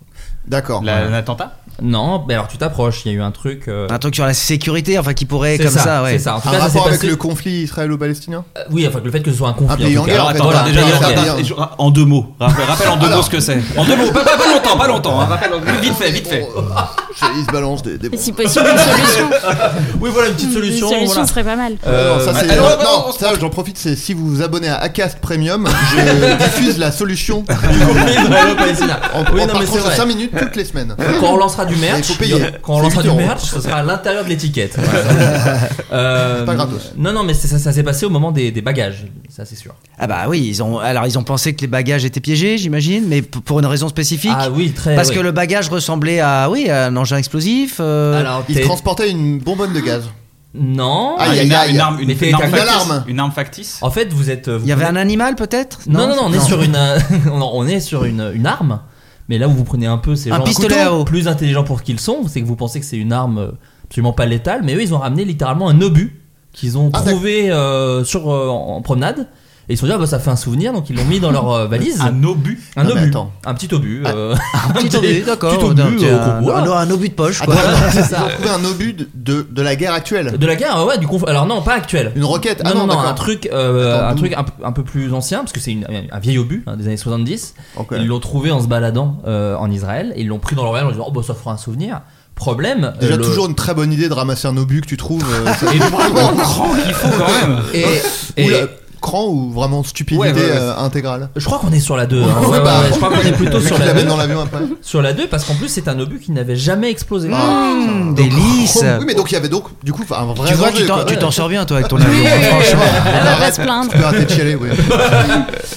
S9: D'accord.
S7: La-
S9: Voilà.
S7: un attentat Non, mais alors tu t'approches. Il y a eu un truc. euh,
S1: Un truc sur la sécurité, enfin qui pourrait
S7: C'est
S1: comme
S7: ça,
S1: ça, ouais.
S7: c'est ça. En tout
S9: Un
S7: cas, ça
S9: rapport
S7: s'est
S9: avec
S7: passé-
S9: le conflit israélo-palestinien
S7: oui, enfin que le fait que ce soit un conflit.
S9: Un pays
S7: en
S9: en
S7: tout cas.
S9: guerre,
S6: Alors,
S9: en fait,
S6: attends,
S9: voilà,
S6: déjà,
S9: un pays en
S6: attends,
S9: guerre.
S6: je- en deux mots. Rappelle, rappelle en deux
S9: Alors.
S6: mots ce que c'est. En deux mots, pas, pas- pas longtemps, pas longtemps. hein, rappelle en- vite fait, vite fait.
S9: Oh, Ils se balancent des, des
S8: Et si possible, une solution.
S7: Oui, voilà une petite solution.
S8: Une solution
S7: voilà.
S8: serait pas mal.
S9: Euh, non, ça, c'est-
S7: alors,
S9: non, non, ça, j'en profite, c'est si vous vous abonnez à Acast Premium, je diffuse la solution du
S7: israélo-palestinien.
S9: En,
S7: Oui,
S9: en
S7: non, mais
S9: partant
S7: c'est
S9: sur
S7: vrai.
S9: 5 minutes toutes les semaines.
S7: Quand on lancera du
S9: Mais Il
S7: merch,
S9: faut payer.
S7: quand on
S9: C'est
S7: lancera
S9: 8
S7: du
S9: euros.
S7: merch, ce sera à l'intérieur de l'étiquette. Voilà. Euh,
S9: pas gratos.
S7: Non, non, mais c'est- ça, ça s'est passé au moment des, des bagages, ça c'est sûr.
S1: Ah bah oui, ils ont alors ils ont pensé que les bagages étaient piégés, j'imagine, mais p- pour une raison spécifique.
S7: Ah oui, très,
S1: Parce
S7: oui.
S1: que le bagage ressemblait à oui à un engin explosif. euh,
S7: Alors,
S9: Ils transportaient une bonbonne de gaz.
S7: Non.
S9: Ah, il y a- il y a- il y a-
S6: arme-
S7: Mais t'es-
S6: une arme
S7: t'as-
S6: factice.
S9: alarme.
S6: Une arme factice.
S7: En fait, vous êtes. vous
S1: Il y avait
S7: prenez-
S1: un animal peut-être
S7: Non, non, non, on est sur une, euh, on est sur une, une arme. Mais là où vous prenez un peu ces
S1: Un
S7: gens
S1: pistolet
S7: couteau,
S1: à eau.
S7: plus intelligents pour qu'ils sont, c'est que vous pensez que c'est une arme euh, absolument pas létale, mais eux ils ont ramené littéralement un obus qu'ils ont
S9: Ah,
S7: trouvé euh, sur euh, en en promenade. Et ils se sont dit ah bah ça fait un souvenir donc ils l'ont mis dans leur euh, valise.
S1: Ah,
S6: Un obus.
S7: Un
S9: Non, mais
S7: obus.
S9: attends. Ah,
S7: Un petit obus. euh,
S1: Un petit obus, d'accord.
S7: petit obus,
S1: d'un-
S7: euh, Ah
S1: un,
S7: qu'on voit.
S1: un- un obus de poche quoi.
S9: Attends,
S7: c'est
S9: ils
S7: ça.
S9: ont trouvé un obus de, de, de la guerre actuelle.
S7: De la guerre, ouais, du conflit. Alors non, pas actuel.
S9: Une roquette. Ah non,
S7: non, non,
S9: d'accord.
S7: un truc, euh,
S9: Attends,
S7: un,
S9: d'où
S7: truc un, peu- un peu plus ancien, parce que c'est une- un vieil obus hein, des années 70.
S9: Ok.
S7: Ils l'ont trouvé en se baladant euh, en Israël. Ils l'ont pris dans leur bagage en disant, oh, bah, ça fera un souvenir. Problème.
S9: Déjà,
S7: euh, le-
S9: toujours une très bonne idée de ramasser un obus que tu trouves. euh, ça-
S7: Et-
S9: vraiment
S6: Grand qu'il faut quand même.
S7: Et,
S9: Ou
S7: et-
S9: la- cran ou vraiment stupidité
S6: Ouais, ouais, ouais.
S9: euh, intégrale
S7: je crois qu'on est sur la hein. 2.
S9: Ouais, bah,
S7: je crois qu'on est plutôt
S9: le mec
S7: sur
S9: qui
S7: la
S9: l'amène
S7: 2.
S9: dans l'avion après.
S7: Sur la 2, parce qu'en plus, c'est un obus qui n'avait jamais explosé.
S9: Ah.
S1: Mmh, délice.
S9: oh, Oui, mais donc il y avait donc du coup un vrai
S1: Tu vois,
S9: danger,
S1: tu t'en-
S9: quoi.
S1: tu t'en sors bien toi avec ton
S9: Oui,
S1: avion.
S9: oui, oui,
S1: franchement.
S8: Elle Ah bah, va pas se
S9: Tu
S8: plaindre.
S9: peux arrêter de chialer, oui.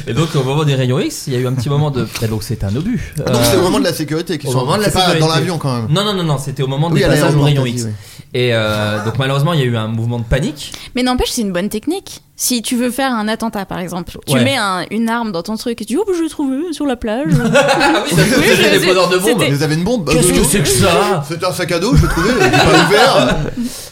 S7: Et donc, au moment des rayons X, il y a eu un petit moment de. Bah, donc, c'est un obus.
S9: Ah, Donc
S7: Euh,
S9: c'est au moment de la sécurité qui
S7: au
S9: sont
S7: moment de la
S9: c'est pas dans
S7: sécurité.
S9: l'avion quand même.
S7: Non, non, non, non, c'était au moment
S9: Mm. Oui,
S7: des
S9: à
S7: passages au
S9: l'aéroport,
S7: rayon
S9: t'as dit,
S7: X.
S9: oui.
S7: Et euh, donc malheureusement, il y a eu un mouvement de panique.
S8: Mais n'empêche, c'est une bonne technique. Si tu veux faire un attentat, par exemple, tu
S7: Ouais.
S8: mets un- une arme dans ton truc et tu dis Oh, bah, je l'ai trouvée sur la plage.
S7: Ah oui, ça
S8: Oui,
S7: faisait
S8: je-
S7: des poseurs de bombes.
S8: c'était-
S9: Vous avez une bombe
S7: Qu'est-ce
S9: euh,
S7: que
S9: euh,
S7: c'est que ça
S9: C'est un sac à dos, je l'ai trouvé, il est pas ouvert.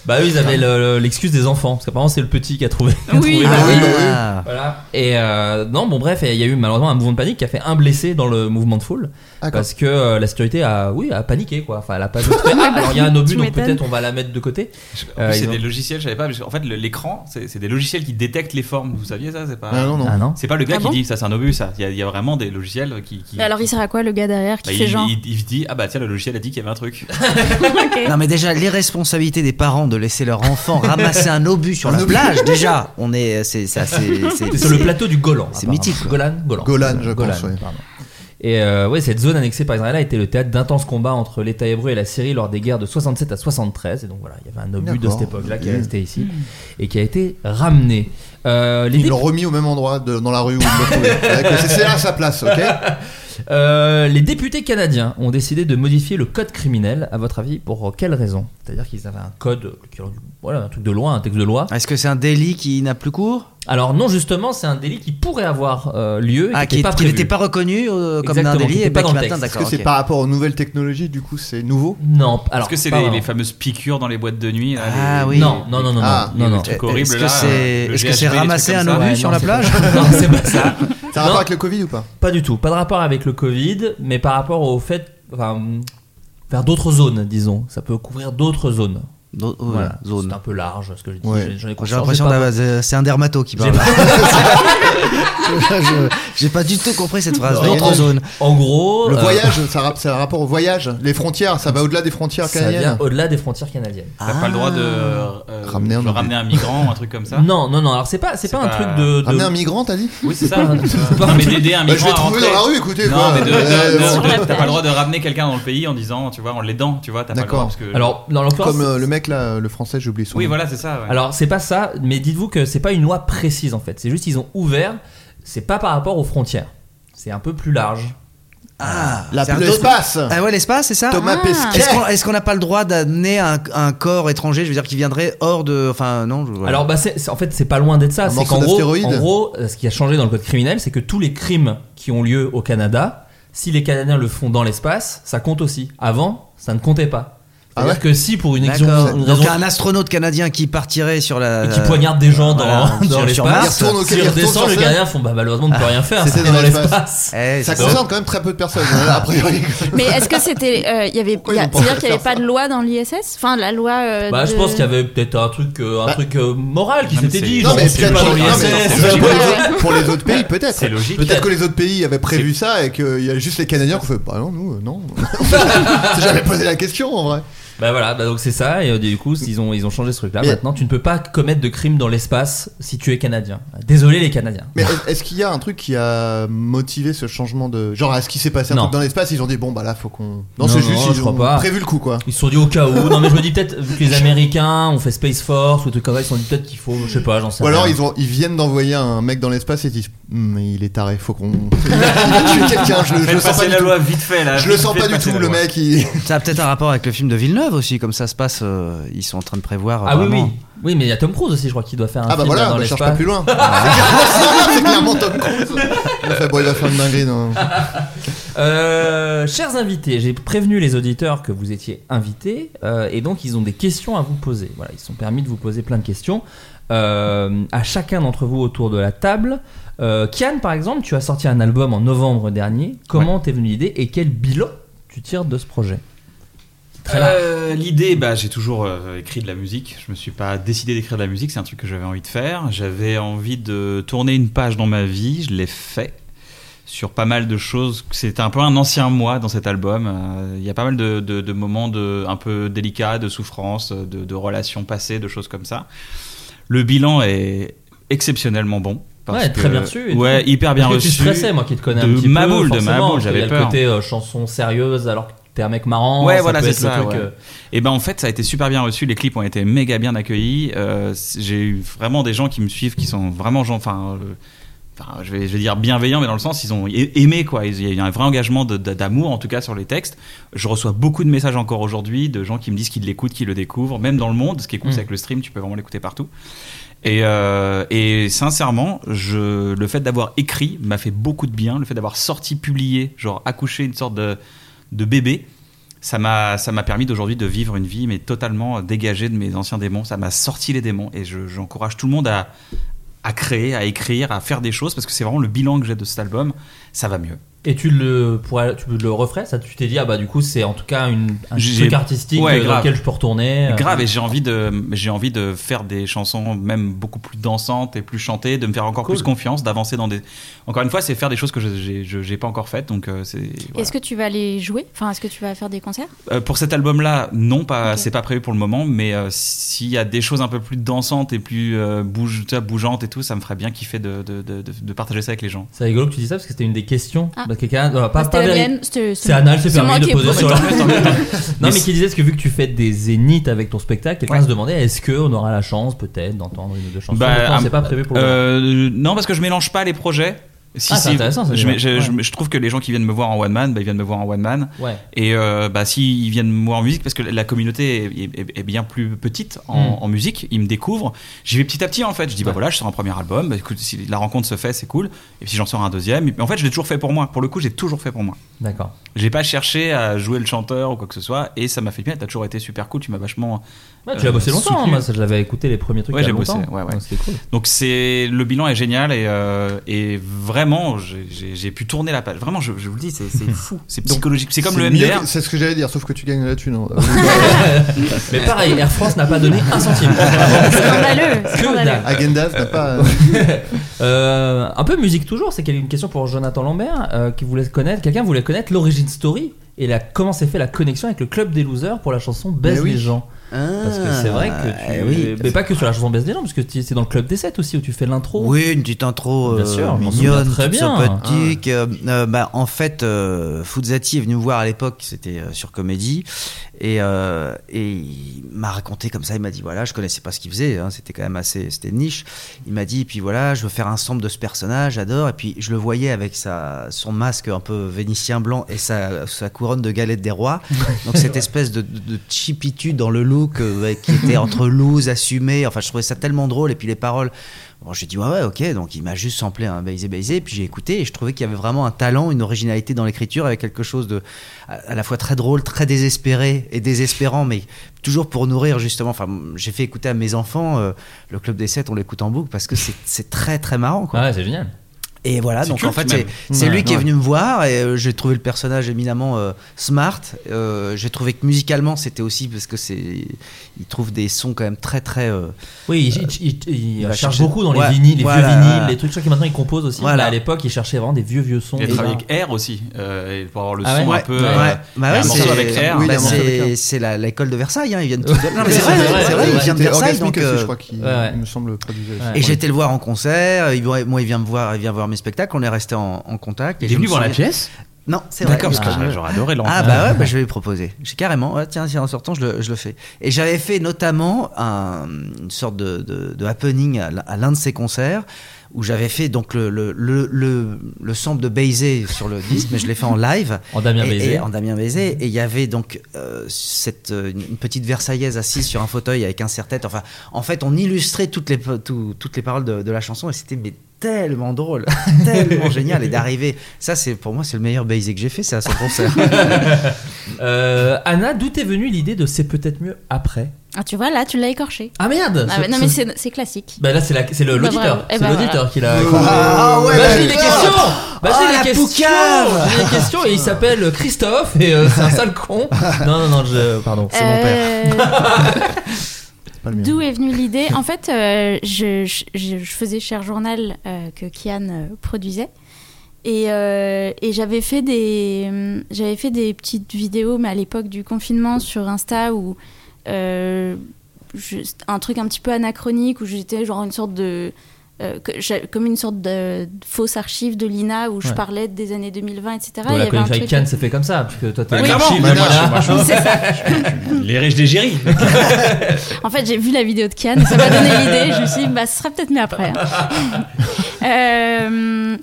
S7: Bah eux, ils avaient le- le- l'excuse des enfants, parce qu'apparemment c'est le petit qui a trouvé. qui a
S8: Oui,
S7: trouvé
S8: bah
S7: la-
S8: oui.
S1: Ah.
S7: Voilà. Et euh, non, bon bref, il y a eu malheureusement un mouvement de panique qui a fait un blessé dans le mouvement de foule,
S9: D'accord.
S7: parce que euh, la sécurité a, oui, a paniqué quoi. Enfin, elle a pas. juste fait, Ah, alors il y a un obus,
S8: Tu
S7: donc
S8: m'étonnes.
S7: peut-être on va la mettre de côté.
S6: En plus,
S7: Euh,
S6: c'est
S7: ils ont-
S6: des logiciels, je savais pas. parce que, En fait, le- l'écran, c'est c'est des logiciels qui détectent les formes. Vous saviez ça C'est pas.
S9: Ah non non.
S7: Ah non.
S6: C'est pas le gars
S8: Ah
S6: qui
S8: bon
S6: dit ça, c'est un obus. Ça, il y, a- il y a vraiment des logiciels qui. qui-
S8: Mais alors, il sert à quoi le gars derrière qui
S6: Bah,
S8: fait
S6: il,
S8: genre
S6: il- il se dit ah bah tiens le logiciel a dit qu'il y avait un truc.
S8: Ok.
S1: Non mais déjà l'irresponsabilité des parents de laisser leur enfant ramasser un obus sur
S9: Un
S1: la
S9: obus.
S1: plage déjà on est c'est ça c'est c'est-
S7: C'est sur le
S1: c'est-
S7: plateau du Golan.
S1: c'est
S7: apparemment.
S1: mythique, quoi.
S7: Golan, Golan. Euh,
S9: Golan, je
S7: Golan,
S9: pense, ouais.
S7: pardon. Et euh, ouais, cette zone annexée par Israël a été le théâtre d'intenses combats entre l'État hébreu et la Syrie lors des guerres de 67 à 73. Et donc voilà, il y avait un obus de
S9: D'accord.
S7: cette époque-là qui est
S9: Mmh.
S7: resté ici et qui a été ramené. Euh, les
S9: Ils
S7: dé-
S9: l'ont remis au même endroit de- dans la rue où ils l'ont trouvé. D'accord, c'est- C'est là sa place, ok
S7: Euh, les députés canadiens ont décidé de modifier le code criminel, à votre avis, pour quelle raison C'est-à-dire qu'ils avaient un code, euh, qui- voilà, un truc de loi, un texte de loi.
S1: Est-ce que c'est un délit qui n'a plus cours
S7: Alors non, justement, c'est un délit qui pourrait avoir euh, lieu, et
S1: Ah
S7: qui
S1: qui
S7: n'était pas
S1: qui
S7: prévu.
S1: n'était pas reconnu euh, comme un
S7: Exactement, qui
S1: délit
S7: était
S1: et
S7: pas
S1: pas
S7: dans
S1: qui
S7: le
S1: maintenant,
S7: texte.
S9: Est-ce que
S1: d'accord.
S9: c'est
S1: ok.
S9: par rapport aux nouvelles technologies, du coup, c'est nouveau
S7: Non, alors
S6: Est-ce que c'est
S7: pas
S6: les,
S7: vraiment.
S6: les fameuses piqûres dans les boîtes de nuit là,
S1: Ah
S6: les-
S1: oui.
S7: Non, non, non, non,
S9: Ah,
S7: non, non, non.
S6: trucs
S1: Est-ce
S6: horribles,
S1: que
S6: là, euh,
S1: c'est
S6: le
S1: est-ce que
S6: GHB,
S1: c'est
S6: les trucs
S1: ramasser
S6: comme
S1: un
S6: ça.
S1: obus
S7: Ouais,
S1: sur
S7: non,
S1: la
S7: c'est
S1: plage
S7: pas- Non, c'est pas ça.
S9: Ça a
S7: Non.
S9: rapport avec le Covid ou pas
S7: Pas du tout. Pas de rapport avec le Covid, mais par rapport au fait, enfin, vers d'autres zones, disons. Ça peut couvrir d'autres zones.
S1: Non, oh,
S7: Voilà. C'est
S1: zone
S7: un peu large, ce que je dis.
S9: Ouais.
S7: J'en- J'en ai conscience,
S1: j'ai l'impression
S7: j'ai pas-
S1: d'avoir euh, c'est un dermato qui
S7: j'ai
S1: parle. Je- J'ai pas du tout compris cette phrase.
S9: Non,
S1: D'autres
S9: non.
S1: zones.
S7: En gros,
S9: Le
S7: euh,
S9: voyage, ça a, ça a rapport au voyage. Les frontières, ça va au-delà des frontières
S7: ça vient
S9: canadiennes.
S7: au-delà des frontières canadiennes.
S8: Ah.
S6: T'as pas le droit de euh,
S9: Ramener un
S6: de ramener un migrant, un truc comme
S1: Ah.
S6: ça.
S7: Non, non, non. Alors c'est pas, c'est
S6: C'est
S7: pas,
S6: pas-
S7: un truc de. de-
S9: Ramener un migrant, t'as dit
S6: Oui c'est ça.
S7: pas- c'est pas-
S6: non mais d'aider un
S9: Bah, Je
S6: migrant
S9: l'ai
S6: à
S9: trouvé
S6: rentrer.
S9: dans la rue, écoutez.
S6: Non
S9: quoi.
S6: mais de- de-
S9: Euh,
S6: de-
S8: sur la
S6: de- t'as pas
S8: plage.
S6: le droit de ramener quelqu'un dans le pays en disant tu vois en l'aidant tu vois t'as pas le droit
S9: D'accord.
S6: parce que
S7: Alors dans l'occurrence,
S9: Comme euh, le mec mec là, le français, j'ai oublié son nom.
S7: Alors c'est pas ça, mais dites-vous que c'est pas une loi précise en fait. C'est juste ils ont ouvert. C'est pas par rapport aux frontières. C'est un peu plus large.
S1: Ah,
S9: La-
S1: c'est un
S9: l'espace.
S1: autre- Ah ouais, l'espace, c'est ça
S9: Thomas Ah. Pesquet.
S1: Est-ce qu'on est-ce qu'on n'a pas le droit d'amener un, un corps étranger, je veux dire, qui viendrait hors de. Enfin, non. je- voilà.
S7: Alors bah c'est, c'est- en fait c'est pas loin d'être ça.
S1: Un
S7: c'est
S1: morceau
S7: qu'en gros,
S1: d'astéroïde.
S7: en gros, euh, ce qui a changé dans le code criminel, c'est que tous les crimes qui ont lieu au Canada, si les Canadiens le font dans l'espace, ça compte aussi. Avant, ça ne comptait pas.
S1: Ah
S7: C'est-à-dire
S1: ouais
S7: que si pour une,
S1: D'accord.
S7: action, une
S1: Donc,
S7: raison-
S1: un astronaute canadien qui partirait sur la.
S7: et qui poignarde des gens dans,
S1: Voilà,
S7: dans
S1: sur- sur Mars.
S7: l'espace, si on descend, les Canadiens font bah malheureusement on ne peut rien faire.
S1: C'était
S7: C'était
S1: dans
S7: dans
S1: l'espace.
S7: l'espace.
S1: Eh,
S9: Ça
S7: Donc-
S9: concerne quand même très peu de personnes, hein, a priori.
S8: Mais est-ce que c'était. euh, il y avait, il y a-
S7: ils ont
S8: C'est-à-dire
S7: pensé
S8: qu'il n'y avait
S7: faire
S8: pas de loi dans l'ISS Enfin, la loi. euh,
S7: Bah, je
S8: de-
S7: pense qu'il y avait peut-être un truc, euh, un
S1: Bah,
S7: truc euh, moral qui s'était dit.
S9: Non,
S7: genre,
S9: mais
S7: on suit
S9: peut-être
S7: pas dans
S9: pour, non,
S7: l'ISS,
S9: mais
S7: c'est
S9: pour les
S7: logique.
S9: autres- pour les autres pays, peut-être.
S7: C'est logique.
S9: Peut-être que les autres pays avaient prévu ça et qu'il y a juste les Canadiens qui ont fait Bah non, nous, euh, non. On s'est jamais posé la question en vrai.
S7: Bah voilà, bah donc c'est ça, et euh, du coup, ils ont, ils ont changé ce truc-là.
S9: Mais-
S7: Maintenant, tu ne peux pas commettre de crime dans l'espace si tu es canadien. Désolé, les Canadiens.
S9: Mais est- est-ce qu'il y a un truc qui a motivé ce changement de. Genre, est-ce qu'il s'est passé un
S7: Non.
S9: truc dans l'espace Ils ont dit Bon, bah là, faut qu'on. Non, c'est juste,
S7: je
S9: ils
S7: crois
S9: ont
S7: pas.
S9: prévu le coup quoi.
S7: Ils se sont dit au cas où. Non, mais je me dis peut-être, vu que les Américains ont fait Space Force ou des trucs comme ça, ils se sont dit peut-être qu'il faut, je sais pas, j'en sais
S9: Ou alors
S7: rien.
S9: ils, ont, ils viennent d'envoyer un mec dans l'espace et ils disent Hum, mais il est taré, faut qu'on. Il va tuer quelqu'un, je, le- je
S6: Faites
S9: le sens
S6: passer
S9: pas
S6: la
S9: du
S6: loi
S9: tout.
S6: vite fait, là.
S9: Je le
S6: Vite
S9: sens
S6: fait
S9: pas du
S6: passer
S9: tout,
S6: la
S9: le
S6: loi.
S9: mec il.
S1: Ça a peut-être un rapport avec le film de Villeneuve aussi, comme ça se passe. euh, ils sont en train de prévoir. euh,
S7: Ah oui,
S1: vraiment.
S7: oui. Oui, mais il y a Tom Cruise aussi, je crois, qui doit faire un
S9: Ah bah
S7: film
S9: voilà,
S7: dans
S9: ne
S7: l'espace.
S9: cherche pas plus loin. C'est clairement Tom Cruise. Il a fait, bon, Ah. il va faire une dinguerie. Non.
S7: Euh, chers invités, j'ai prévenu les auditeurs que vous étiez invités euh, et donc ils ont des questions à vous poser. Voilà, ils se sont permis de vous poser plein de questions euh, à chacun d'entre vous autour de la table. Euh, Kian, par exemple, tu as sorti un album en novembre dernier. Comment t'es venue l'idée et quel bilan tu tires de ce projet
S6: Euh, L'idée, bah, j'ai toujours euh, écrit de la musique. Je me suis pas décidé d'écrire de la musique. C'est un truc que j'avais envie de faire. J'avais envie de tourner une page dans ma vie. Je l'ai fait sur pas mal de choses. C'était un peu un ancien moi dans cet album. Euh, Il y a pas mal de, de- de moments de, un peu délicats, de souffrances, de, de relations passées, de choses comme ça. Le bilan est exceptionnellement bon. parce
S7: Ouais, très
S6: que-
S7: bien reçu. et
S6: Ouais,
S7: tout.
S6: hyper bien
S7: Parce que
S6: reçu.
S7: Tu stressais, moi qui te connais
S6: de
S7: un petit
S6: ma
S7: peu.
S6: boule, de ma
S7: forcément,
S6: boule,
S7: parce qu'il y
S6: j'avais
S7: a
S6: peur.
S7: le côté euh, chanson sérieuse alors que t'es un mec marrant.
S6: Ouais,
S7: ça
S6: voilà,
S7: peut
S6: c'est
S7: être le
S6: ça.
S7: truc,
S6: ouais.
S7: euh,
S6: Et ben en fait, ça a été super bien reçu. Les clips ont été méga bien accueillis. Euh, c- j'ai eu vraiment des gens qui me suivent, qui sont vraiment gens. Enfin, euh, enfin, je, vais, je vais dire bienveillants, mais dans le sens, ils ont a- aimé quoi. Ils- Il y a eu un vrai engagement de- de- d'amour, en tout cas sur les textes. Je reçois beaucoup de messages encore aujourd'hui de gens qui me disent qu'ils l'écoutent, qu'ils le découvrent, même dans le monde. Ce qui est cool,
S7: Mm.
S6: c'est avec le stream, tu peux vraiment l'écouter partout. Et, euh, et sincèrement, je, le fait d'avoir écrit m'a fait beaucoup de bien. Le fait d'avoir sorti, publié, genre accouché une sorte de, de bébé, ça m'a, ça m'a permis d'aujourd'hui de vivre une vie mais totalement dégagée de mes anciens démons. Ça m'a sorti les démons et je- j'encourage tout le monde à, à créer, à écrire, à faire des choses parce que c'est vraiment le bilan que j'ai de cet album. Ça va mieux.
S7: Et tu le pourrais, tu le referais ça Tu t'es dit ah bah du coup c'est en tout cas une, un
S6: J'ai-
S7: truc artistique
S6: ouais,
S7: dans
S6: grave.
S7: lequel je peux retourner. euh,
S6: Grave, et j'ai envie de, j'ai envie de faire des chansons même beaucoup plus dansantes et plus chantées, de me faire encore
S8: Cool.
S6: plus confiance, d'avancer dans des. Encore une fois, c'est faire des choses que je- j'ai, je- j'ai pas encore faites, donc euh, c'est. voilà.
S8: Est-ce que tu vas les jouer Enfin, est-ce que tu vas faire des concerts
S6: Euh, pour cet album-là, non, pas, c'est pas prévu pour le moment, mais euh, s'il y a des choses un peu plus dansantes et plus euh, bouge- tu vois, bougeantes et tout, ça me ferait bien kiffer de, de, de- de- de partager ça avec les gens.
S7: C'est rigolo que tu dis ça parce que c'était une des questions.
S8: Ah.
S7: Bah, quelqu'un, non, pas,
S8: C'était
S7: pas
S8: la
S7: Véri-
S8: mienne, c'était-
S7: c'est Anna, elle s'est
S8: c'est
S7: permis
S8: moi
S7: de
S8: qui ai
S7: poser
S8: posé.
S7: sur la
S8: Tant mieux, tant mieux, tant mieux.
S7: Non, mais
S6: Mais
S7: qui disait parce que vu que tu fais des zéniths avec ton spectacle, quelqu'un se demandait est-ce qu'on aura la chance peut-être d'entendre une ou deux chansons
S6: Bah,
S7: Pourtant,
S6: un-
S7: C'est pas prévu pour le moment.
S6: euh, Non, parce que je mélange pas les projets. Si,
S7: Ah, c'est
S6: si,
S7: intéressant, ça,
S6: je,
S7: déjà.
S6: je- je-
S7: Ouais.
S6: je trouve que les gens qui viennent me voir en one man, bah, ils viennent me voir en one man.
S7: Ouais.
S6: Et euh, bah, s'ils viennent me voir en musique, parce que la communauté est, est- est bien plus petite en,
S7: Mm.
S6: en musique, ils me découvrent. J'y vais petit à petit en fait. Je dis bah voilà, je sors un premier album. Bah, écoute, si la rencontre se fait, c'est cool. Et puis j'en sors un deuxième. Mais en fait, je l'ai toujours fait pour moi. Pour le coup, j'ai toujours fait pour moi.
S7: D'accord.
S6: J'ai pas cherché à jouer le chanteur ou quoi que ce soit. Et ça m'a fait bien. T'as toujours été super cool. Tu m'as vachement.
S7: Ouais, tu l'as
S6: euh,
S7: bossé longtemps. hein,
S6: soutenu.
S7: Moi, ça, je l'avais écouté les premiers trucs.
S6: Ouais,
S7: il y a
S6: j'ai bossé,
S7: longtemps.
S6: ouais, ouais.
S7: Donc, C'était cool.
S6: Donc c'est le bilan est génial et, euh, et vraiment j'ai- j'ai j'ai pu tourner la page. Vraiment, je, je vous le dis, c'est c'est fou, c'est psychologique. C'est comme le
S9: mieux
S6: MDR.
S9: que- C'est ce que j'allais dire, sauf que tu gagnes là-dessus, non
S7: Mais pareil, Air France n'a pas donné un centime.
S9: Scandaleux,
S7: Que dalle.
S9: Agendas n'a pas.
S7: Euh, un peu musique toujours, c'est qu'il y a une question pour Jonathan Lambert euh, qui voulait connaître. Quelqu'un voulait connaître l'origine story et la, comment s'est fait la connexion avec le club des losers pour la chanson Baise
S9: Mais oui.
S7: les gens. Parce que c'est vrai que tu.
S1: eh oui.
S7: Mais pas que sur la chanson Baisse des gens, parce que tu- c'est dans le club des 7 aussi où tu fais l'intro.
S1: Oui, une petite intro
S7: Bien
S1: euh,
S7: sûr, je m'en souviens
S1: mignonne,
S7: très
S1: toute
S7: bien. hein.
S1: sympathique. Euh, euh, bah, en fait, euh, Fuzzati est venu me voir à l'époque, c'était euh, sur Comédie, et, euh, et il m'a raconté comme ça. Il m'a dit voilà, je connaissais pas ce qu'il faisait, hein, c'était quand même assez, c'était niche. Il m'a dit et puis voilà, je veux faire un sample de ce personnage, j'adore. Et puis je le voyais avec sa, son masque un peu vénitien blanc et sa, sa couronne de galette des rois. Donc cette espèce de, de, de chipitude dans le look euh, ouais, qui était entre loose, assumé. Enfin, je trouvais ça tellement drôle. Et puis les paroles. Bon, j'ai dit ouais, ouais, ok, donc il m'a juste samplé un baiser, baiser, puis j'ai écouté et je trouvais qu'il y avait vraiment un talent, une originalité dans l'écriture avec quelque chose de à, à la fois très drôle, très désespéré et désespérant, mais toujours pour nourrir justement. Enfin, j'ai fait écouter à mes enfants euh, le Club des 7, on l'écoute en boucle parce que c'est- c'est très très marrant quoi.
S7: Ah ouais, c'est génial.
S1: Et voilà,
S6: Ah,
S7: C'est
S1: donc
S7: culte,
S1: en fait,
S7: même.
S1: c'est c'est
S7: Ouais,
S1: lui qui est
S7: ouais.
S1: venu me voir et euh, j'ai trouvé le personnage éminemment euh, smart. Euh, j'ai trouvé que musicalement, c'était aussi parce que c'est. Il trouve des sons quand même très très. euh,
S7: Oui, il,
S1: euh,
S7: il- il- il
S1: va
S7: cherche
S1: chercher-
S7: beaucoup dans
S1: Ouais,
S7: les vinyles, les
S1: voilà.
S7: vieux vinyles, les trucs ça, qui maintenant ils composent aussi.
S1: Voilà.
S7: Mais à l'époque, ils cherchaient vraiment des vieux vieux sons.
S6: Il a
S7: des-
S6: travaillé avec R aussi, euh, et pour avoir le
S7: Ah
S6: son
S7: ouais.
S6: un peu.
S7: Ouais.
S6: euh,
S7: Ouais.
S1: Bah
S6: un
S1: ouais,
S6: morceau
S1: c'est-
S6: avec R.
S1: bah,
S6: un morceau
S1: c'est-
S6: avec R.
S1: c'est la- l'école de Versailles, hein, ils viennent tous de- Non, mais c'est
S9: C'est
S1: vrai,
S9: vrai,
S1: c'est
S9: ouais,
S1: vrai, ils
S9: ouais.
S1: viennent de
S9: C'était
S1: Versailles.
S9: Orgasmic
S1: Donc,
S9: aussi,
S1: euh,
S9: je crois qu'il- il me semble, produisait ça.
S1: Et
S9: Ouais.
S1: j'ai été le voir en concert, il- moi il vient me voir, il vient voir mes spectacles, on est resté en, en contact. et
S6: Il est
S1: je
S6: venu
S1: me
S6: voir la
S1: souviens-
S6: pièce
S1: Non, c'est vrai.
S6: D'accord, parce que
S1: Ah.
S6: j'aurais- j'aurais adoré le
S1: Ah
S6: rencontrer.
S1: bah ouais, bah, je vais lui proposer. J'ai carrément, ouais, tiens, tiens, en sortant, je le, je le fais. Et j'avais fait notamment un- une sorte de, de- de happening à, l- à l'un de ses concerts où j'avais fait donc le, le, le, le, le sample de Baiser sur le disque, mais je l'ai fait en live.
S7: En Damien
S1: Et- et
S7: Baiser.
S1: en Damien Baiser. Et il y avait donc euh, cette, euh, une petite Versaillaise assise sur un fauteuil avec un serre-tête. Enfin, en fait, on illustrait toutes les, tout- toutes les paroles de, de la chanson et c'était mais, tellement drôle, tellement génial. Et d'arriver, ça, c'est pour moi, c'est le meilleur Baiser que j'ai fait, c'est à son concert.
S7: Euh, Anna, d'où t'es venue l'idée de c'est peut-être mieux après
S8: Ah, tu vois, là, tu l'as écorché.
S7: Ah merde
S8: Ah ouais, Non, mais c'est c'est classique.
S7: Bah là, c'est la- c'est le-
S8: Bah,
S7: l'auditeur.
S8: bravo. Eh
S7: c'est
S8: bah,
S7: l'auditeur
S8: voilà.
S7: qui l'a.
S8: Ah ouais,
S7: Bah,
S8: la
S7: j'ai des
S8: peur.
S7: questions Bah, j'ai
S8: Oh,
S7: des
S8: la
S7: questions
S8: poucave
S7: J'ai des questions et il s'appelle Christophe et euh, c'est un sale con. Non, non, non, je. Pardon.
S8: C'est mon père.
S7: c'est pas le
S8: D'où est venue l'idée En fait, euh, je, je- je- je faisais Cher Journal euh, que Kian euh, produisait. Et, euh, et j'avais fait, des, hum, j'avais fait des petites vidéos, mais à l'époque du confinement, sur Insta, où euh, je- un truc un petit peu anachronique, où j'étais genre une sorte de. euh, que- j'ai- comme une sorte de, de fausse archive de l'INA où je
S7: Ouais.
S8: parlais des années 2020, etc.
S7: Bon,
S8: Il y
S7: la
S8: avait un
S7: connexion
S8: truc...
S7: avec Cannes, c'est fait comme ça, puisque toi, t'es
S6: Bah, clairement,
S7: Archive,
S6: bah, moi,
S7: voilà.
S6: je- moi, je-
S8: C'est ça.
S6: Les riches d'Égérie.
S8: En fait, j'ai vu la vidéo de Cannes, ça m'a donné l'idée. Je me suis dit, bah, ce sera peut-être mieux après. hein. Euh,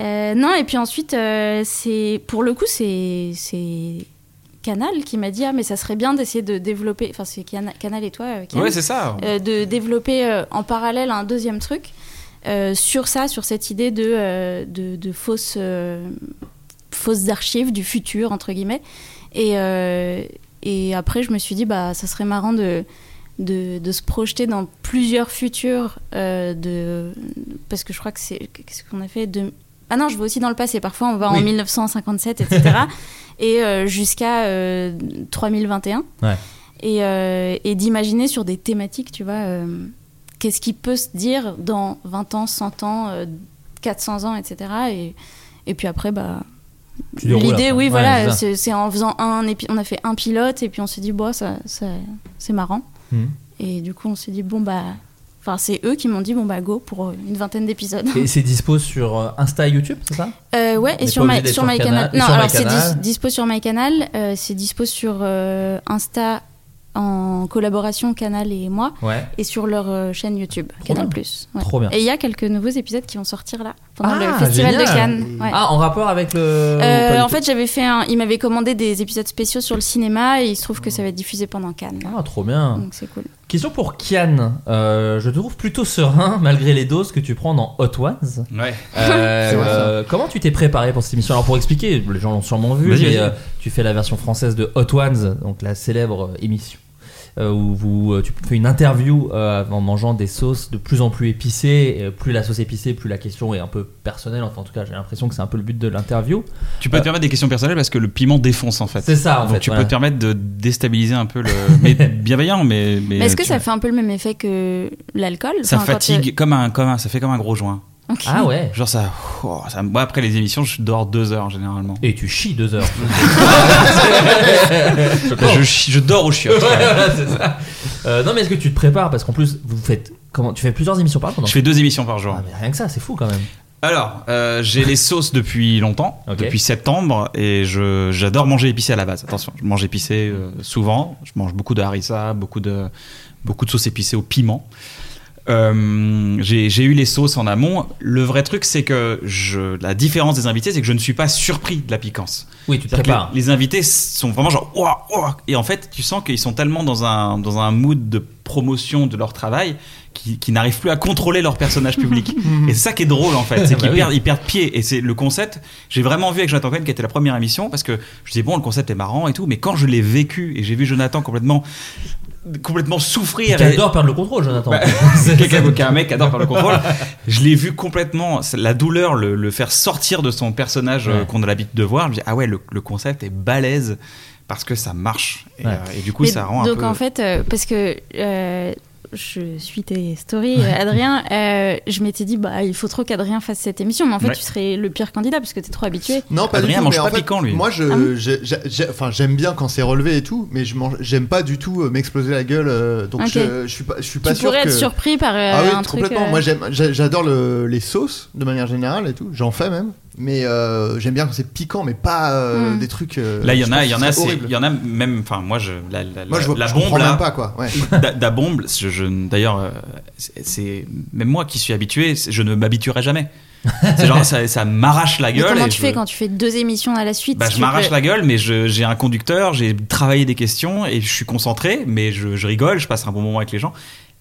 S8: euh, non, et puis ensuite, euh, c'est pour le coup, c'est c'est Canal qui m'a dit, ah, mais ça serait bien d'essayer de développer. Enfin, c'est Cana- Canal et toi, euh, Cannes.
S6: Ouais, c'est ça.
S8: Euh, de développer euh, en parallèle un deuxième truc euh, sur ça, sur cette idée de, euh, de, de fausses, euh, fausses archives du futur, entre guillemets. Et, euh, et après, je me suis dit, bah, ça serait marrant de, de, de se projeter dans plusieurs futurs. euh, de, parce que je crois que c'est. Qu'est-ce qu'on a fait de... Ah non, je vais aussi dans le passé. Parfois, on va en
S15: Oui.
S8: 1957, etc. et euh, jusqu'à euh, 3021
S15: Ouais.
S8: et, euh, et d'imaginer sur des thématiques, tu vois, euh, qu'est-ce qui peut se dire dans 20 ans, 100 ans, euh, 400 ans, etc. Et, et puis après, bah.
S15: Tu déroules
S8: L'idée,
S15: après.
S8: oui,
S15: Ouais, c'est
S8: voilà,
S15: ça.
S8: c'est c'est en faisant un épi- on a fait un pilote et puis on s'est dit, bon, ça, ça- c'est marrant.
S15: Hmm.
S7: Mhm.
S8: Et du coup, on s'est dit, bon, bah, enfin, c'est eux qui m'ont dit, bon, bah, go pour euh, une vingtaine d'épisodes.
S7: Et c'est dispo sur euh, Insta et YouTube, c'est ça
S8: Euh, ouais,
S7: On
S8: et
S7: est
S8: sur,
S7: pas
S8: my,
S7: obligé d'être
S8: sur
S7: sur Canal-
S8: MyCanal. Non,
S7: sur
S8: alors c'est
S7: MyCanal.
S8: dis- dispo sur MyCanal, euh, c'est dispo sur euh, Insta en collaboration Canal et moi,
S7: Ouais.
S8: et sur leur euh, chaîne YouTube, Canal+. ouais.
S7: Trop bien.
S8: Et il y a quelques nouveaux épisodes qui vont sortir là, pendant le
S7: Ah,
S8: Festival
S7: génial.
S8: de Cannes. ouais.
S7: Ah, en rapport avec le.
S8: Euh,
S7: ou pas du
S8: en
S7: tout
S8: fait, j'avais fait un... Ils m'avaient commandé des épisodes spéciaux sur le cinéma, et il se trouve que ça va être diffusé pendant Cannes.
S7: Ah, trop bien.
S8: Donc c'est cool.
S7: Question pour Kian. Euh, je te trouve plutôt serein malgré les doses que tu prends dans Hot Ones.
S6: Ouais.
S7: Euh,
S6: C'est vrai, ça.
S7: euh, comment tu t'es préparé pour cette émission Alors pour expliquer, les gens l'ont sûrement vu,
S6: Vas-y,
S7: mais
S6: vas-y.
S7: euh, tu fais la version française de Hot Ones, donc la célèbre euh, émission. euh, où vous, euh, tu fais une interview euh, en mangeant des sauces de plus en plus épicées. Et euh, plus la sauce épicée, plus la question est un peu personnelle. Enfin, en tout cas, j'ai l'impression que c'est un peu le but de l'interview.
S6: Tu peux te permettre des questions personnelles parce que le piment défonce en fait.
S7: C'est ça, en
S6: Donc
S7: fait,
S6: tu
S7: voilà.
S6: peux te permettre de déstabiliser un peu le. Mais bienveillant, mais.
S8: Mais est-ce que
S6: tu-
S8: ça fait un peu le même effet que l'alcool
S6: ça
S8: Enfin, quand, euh,
S6: fatigue comme un, comme un- ça fait comme un gros joint.
S8: Ok.
S7: Ah ouais.
S6: Genre ça, oh, ça- Moi, après les émissions, je dors deux heures généralement.
S7: Et tu chies deux heures. Oh.
S6: je, chie- je dors au chiottes.
S7: Ouais, voilà, c'est ça. Euh, non, mais est-ce que tu te prépares Parce qu'en plus, vous faites. Comment, tu fais plusieurs émissions par jour Ah,
S6: Je fais deux émissions par jour.
S7: Rien que ça, c'est fou quand même.
S6: Alors, euh, j'ai les sauces depuis longtemps,
S7: Ok.
S6: depuis septembre, et je- j'adore manger épicé à la base. Attention, je mange épicé euh, souvent. Je mange beaucoup de harissa, beaucoup de, beaucoup de sauces épicées au piment. Euh, j'ai j'ai eu les sauces en amont. Le vrai truc, c'est que je, la différence des invités, c'est que je ne suis pas surpris de la piquance.
S7: Oui, tu te
S6: C'est-à-dire que
S7: prépares.
S6: Les, les invités sont vraiment genre ouah, ouah. et en fait tu sens qu'ils sont tellement dans un dans un mood de promotion de leur travail qu'ils qu'ils n'arrivent plus à contrôler leur personnage public. et c'est ça qui est drôle en fait, c'est
S7: Mhm. Bah
S6: qu'ils
S7: oui.
S6: perdent ils perdent pied et c'est le concept. J'ai vraiment vu avec Jonathan Cohen qui était la première émission parce que je disais bon le concept est marrant et tout, mais quand je l'ai vécu et j'ai vu Jonathan complètement complètement souffrir.
S7: Tu
S6: et-
S7: adores perdre le contrôle, Jonathan.
S6: bah, c'est quelqu'un qui est un mec qui adore faire le contrôle. Je l'ai vu complètement, c'est la douleur, le, le faire sortir de son personnage euh,
S7: Ouais.
S6: qu'on a l'habitude de voir. Je me dis, ah ouais, le, le concept est balèze parce que ça marche. Et,
S7: Ouais.
S6: euh, et du coup,
S8: Mais
S6: ça rend
S8: donc
S6: un peu.
S8: en fait, euh, parce que euh, je suis tes stories, euh, Adrien, euh, je m'étais dit, bah, il faut trop qu'Adrien fasse cette émission, mais en fait,
S6: Ouais.
S8: tu serais le pire candidat parce que t'es trop habitué.
S9: Non, pas
S6: Adrien
S9: du tout.
S6: mange
S9: mais en
S6: pas
S9: fait,
S6: piquant, lui.
S9: Moi, je,
S8: Ah bon
S9: j'ai- j'ai- j'ai- enfin, j'aime bien quand c'est relevé et tout, mais je mange- j'aime pas du tout euh, m'exploser la gueule. euh, donc,
S8: Ok.
S9: je, je suis pas, je suis pas
S8: tu
S9: sûr
S8: pourrais
S9: que-
S8: être surpris par euh,
S9: ah oui,
S8: un truc.
S9: complètement.
S8: euh,
S9: Moi, j'aime- j'a- j'adore le- les sauces de manière générale et tout. J'en fais même, mais euh, j'aime bien quand c'est piquant, mais pas euh,
S8: Mm.
S9: des trucs. euh,
S6: Là, il y
S9: je
S6: en a,
S9: pense
S6: il y en
S9: que
S6: a,
S9: c'est
S6: c'est-
S9: horrible.
S6: il y en a même. Enfin, moi, je la, la,
S9: Moi, je vois-
S6: la
S9: je
S6: bombe
S9: comprends
S6: là.
S9: même pas, quoi. Ouais.
S6: Da- da bombe. je- je- D'ailleurs, euh, c'est- c'est même moi qui suis habitué, c'est- je ne m'habituerai jamais. C'est genre ça, ça m'arrache la
S8: mais
S6: gueule.
S8: comment
S6: et
S8: tu
S6: je-
S8: fais quand tu fais deux émissions à la suite
S6: Bah, je
S8: tu
S6: m'arrache
S8: peux-
S6: la gueule, mais je- j'ai un conducteur, j'ai travaillé des questions et je suis concentré, mais je, je rigole, je passe un bon moment avec les gens.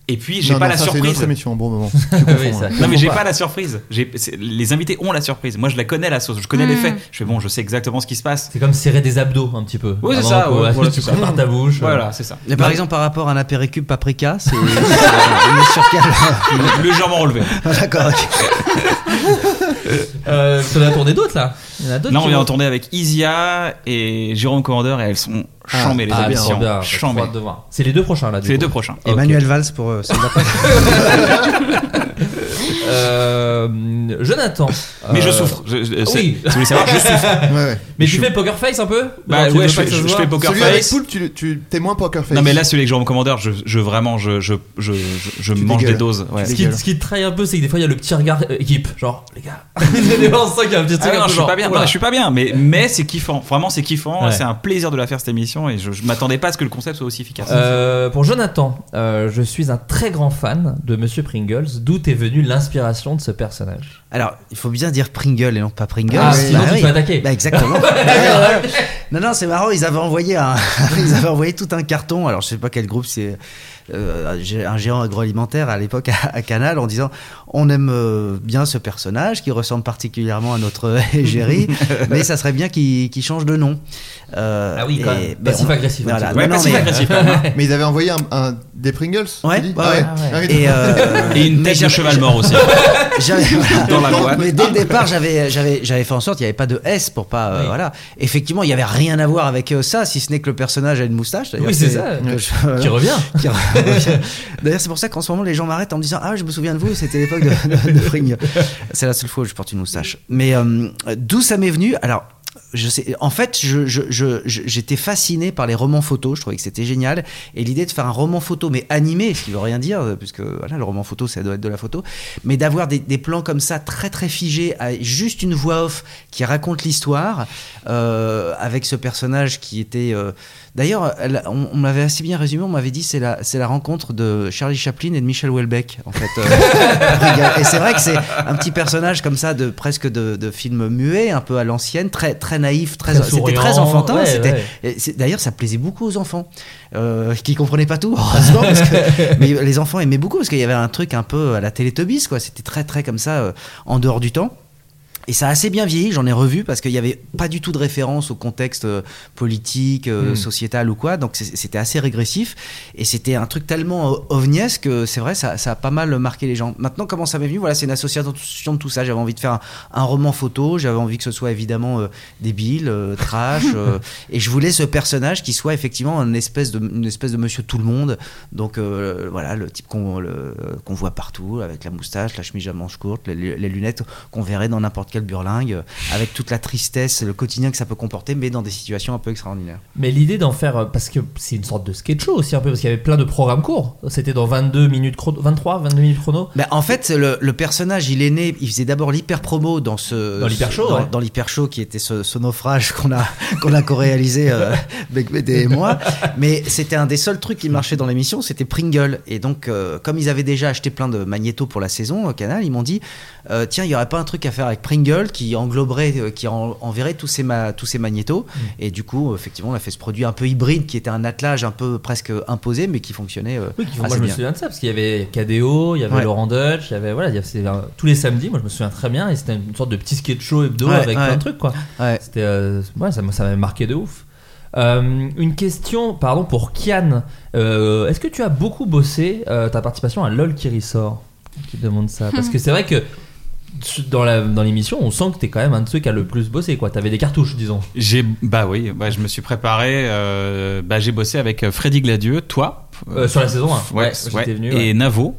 S6: Et puis, j'ai
S9: Non,
S6: pas
S9: non,
S6: la
S9: ça, C'est une
S6: surprise.
S9: autre émission, bon moment. Tu
S7: Oui,
S9: confonds,
S7: ça.
S9: hein.
S6: Non, mais j'ai
S7: Faut
S6: pas
S7: pas.
S6: la surprise. J'ai- c'est- Les invités ont la surprise. Moi, je la connais, la sauce. Je connais les faits. Je fais bon, je sais exactement ce qui se passe.
S7: C'est comme serrer des abdos un petit peu.
S6: Oui, c'est
S7: Avant
S6: ça.
S7: qu'on-
S6: ouais, voilà,
S7: tu
S6: c'est ça.
S7: prépares ta bouche.
S6: Voilà, c'est ça.
S1: Mais par
S6: Non,
S1: exemple, par rapport à un apéricube paprika, c'est c'est une surcale.
S6: le- légèrement relevé.
S1: D'accord. ok.
S7: Euh, T'en as tourné d'autres là Il y en a d'autres
S6: Là,
S7: qui
S6: on vient
S7: vont-
S6: en tourner avec Isia et Jérôme Commandeur et elles sont chambées, les
S7: Ah, bien,
S6: émissions.
S7: bien, j'ai
S6: Chambées.
S7: trop hâte de voir. C'est les deux prochains là. du
S6: C'est les
S7: coup.
S6: deux prochains.
S7: Ok.
S1: Emmanuel Valls pour euh, celle d'après.
S7: Euh, Jonathan.
S6: Mais je
S7: euh,
S6: souffre. Je, je- c'est- si
S7: oui.
S6: vous voulez savoir, je souffre.
S9: Ouais, ouais.
S7: Mais
S6: Je
S7: tu
S6: suis-
S7: fais poker face un peu
S6: Bah,
S7: Genre, tu
S6: ouais,
S7: veux
S6: je
S7: pas
S6: fais-
S7: que ça
S6: je
S7: se voit
S6: fais poker
S9: Celui
S6: face.
S9: avec Poul, tu, tu t'es moins poker face.
S6: Non mais là celui avec Jérôme Commandeur, je, je vraiment je, je, je, je- je
S9: Tu
S6: mange
S9: dégueules.
S6: des doses. ouais.
S9: Tu
S7: Ce qui, ce qui te trahit un peu, c'est que des fois il y a le petit regard euh, équipe. Genre, les gars, il y a des gens, ça, qui a un petit
S6: Ah
S7: truc
S6: non,
S7: un peu
S6: je suis
S7: genre,
S6: pas bien.
S7: oula.
S6: Non, je suis pas bien, mais mais c'est kiffant. Vraiment c'est kiffant.
S7: Ouais.
S6: C'est un plaisir de la faire cette émission et je, je m'attendais pas à ce que le concept soit aussi efficace.
S7: Euh, pour Jonathan, euh, je suis un très grand fan de Monsieur Pringles. D'où est venue l'inspiration de ce personnage
S1: Alors, il faut bien dire Pringle et non pas Pringle.
S7: Ah, sinon tu te fais attaquer.
S1: Bah, exactement. non, non, c'est marrant. Ils avaient envoyé un, ils avaient envoyé tout un carton. Alors, je sais pas quel groupe, c'est euh, un géant agroalimentaire à l'époque à, à Canal, en disant on aime euh, bien ce personnage qui ressemble particulièrement à notre égérie, mais ça serait bien qu'il qu'il change de nom. Euh,
S7: Ah oui, quand
S1: et-
S7: même.
S1: ben, on-
S7: Passif-agressif, un
S1: voilà.
S7: petit
S6: peu. Ouais,
S1: Non, non, mais-
S6: passif-agressif.
S9: Mais ils avaient envoyé un, un- des Pringles. tu
S1: Ouais,
S9: dis
S1: ouais,
S9: Ah
S7: ouais.
S9: Ah oui,
S1: Et, euh,
S6: et une
S1: mais
S6: tête de
S1: j'avais-
S6: cheval mort aussi.
S1: J'avais- voilà.
S6: Dans la boîte.
S1: Mais dès le départ, j'avais, j'avais, j'avais fait en sorte qu'il n'y avait pas de S pour pas. euh,
S7: Oui.
S1: Voilà. Effectivement, il n'y avait rien à voir avec euh, ça, si ce n'est que le personnage a une moustache. d'ailleurs,
S7: Oui, c'est ça.
S1: que je-
S7: Qui revient.
S1: qui revient. D'ailleurs, c'est pour ça qu'en ce moment, les gens m'arrêtent en me disant Ah, je me souviens de vous, c'était l'époque de, de, de Fring. C'est la seule fois où je porte une moustache. Mais euh, d'où ça m'est venu Alors. Je sais, en fait, je- je- je- je- j'étais fasciné par les romans photos. Je trouvais que c'était génial. Et l'idée de faire un roman photo, mais animé, ce qui veut rien dire, euh, puisque voilà, le roman photo, ça doit être de la photo, mais d'avoir des, des plans comme ça, très très figés, à juste une voix off qui raconte l'histoire, euh, avec ce personnage qui était. euh, D'ailleurs, elle- on, on m'avait assez bien résumé, on m'avait dit c'est la, c'est la rencontre de Charlie Chaplin et de Michel Houellebecq, en fait. euh, et c'est vrai que c'est un petit personnage comme ça, de, presque de, de film muet, un peu à l'ancienne, très, très naïf, très,
S7: Très
S1: c'était
S7: souriant,
S1: très enfantin.
S7: ouais,
S1: c'était,
S7: ouais.
S1: et c'est- D'ailleurs, ça plaisait beaucoup aux enfants, euh, qui comprenaient pas
S6: Oh.
S1: tout, heureusement, parce que- mais les enfants aimaient beaucoup, parce qu'il y avait un truc un peu à la Teletubbies, quoi. C'était très, très comme ça, euh, en dehors du temps. Et ça a assez bien vieilli, j'en ai revu parce qu'il n'y avait pas du tout de référence au contexte euh, politique, euh,
S6: Hmm.
S15: Mm.
S1: sociétal ou quoi. Donc c'est- c'était assez régressif. Et c'était un truc tellement euh, ovniesque que c'est vrai, ça, ça a pas mal marqué les gens. Maintenant, comment ça m'est venu Voilà, c'est une association de tout ça. J'avais envie de faire un, un roman photo. J'avais envie que ce soit évidemment euh, débile, euh, trash. euh, et je voulais ce personnage qui soit effectivement un espèce de, une espèce de monsieur tout le monde. Donc euh, voilà, le type qu'on le- qu'on voit partout, avec la moustache, la chemise à manches courtes, les, les lunettes qu'on verrait dans n'importe quelle burlingue, euh, avec toute la tristesse, le quotidien que ça peut comporter, mais dans des situations un peu extraordinaires.
S7: Mais l'idée d'en faire, euh, parce que c'est une sorte de sketch show aussi un peu, parce qu'il y avait plein de programmes courts. C'était dans 22 minutes chrono, 23, 22 minutes chrono.
S1: Bah, en fait, le, le personnage, il est né, il faisait d'abord l'hyper promo dans ce.
S7: Dans l'hyper show,
S1: Bah,
S7: hein.
S1: Dans,
S7: ouais.
S1: dans l'hyper show qui était ce, ce naufrage qu'on a, qu'on a co-réalisé, euh, Bec Bédé et moi. Mais c'était un des seuls trucs qui marchait dans l'émission, c'était Pringle. Et donc, euh, comme ils avaient déjà acheté plein de magnétos pour la saison, au Canal, ils m'ont dit euh, tiens, il n'y aurait pas un truc à faire avec Pringle qui engloberait, euh, qui en- enverrait tous ces, ma- tous ces magnétos. Et du coup, effectivement, on a fait ce produit un peu hybride qui était un attelage un peu presque imposé, mais qui fonctionnait. euh,
S7: Oui, qui- moi
S1: assez
S7: je me
S1: bien.
S7: souviens de ça parce qu'il y avait KDO, il y avait
S1: Ouais.
S7: Laurent Dutch, il y avait voilà, il y avait- c'était, euh, tous les samedis, moi je me souviens très bien et c'était une sorte de petit sketch show hebdo
S1: Ouais,
S7: avec
S1: ouais.
S7: plein de trucs quoi. C'était euh, ouais, ça m'a- ça m'avait marqué de ouf. Euh, une question, pardon, pour Kian. Euh, Est-ce que tu as beaucoup bossé euh, ta participation à LOL qui ressort Qui demande ça Parce que c'est vrai que dans la- dans l'émission, on sent que t'es quand même un de ceux qui a le plus bossé quoi. T'avais des cartouches, disons.
S6: J'ai bah oui, ouais, je me suis préparé. euh, bah, j'ai bossé avec euh, Freddy Gladieux, toi
S7: Euh, sur la saison, hein.
S6: ouais,
S7: Ouais, j'étais
S6: ouais,
S7: venu, ouais.
S6: et Navo.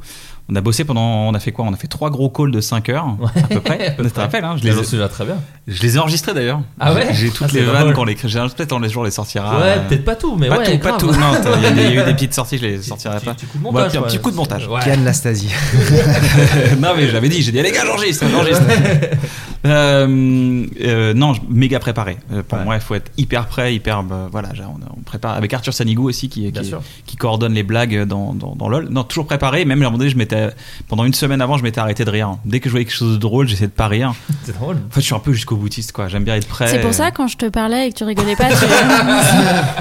S6: On a bossé pendant, on a fait quoi On a fait trois gros calls de 5 heures à peu près.
S7: peu
S6: je te
S7: près.
S6: rappelle, hein, je
S7: Je
S6: les
S7: m'en souviens très bien.
S6: Je les ai enregistrés d'ailleurs.
S7: Ah ouais
S6: J'ai toutes
S7: Ah,
S6: les
S7: c'est
S6: vannes
S7: drôle.
S6: qu'on les crée. Peut-être un jour on les sortira.
S7: Ouais,
S6: euh,
S7: peut-être pas tout, mais
S6: pas
S7: ouais,
S6: tout, pas
S7: grave.
S6: tout. Non, attends, il y, a des- il y a eu des petites sorties, je les sortirai pas.
S7: de
S6: On va
S7: montage,
S6: faire un petit
S7: ouais.
S6: coup de montage.
S7: Ouais.
S1: Kian Lastasie.
S6: non mais j'avais dit, j'ai dit les gars j'enregistre, j'enregistre. Euh, euh, non, je- méga préparé. Euh, pour moi, il faut être hyper prêt, hyper bah, voilà, genre, on, on prépare avec Arthur Sanigou aussi qui
S7: Bien
S6: qui,
S7: sûr.
S6: qui coordonne les blagues dans, dans, dans LOL. Non, toujours préparé, même à un moment donné, je m'étais pendant une semaine avant, je m'étais arrêté de rire. Dès que je voyais quelque chose de drôle, j'essayais de pas rire.
S7: C'est drôle.
S6: En fait, je suis un peu jusqu'au boutiste quoi, j'aime bien être prêt.
S8: C'est pour ça, quand je te parlais et que tu rigolais pas, tu-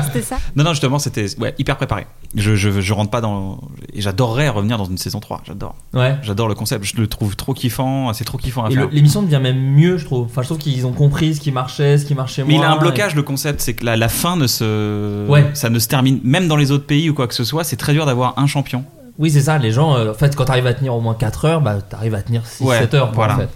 S8: c'était ça.
S6: Non, non, justement, c'était ouais, hyper préparé. Je, je, je rentre pas dans. Et j'adorerais revenir dans une saison 3. J'adore.
S7: Ouais.
S6: J'adore le concept. Je le trouve trop kiffant. C'est trop kiffant à
S7: Et
S6: faire.
S7: le- l'émission devient même mieux, je trouve. Enfin, je trouve qu'ils ont compris ce qui marchait, ce qui marchait
S6: Mais
S7: moins.
S6: il a un
S7: et-
S6: blocage, le concept. C'est que la, la fin ne se.
S7: euh, Ouais.
S6: Ça ne se termine. Même dans les autres pays ou quoi que ce soit, c'est très dur d'avoir un champion.
S7: Oui, c'est ça. Les gens, euh, en fait, quand t'arrives à tenir au moins 4 heures, bah, t'arrives à tenir 6-7
S6: Ouais,
S7: heures. quoi,
S6: voilà.
S7: en fait.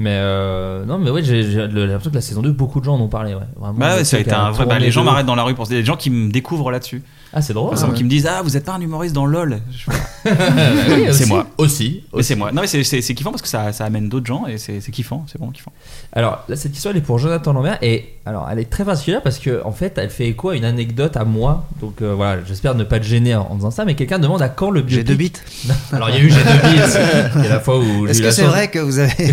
S7: Mais euh, non, mais ouais, j'ai j'ai le- j'ai l'impression que la saison 2, beaucoup de gens en ont parlé. Ouais, Vraiment,
S6: Bah
S7: le
S6: ouais, ça a
S7: truc
S6: été un vrai.
S7: tourné
S6: bah, les
S7: de
S6: gens
S7: ouf.
S6: m'arrêtent dans la rue pour se dire. Des gens qui me découvrent là-dessus.
S7: Ah, c'est drôle.
S6: Par exemple,
S7: ouais.
S6: qui me disent Ah, vous êtes pas un humoriste dans LOL. Je fais,
S7: Oui,
S6: c'est
S7: aussi.
S6: moi.
S7: Aussi.
S6: Mais C'est moi. Non, mais c'est- c'est c'est kiffant parce que ça, ça amène d'autres gens et c'est c'est kiffant. C'est bon, kiffant.
S7: Alors là, cette histoire elle est pour Jonathan Lambert et alors elle est très particulière parce que en fait elle fait écho à une anecdote à moi. Donc euh, voilà, j'espère ne pas te gêner en, en faisant ça. Mais quelqu'un demande à quand le biopic.
S1: J'ai deux bites.
S7: Alors il y a eu j'ai deux bites. Il y a la fois où. j'ai
S1: Est-ce
S7: eu
S1: que
S7: la
S1: c'est
S7: chance-
S1: vrai que vous avez.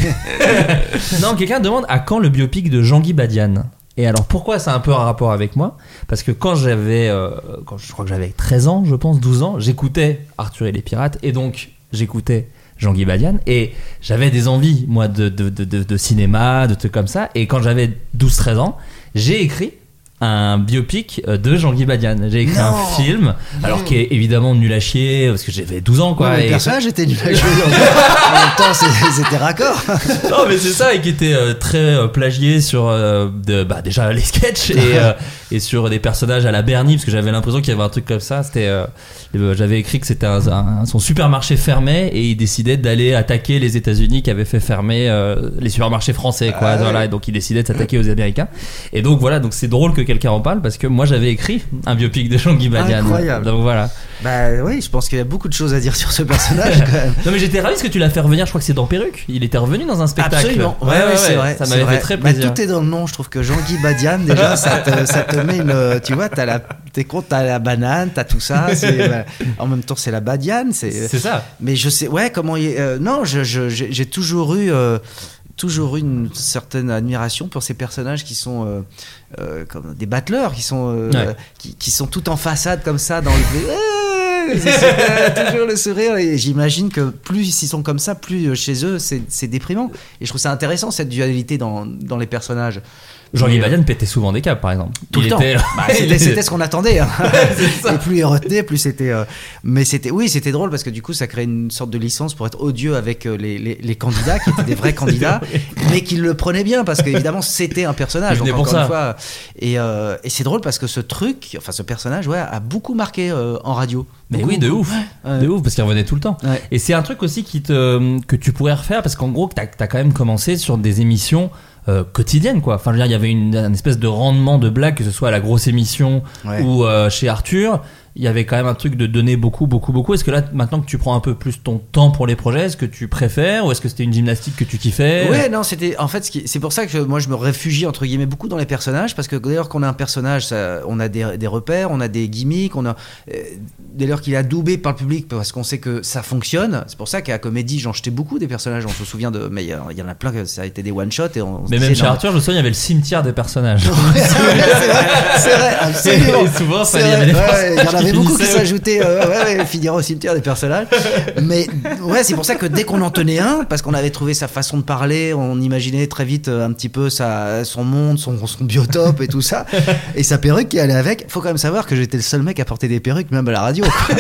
S7: non, quelqu'un demande à quand le biopic de Jean-Guy Badian Et alors pourquoi ça a un peu un rapport avec moi Parce que quand j'avais, euh, quand je crois que j'avais 13 ans, je pense 12 ans, j'écoutais Arthur et les pirates et donc j'écoutais Jean-Guy Badian et j'avais des envies moi de, de, de, de- de cinéma, de trucs comme ça. Et quand j'avais 12-13 ans, j'ai écrit un biopic euh, de Jean-Guy Badian. J'ai écrit
S1: Non.
S7: un film, alors qui est évidemment nul à chier, parce que j'avais 12 ans quoi.
S1: Ouais,
S7: et-
S1: le personnage était nul à jouer. En même temps, c'est- c'était raccord.
S7: non mais c'est ça et qui était euh, très euh, plagié sur euh, de, bah, déjà les sketchs et, euh, et sur des personnages à la Bernie parce que j'avais l'impression qu'il y avait un truc comme ça c'était euh, euh, j'avais écrit que c'était un- un- son supermarché fermé et il décidait d'aller attaquer les États-Unis qui avaient fait fermer euh, les supermarchés français quoi
S14: Ah ouais.
S7: voilà et donc il décidait de s'attaquer aux Américains et donc voilà donc c'est drôle que quelqu'un en parle parce que moi j'avais écrit un biopic de Jean-Guy Badian
S1: Incroyable.
S7: donc voilà
S1: Bah oui, je pense qu'il y a beaucoup de choses à dire sur ce personnage quand même.
S7: non mais j'étais ravi parce que tu l'as fait revenir je crois que c'est dans Perruque il était revenu dans un spectacle
S1: Absolument, ouais, ouais, c'est vrai.
S7: ça
S1: c'est
S7: m'avait
S1: vrai.
S7: fait très
S1: Bah,
S7: plaisir
S1: tout est dans le nom, je trouve que Jean-Guy Badian, déjà, ça te, ça te met une. Tu vois, t'as la, t'es con, t'as la banane, t'as tout ça. c'est- bah, en même temps, c'est la Badian. C'est,
S7: C'est ça.
S1: Mais je sais, ouais, comment. il- euh, non, je- je- j'ai j'ai toujours eu. euh, Toujours eu une certaine admiration pour ces personnages qui sont euh, euh, comme des battleurs, qui sont euh,
S7: Ouais.
S1: qui, qui sont tout en façade comme ça dans le. Ouais, c'est super, toujours le sourire et j'imagine que plus ils sont comme ça plus euh, chez eux c'est c'est déprimant et je trouve ça intéressant cette dualité dans, dans les personnages
S14: Jean-Guy
S7: Mais,
S14: Badian pétait souvent des câbles, par exemple.
S1: Tout
S14: Il
S1: le temps.
S7: euh,
S14: était-
S1: Bah,
S14: il
S1: c'était,
S14: était-
S1: c'était ce qu'on attendait. hein. et plus il retenait, plus c'était. euh, Mais c'était, oui, c'était drôle parce que du coup, ça crée une sorte de licence pour être odieux avec euh, les, les- les candidats qui étaient des vrais candidats, mais qui le prenaient bien parce qu'évidemment, c'était un personnage.
S7: Il
S1: Donc,
S7: venait pour
S1: encore une
S7: ça.
S1: fois, et, euh, et c'est drôle parce que ce truc, enfin ce personnage, ouais, a beaucoup marqué euh, en radio.
S7: Mais
S1: Beaucoup, Euh,
S7: oui, de
S1: beaucoup.
S7: ouf. De ouf, parce qu'il revenait tout le temps. Et c'est un truc aussi qui te, que tu pourrais refaire, parce qu'en gros, t'as as quand même commencé sur des émissions euh, quotidiennes, quoi. Enfin, je veux dire, il y avait une, un espèce de rendement de blague, que ce soit à la grosse émission
S1: Ouais.
S7: ou euh, chez Arthur. Il y avait quand même un truc de donner beaucoup, beaucoup, beaucoup. Est-ce que là, maintenant que tu prends un peu plus ton temps pour les projets, est-ce que tu préfères ou est-ce que c'était une gymnastique que tu kiffais
S1: Ouais, non, c'était en fait ce qui- c'est pour ça que je- moi je me réfugie entre guillemets beaucoup dans les personnages parce que dès lors qu'on a un personnage, ça- on a des, des repères, on a des gimmicks, on a euh, dès lors qu'il est adoubé par le public parce qu'on sait que ça fonctionne. C'est pour ça qu'à la comédie, j'en jetais beaucoup des personnages. On se souvient de, mais il y a- il y en a plein que ça a été des one shot et on. on se
S7: Mais
S1: disait,
S7: même chez
S1: non,
S7: Arthur, je me souviens, il y avait le cimetière des personnages.
S1: c'est vrai, absolument.
S7: Et souvent, ça,
S1: C'est
S7: il y
S1: vrai,
S7: avait des
S1: ouais,
S7: personnages
S1: Il y en avait
S7: qui
S1: beaucoup qui
S7: finissaient.
S1: s'ajoutaient. euh, ouais, ouais, finiront au cimetière des personnages. Mais ouais, c'est pour ça que dès qu'on en tenait un, parce qu'on avait trouvé sa façon de parler, on imaginait très vite euh, un petit peu sa, son monde, son, son biotope et tout ça. Et sa perruque qui allait avec. Faut quand même savoir que j'étais le seul mec à porter des perruques, même à la radio. quoi.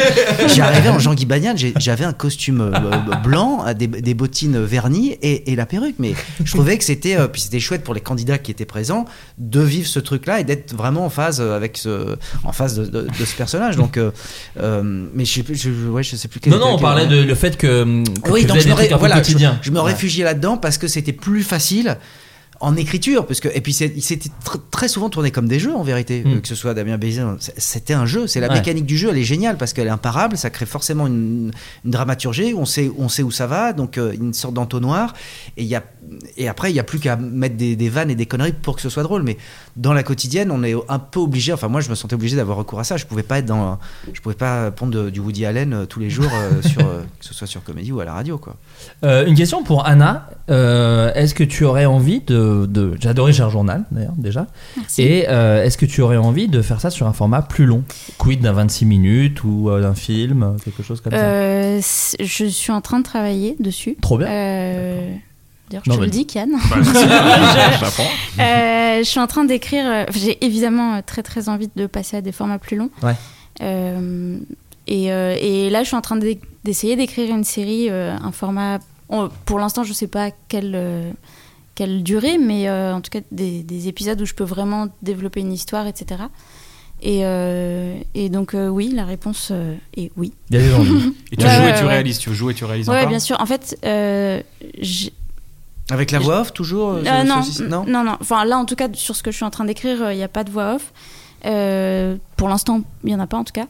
S1: J'arrivais en Jean-Guy Bagnan, j'ai- j'avais un costume euh, blanc, des, des bottines vernies et, et la perruque. Mais je trouvais que c'était, euh, puis c'était chouette pour les candidats qui étaient présents de vivre ce truc-là et d'être vraiment en phase euh, avec ce, en phase de, de- de ce personnage. Donc, euh, euh, mais je, sais plus- je, je- ouais, je sais plus. quel
S7: Non,
S1: était-
S7: non, on
S1: quel-
S7: parlait de le fait que, hum, que
S1: oui,
S7: tu
S1: donc je
S7: faisais des
S1: me,
S7: trucs
S1: ré-
S7: un peu
S1: voilà, je,
S7: quotidiens.
S1: je me
S7: Ouais.
S1: réfugiais là-dedans parce que c'était plus facile en écriture. Parce que, et puis, c'est- il s'était tr- très souvent tourné comme des jeux, en vérité.
S7: Mm.
S1: Euh, Que ce soit Damien Bézier, c'est- c'était un jeu. C'est la
S7: Ouais.
S1: mécanique du jeu, elle est géniale parce qu'elle est imparable. Ça crée forcément une, une dramaturgie. On sait, on sait où ça va, donc euh, une sorte d'entonnoir. Et, il y a, et après, il n'y a plus qu'à mettre des, des vannes et des conneries pour que ce soit drôle. Mais dans la quotidienne, on est un peu obligé. Enfin, moi, je me sentais obligé d'avoir recours à ça. Je pouvais pas être dans, je pouvais pas prendre de- du Woody Allen euh, tous les jours, euh, sur, euh, que ce soit sur comédie ou à la radio, quoi.
S7: Euh, une question pour Anna. Euh, est-ce que tu aurais envie de. de- J'adorais Cher Journal, d'ailleurs, déjà.
S8: Merci.
S7: Et euh, est-ce que tu aurais envie de faire ça sur un format plus long Quid d'un 26 minutes ou euh, d'un film, euh, quelque chose comme ça
S8: Euh, c- je suis en train de travailler dessus.
S7: Trop bien.
S8: Euh, D'ailleurs, je
S7: Non,
S8: te
S7: mais-
S8: le dis, Kian.
S7: Bah, merci.
S8: Je-
S7: J'apprends.
S8: Euh, je
S6: Mhm.
S8: suis en train d'écrire. euh, J'ai évidemment euh, très très envie de passer à des formats plus longs.
S7: Ouais.
S8: Euh, et, euh, et là, je suis en train d'é- d'essayer d'écrire une série, euh, un format. on- pour l'instant, je ne sais pas quelle, euh, quelle durée, mais euh, en tout cas des, des épisodes où je peux vraiment développer une histoire, etc. Et, euh, et donc, euh, oui, la réponse euh, est oui.
S7: Il y a des envies.
S6: Et tu
S8: Ouais,
S6: joues
S8: ouais,
S6: et tu
S8: ouais.
S6: réalises, tu joues et tu réalises
S8: Ouais,
S6: encore
S8: bien sûr. En fait, euh, j'ai-
S1: Avec la voix off, toujours euh,
S8: euh,
S1: ce-
S8: non,
S1: ce-
S8: non, non, Enfin, là, en tout cas, sur ce que je suis en train d'écrire, il n'y a pas de voix off. Euh, pour l'instant, il n'y en a pas, en tout cas.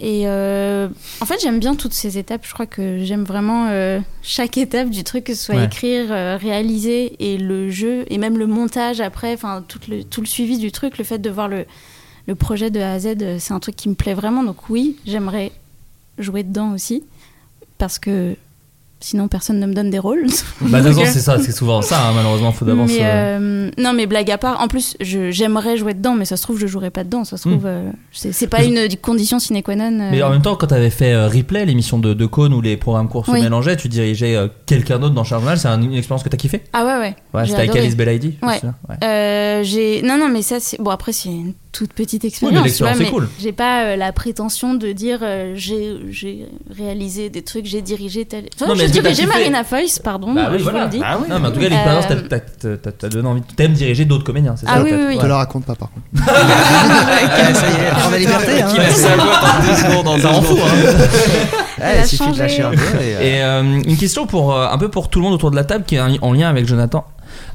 S8: Et euh, en fait, j'aime bien toutes ces étapes. Je crois que j'aime vraiment euh, chaque étape du truc, que ce soit
S15: Ouais.
S8: écrire, euh, réaliser et le jeu, et même le montage après, enfin, tout le, tout le suivi du truc, le fait de voir le, le projet de A à Z, euh, c'est un truc qui me plaît vraiment. Donc, oui, j'aimerais jouer dedans aussi, parce que sinon, personne ne me donne des rôles.
S7: Bah, de toute façon,
S8: Donc, euh,
S7: c'est ça, c'est souvent ça, hein, malheureusement, faut d'avance.
S8: mais,
S7: euh,
S8: euh, Non, mais blague à part, en plus, je- j'aimerais jouer dedans, mais ça se trouve, je jouerai pas dedans. Ça se trouve,
S7: Mm.
S8: euh, c'est c'est pas une condition sine qua non. euh.
S7: Mais en même temps, quand t'avais fait euh, Replay, l'émission de, de Cône où les programmes courts
S8: Oui.
S7: se mélangeaient, tu dirigeais euh, quelqu'un d'autre dans Cher Journal, c'est un- une expérience que t'as kiffé
S8: Ah ouais, ouais.
S7: Ouais,
S8: j'ai
S7: c'était avec
S8: adoré.
S7: Alice Belaïdi, je me
S8: Ouais.
S7: souviens, ouais.
S8: Euh, j'ai- non, non, mais ça, c'est. Bon, après, c'est une toute petite expérience. tu
S7: l'expérience
S8: vois,
S7: est cool.
S8: J'ai pas euh, la prétention de dire euh, j'ai j'ai réalisé des trucs, j'ai dirigé tel. Enfin,
S7: Non, mais
S8: j'ai
S7: est-ce que t'as
S8: dirigé
S7: kiffé
S8: Marina Foïs, pardon,
S7: Bah oui,
S8: Mmh, je
S7: voilà.
S8: vous le dis. Euh,
S7: Ah oui. Non, mais en tout cas, l'expérience, t'as- t'as- t'as- t'as- t'as donné envie. T'aimes diriger d'autres comédiens, c'est ça
S8: Ah oui,
S7: peut-être
S8: oui, oui.
S7: Ouais.
S8: Te la
S9: raconte pas, par contre.
S1: Ah, ça y est, elle prend la liberté. Hein.
S7: Qui laisse sa voix dans deux secondes, dans
S1: Ça
S7: un
S1: en
S7: jour.
S1: fout,
S7: Ouais,
S1: Elle a il suffit de lâcher changé. un peu et,
S7: Et euh, une question pour euh, un peu pour tout le monde autour de la table qui est en- en lien avec Jonathan.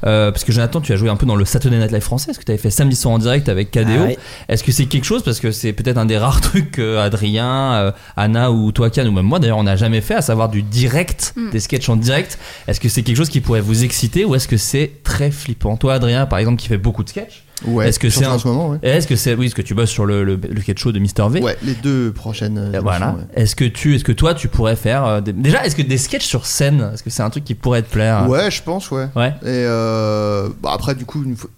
S7: Euh, parce que Jonathan, tu as joué un peu dans le Saturday Night Live français. Est-ce que tu avais fait samedi soir en direct avec KDO
S1: Ah ouais.
S7: Est-ce que c'est quelque chose Parce que c'est peut-être un des rares trucs que Adrien, euh, Anna ou toi, Kian, ou même moi d'ailleurs, on n'a jamais fait, à savoir du direct,
S14: Mm.
S7: des sketchs en direct. Est-ce que c'est quelque chose qui pourrait vous exciter ou est-ce que c'est très flippant Toi, Adrien, par exemple, qui fait beaucoup de sketchs.
S9: Ouais,
S7: est-ce que
S9: surtout
S7: c'est un-
S9: en ce moment, ouais.
S7: Est-ce que c'est oui, est-ce que tu bosses sur le, le, le sketch show de Mister V
S9: Ouais, les deux prochaines. euh, émissions,
S7: voilà.
S9: ouais.
S7: Est-ce que tu, est-ce que toi, tu pourrais faire euh, des- déjà, est-ce que des sketchs sur scène, est-ce que c'est un truc qui pourrait te plaire
S9: Ouais, je pense, ouais.
S7: Ah. Ouais.
S9: Et euh, bah après, du coup, une fois-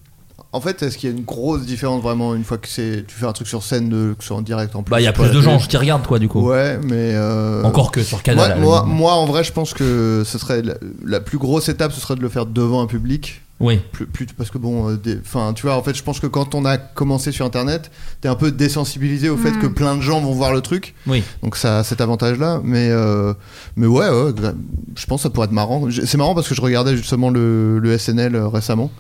S9: en fait, est-ce qu'il y a une grosse différence vraiment une fois que c'est tu fais un truc sur scène de- que sur en direct en plus
S7: Bah, il y a
S9: c'est pas
S7: plus
S9: la
S7: de
S9: télé.
S7: gens qui regardent, quoi, du coup.
S9: Ouais, mais euh,
S7: Encore que sur Canal, à la
S9: Moi, moi,
S7: limite.
S9: moi, en vrai, je pense que ce serait la, la plus grosse étape, ce serait de le faire devant un public.
S14: Oui.
S9: Plus, plus- parce que bon, euh, des- enfin, tu vois, en fait, je pense que quand on a commencé sur Internet, t'es un peu désensibilisé au fait
S14: Mm.
S9: que plein de gens vont voir le truc.
S14: Oui.
S9: Donc ça a cet avantage-là, mais euh, mais ouais, ouais, gra- je pense que ça pourrait être marrant. Je- C'est marrant parce que je regardais justement le, le SNL euh, récemment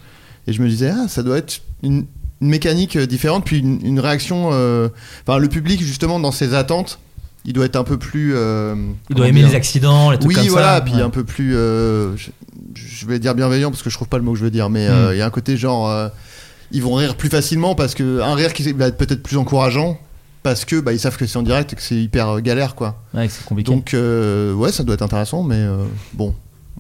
S9: et je me disais ah ça doit être une, une mécanique euh, différente puis une, une réaction. euh, Enfin le public justement dans ses attentes, il doit être un peu plus. euh,
S7: Il
S9: comment
S7: doit aimer
S9: dire
S7: les accidents, les trucs
S9: oui,
S7: comme ça.
S9: voilà, puis
S7: Ouais.
S9: un peu plus. euh, je, je vais dire bienveillant parce que je trouve pas le mot que je veux dire, mais euh, il
S7: Hmm.
S9: y a un côté genre. euh, ils vont rire plus facilement parce que. Un rire qui va être peut-être plus encourageant parce que bah, ils savent que c'est en direct et que c'est hyper euh, galère quoi.
S7: Ouais, c'est compliqué.
S9: Donc, euh, ouais, ça doit être intéressant, mais euh, bon.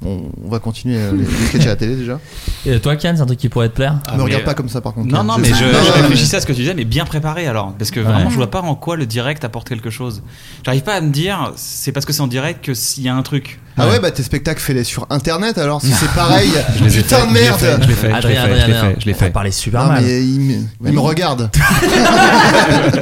S9: On, on va continuer euh, les, les sketchs à la télé déjà.
S7: Et toi, Kian, c'est un truc qui pourrait te plaire
S9: Ah, Me mais- regarde pas comme ça, par contre. hein.
S6: Non, non,
S9: Je-
S6: mais je,
S9: Non,
S6: je
S9: non, mais-
S6: réfléchissais à ce que tu disais, mais bien préparé alors. Parce que vraiment,
S7: Ouais.
S6: je vois pas en quoi le direct apporte quelque chose. J'arrive pas à me dire, c'est parce que c'est en direct que s'il y a un truc.
S9: Ah ouais, bah tes spectacles fais-les sur internet alors si c'est pareil,
S6: Je les ai
S9: putain
S6: fait,
S9: de
S6: je les ai
S9: merde!
S6: fait, je les ai fait, je
S7: Adrien,
S6: l'ai fait, je l'ai fait,
S7: Adrien, Adrien,
S6: je l'ai
S7: on
S6: fait.
S7: va parler super
S9: Non,
S7: mal.
S9: mais il me, il me regarde!
S7: Ouais,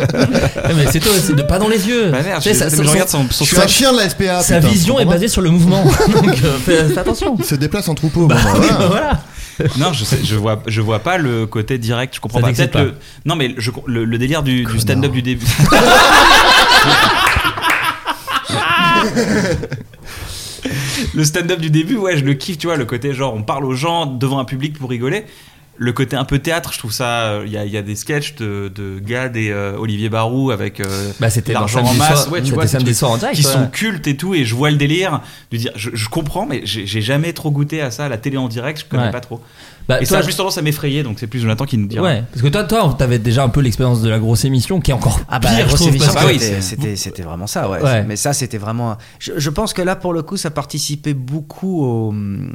S7: Eh, mais c'est toi, c'est de pas dans les yeux.
S6: Bah merde,
S7: Tu sais,
S6: je-
S7: ça-
S6: mais
S7: ça-
S6: je
S7: son-
S6: regarde son- Ah, son
S9: Je suis un chien de la SPA!
S7: Sa
S9: putain,
S7: vision
S9: tu
S7: est
S9: comprends
S7: basée sur le mouvement. Donc, euh, fais, fais attention.
S9: Il se déplace en troupeau. bon, bah,
S7: oui,
S9: voilà.
S7: bah voilà.
S6: non, je, sais- je vois, je vois pas le côté direct. Je comprends
S7: Ça
S6: pas.
S7: t'excite
S6: Peut-être le, non, mais je- le, le délire du, du stand-up du début. le stand-up du début, ouais, je le kiffe. Tu vois, le côté genre on parle aux gens devant un public pour rigoler. Le côté un peu théâtre, je trouve ça. Il y a, il y a des sketchs de, de Gad et euh, Olivier Barou avec euh,
S7: Bah, c'était dans
S6: l'argent en
S7: Samedi
S6: masse,
S7: Soir-
S6: ouais, tu
S7: c'était
S6: vois, ces
S7: Samedi
S6: trucs
S7: Soir en direct,
S6: qui
S7: ouais.
S6: sont cultes et tout. Et je vois le délire de dire, je, je comprends, mais j'ai j'ai jamais trop goûté à ça, la télé en direct, je connais
S7: Ouais.
S6: pas trop.
S7: Bah,
S6: et
S7: toi,
S6: ça a
S7: je-
S6: plus tendance à m'effrayer, donc c'est plus Jonathan qui nous dira.
S7: Ouais, parce que toi, toi, t'avais déjà un peu l'expérience de la grosse émission qui est encore
S1: Ah bah,
S7: pire,
S1: la
S7: je
S1: grosse
S7: trouve.
S1: émission,
S7: parce que-
S1: c'était- c'était c'était vraiment ça, ouais.
S7: Ouais.
S1: Mais ça, c'était vraiment. un- Je, je pense que là, pour le coup, ça participait beaucoup au. hum,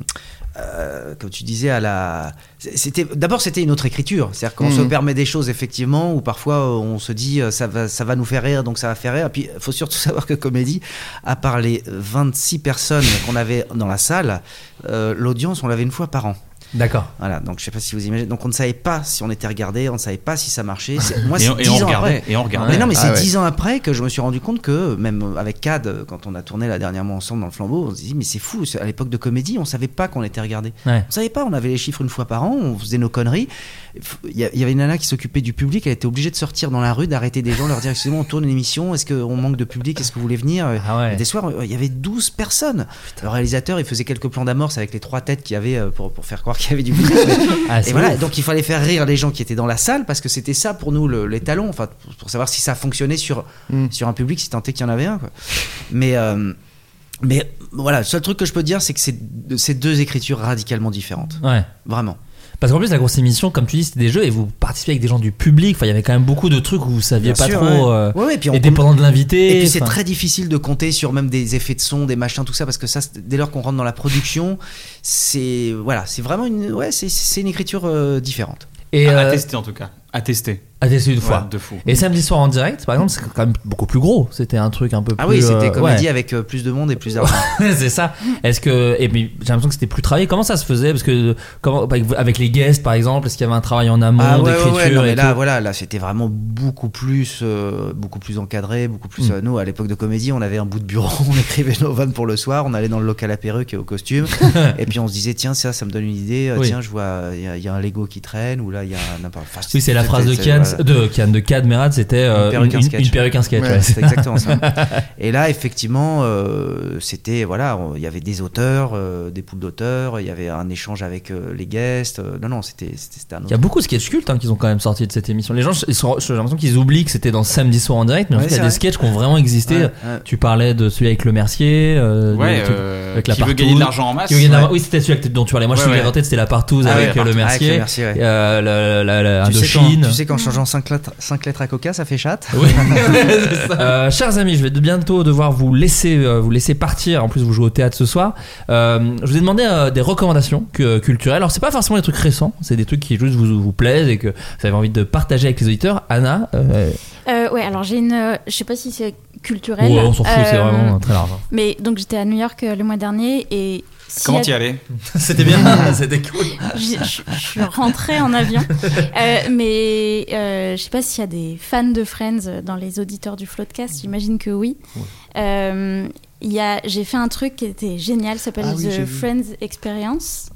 S1: euh, comme tu disais, à la. C'était d'abord c'était une autre écriture, c'est-à-dire qu'on
S9: Mhm.
S1: se
S7: Hmm.
S1: permet des choses effectivement où parfois euh, on se dit euh, ça va ça va nous faire rire donc ça va faire rire. Et puis faut surtout savoir que comédie, à part les 26 personnes qu'on avait dans la salle, euh, l'audience on l'avait une fois par an.
S7: D'accord.
S1: Voilà, donc je sais pas si vous imaginez. Donc on ne savait pas si on était regardé, on ne savait pas si ça marchait. C'est- Moi,
S6: Et
S1: c'est
S6: on- et
S1: 10
S6: on
S1: ans
S6: regardait,
S1: après.
S6: et on regardait.
S1: Mais non, mais
S6: Ah
S1: c'est
S6: ouais.
S1: 10 ans après que je me suis rendu compte que, même avec CAD, quand on a tourné la dernièrement ensemble dans le flambeau, on se dit, mais c'est fou, c'est- à l'époque de comédie, on savait pas qu'on était regardé.
S7: Ouais.
S1: On savait pas, on avait les chiffres une fois par an, on faisait nos conneries. F- Il y, a- il y avait une nana qui s'occupait du public, elle était obligée de sortir dans la rue, d'arrêter des gens, leur dire, excusez-moi, on tourne une émission, est-ce qu'on manque de public, est-ce que vous voulez venir
S7: Ah ouais.
S1: Des soirs, il y avait 12 personnes. Le réalisateur, il faisait quelques plans d'amorce avec les trois têtes qu'il y avait euh, pour, pour faire croire qu'il y avait du public. mais-
S7: Ah, c'est
S1: et voilà,
S7: ouf.
S1: donc il fallait faire rire les gens qui étaient dans la salle parce que c'était ça pour nous le- les talons, enfin pour- pour savoir si ça fonctionnait sur
S7: Hmm.
S1: sur un public si tant est qu'il y en avait un. Quoi. Mais euh, mais voilà, le seul truc que je peux te dire, c'est que c'est c'est deux écritures radicalement différentes.
S7: Ouais.
S1: Vraiment.
S7: Parce qu'en plus, la grosse émission, comme tu dis, c'était des jeux et vous participiez avec des gens du public. Enfin, il y avait quand même beaucoup de trucs où vous saviez
S1: Bien
S7: pas
S1: sûr,
S7: trop.
S1: ouais.
S7: euh,
S1: Ouais, ouais, puis on-
S7: et dépendant de l'invité.
S1: Et puis c'est
S7: enfin.
S1: très difficile de compter sur même des effets de son, des machins, tout ça, parce que ça, c'est- dès lors qu'on rentre dans la production, c'est voilà, c'est vraiment une ouais, c'est c'est une écriture euh, différente.
S7: Et,
S6: à, à
S7: euh,
S6: tester en tout cas. À tester.
S7: Ah, t'as essayé une fois.
S6: Ouais, de fou.
S7: Et samedi soir en direct, par exemple, c'est quand même beaucoup plus gros. C'était un truc un peu plus.
S1: Ah oui, c'était
S7: euh,
S1: comédie
S7: ouais.
S1: avec euh, plus de monde et plus d'argent.
S7: c'est ça. Est-ce que et puis j'ai l'impression que c'était plus travaillé. Comment ça se faisait Parce que comment avec- avec les guests par exemple, est-ce qu'il y avait un travail en amont
S1: Ah ouais, ouais,
S7: d'écriture
S1: ouais, non,
S7: et
S1: mais là,
S7: tout
S1: voilà, là, c'était vraiment beaucoup plus, euh, beaucoup plus encadré, beaucoup plus.
S7: Mm.
S1: euh, nous, à l'époque de comédie, on avait un bout de bureau, on écrivait nos vannes pour le soir, on allait dans le local à perruque et au costume, et puis on se disait, tiens, ça, ça me donne une idée, euh,
S7: Oui.
S1: tiens, je vois, euh, il y a- il y, a un Lego qui traîne, ou là, il y a n'importe enfin,
S7: Oui, c'est la
S1: c'était-
S7: phrase de
S1: c'est-
S7: Kian,
S1: voilà.
S7: de Kian de Kad Merad, c'était euh,
S1: Une perruque, un sketch.
S7: une perruque, un sketch.
S1: Ouais,
S7: ouais.
S1: c'est exactement ça. Et là, effectivement, euh, c'était voilà, on- il y avait des auteurs, euh, des poules d'auteurs, il y avait un échange avec euh, les guests. euh, non, non, c'était c'était c'était un autre.
S7: Il y a beaucoup de sketchs cultes hein, qu'ils ont quand même sorti de cette émission. Les gens, ils sont- j'ai l'impression qu'ils oublient que c'était dans samedi soir en direct, mais en
S1: Ouais,
S7: fait, il y a
S1: c'est
S7: des
S1: vrai.
S7: sketchs qui ont vraiment existé.
S1: Ouais, ouais.
S7: Tu parlais de celui avec le Mercier, euh, de-
S6: Ouais,
S7: tu-
S6: euh,
S7: avec la
S6: qui veut
S7: partouze.
S6: gagner de l'argent en masse.
S7: Qui veut gagner de l'argent-
S6: Ouais.
S7: Oui, c'était celui que- dont tu parlais. Moi, je
S6: Ouais,
S7: suis
S6: ouais.
S7: inventé, c'était la partouze
S1: Ah ouais,
S7: avec,
S1: la
S7: euh, le
S1: partouze.
S7: Mercier,
S1: Avec le Mercier, ouais.
S7: euh, la, la, la, la
S1: tu sais,
S7: Indochine.
S1: qu'en, tu sais qu'en changeant 5 lettres, cinq lettres à coca, ça fait chatte
S7: Oui, c'est ça. Euh, chers amis, je vais de- bientôt devoir vous laisser, euh, vous laisser partir. En plus, vous jouez au théâtre ce soir. Euh, je vous ai demandé euh, des recommandations que- culturelles. Alors, c'est pas forcément des trucs récents, c'est des trucs qui juste vous, vous plaisent et que vous avez envie de partager avec les auditeurs. Anna, euh,
S8: Euh, ouais, alors j'ai une. euh, je sais pas si c'est culturel.
S7: Ouais, on s'en fout,
S8: Euh,
S7: c'est vraiment très large. hein.
S8: Mais donc j'étais à New York euh, le mois dernier et. si
S6: Comment
S8: la-
S6: t'y allais
S7: C'était bien, c'était cool.
S8: J'ai- Je je suis rentrée en avion. Euh, mais euh, je sais pas s'il y a des fans de Friends euh, dans les auditeurs du Floodcast, j'imagine que oui. Euh, il y a- J'ai fait un truc qui était génial, ça s'appelle
S15: Ah oui, j'ai
S8: The
S15: vu.
S8: Friends Experience.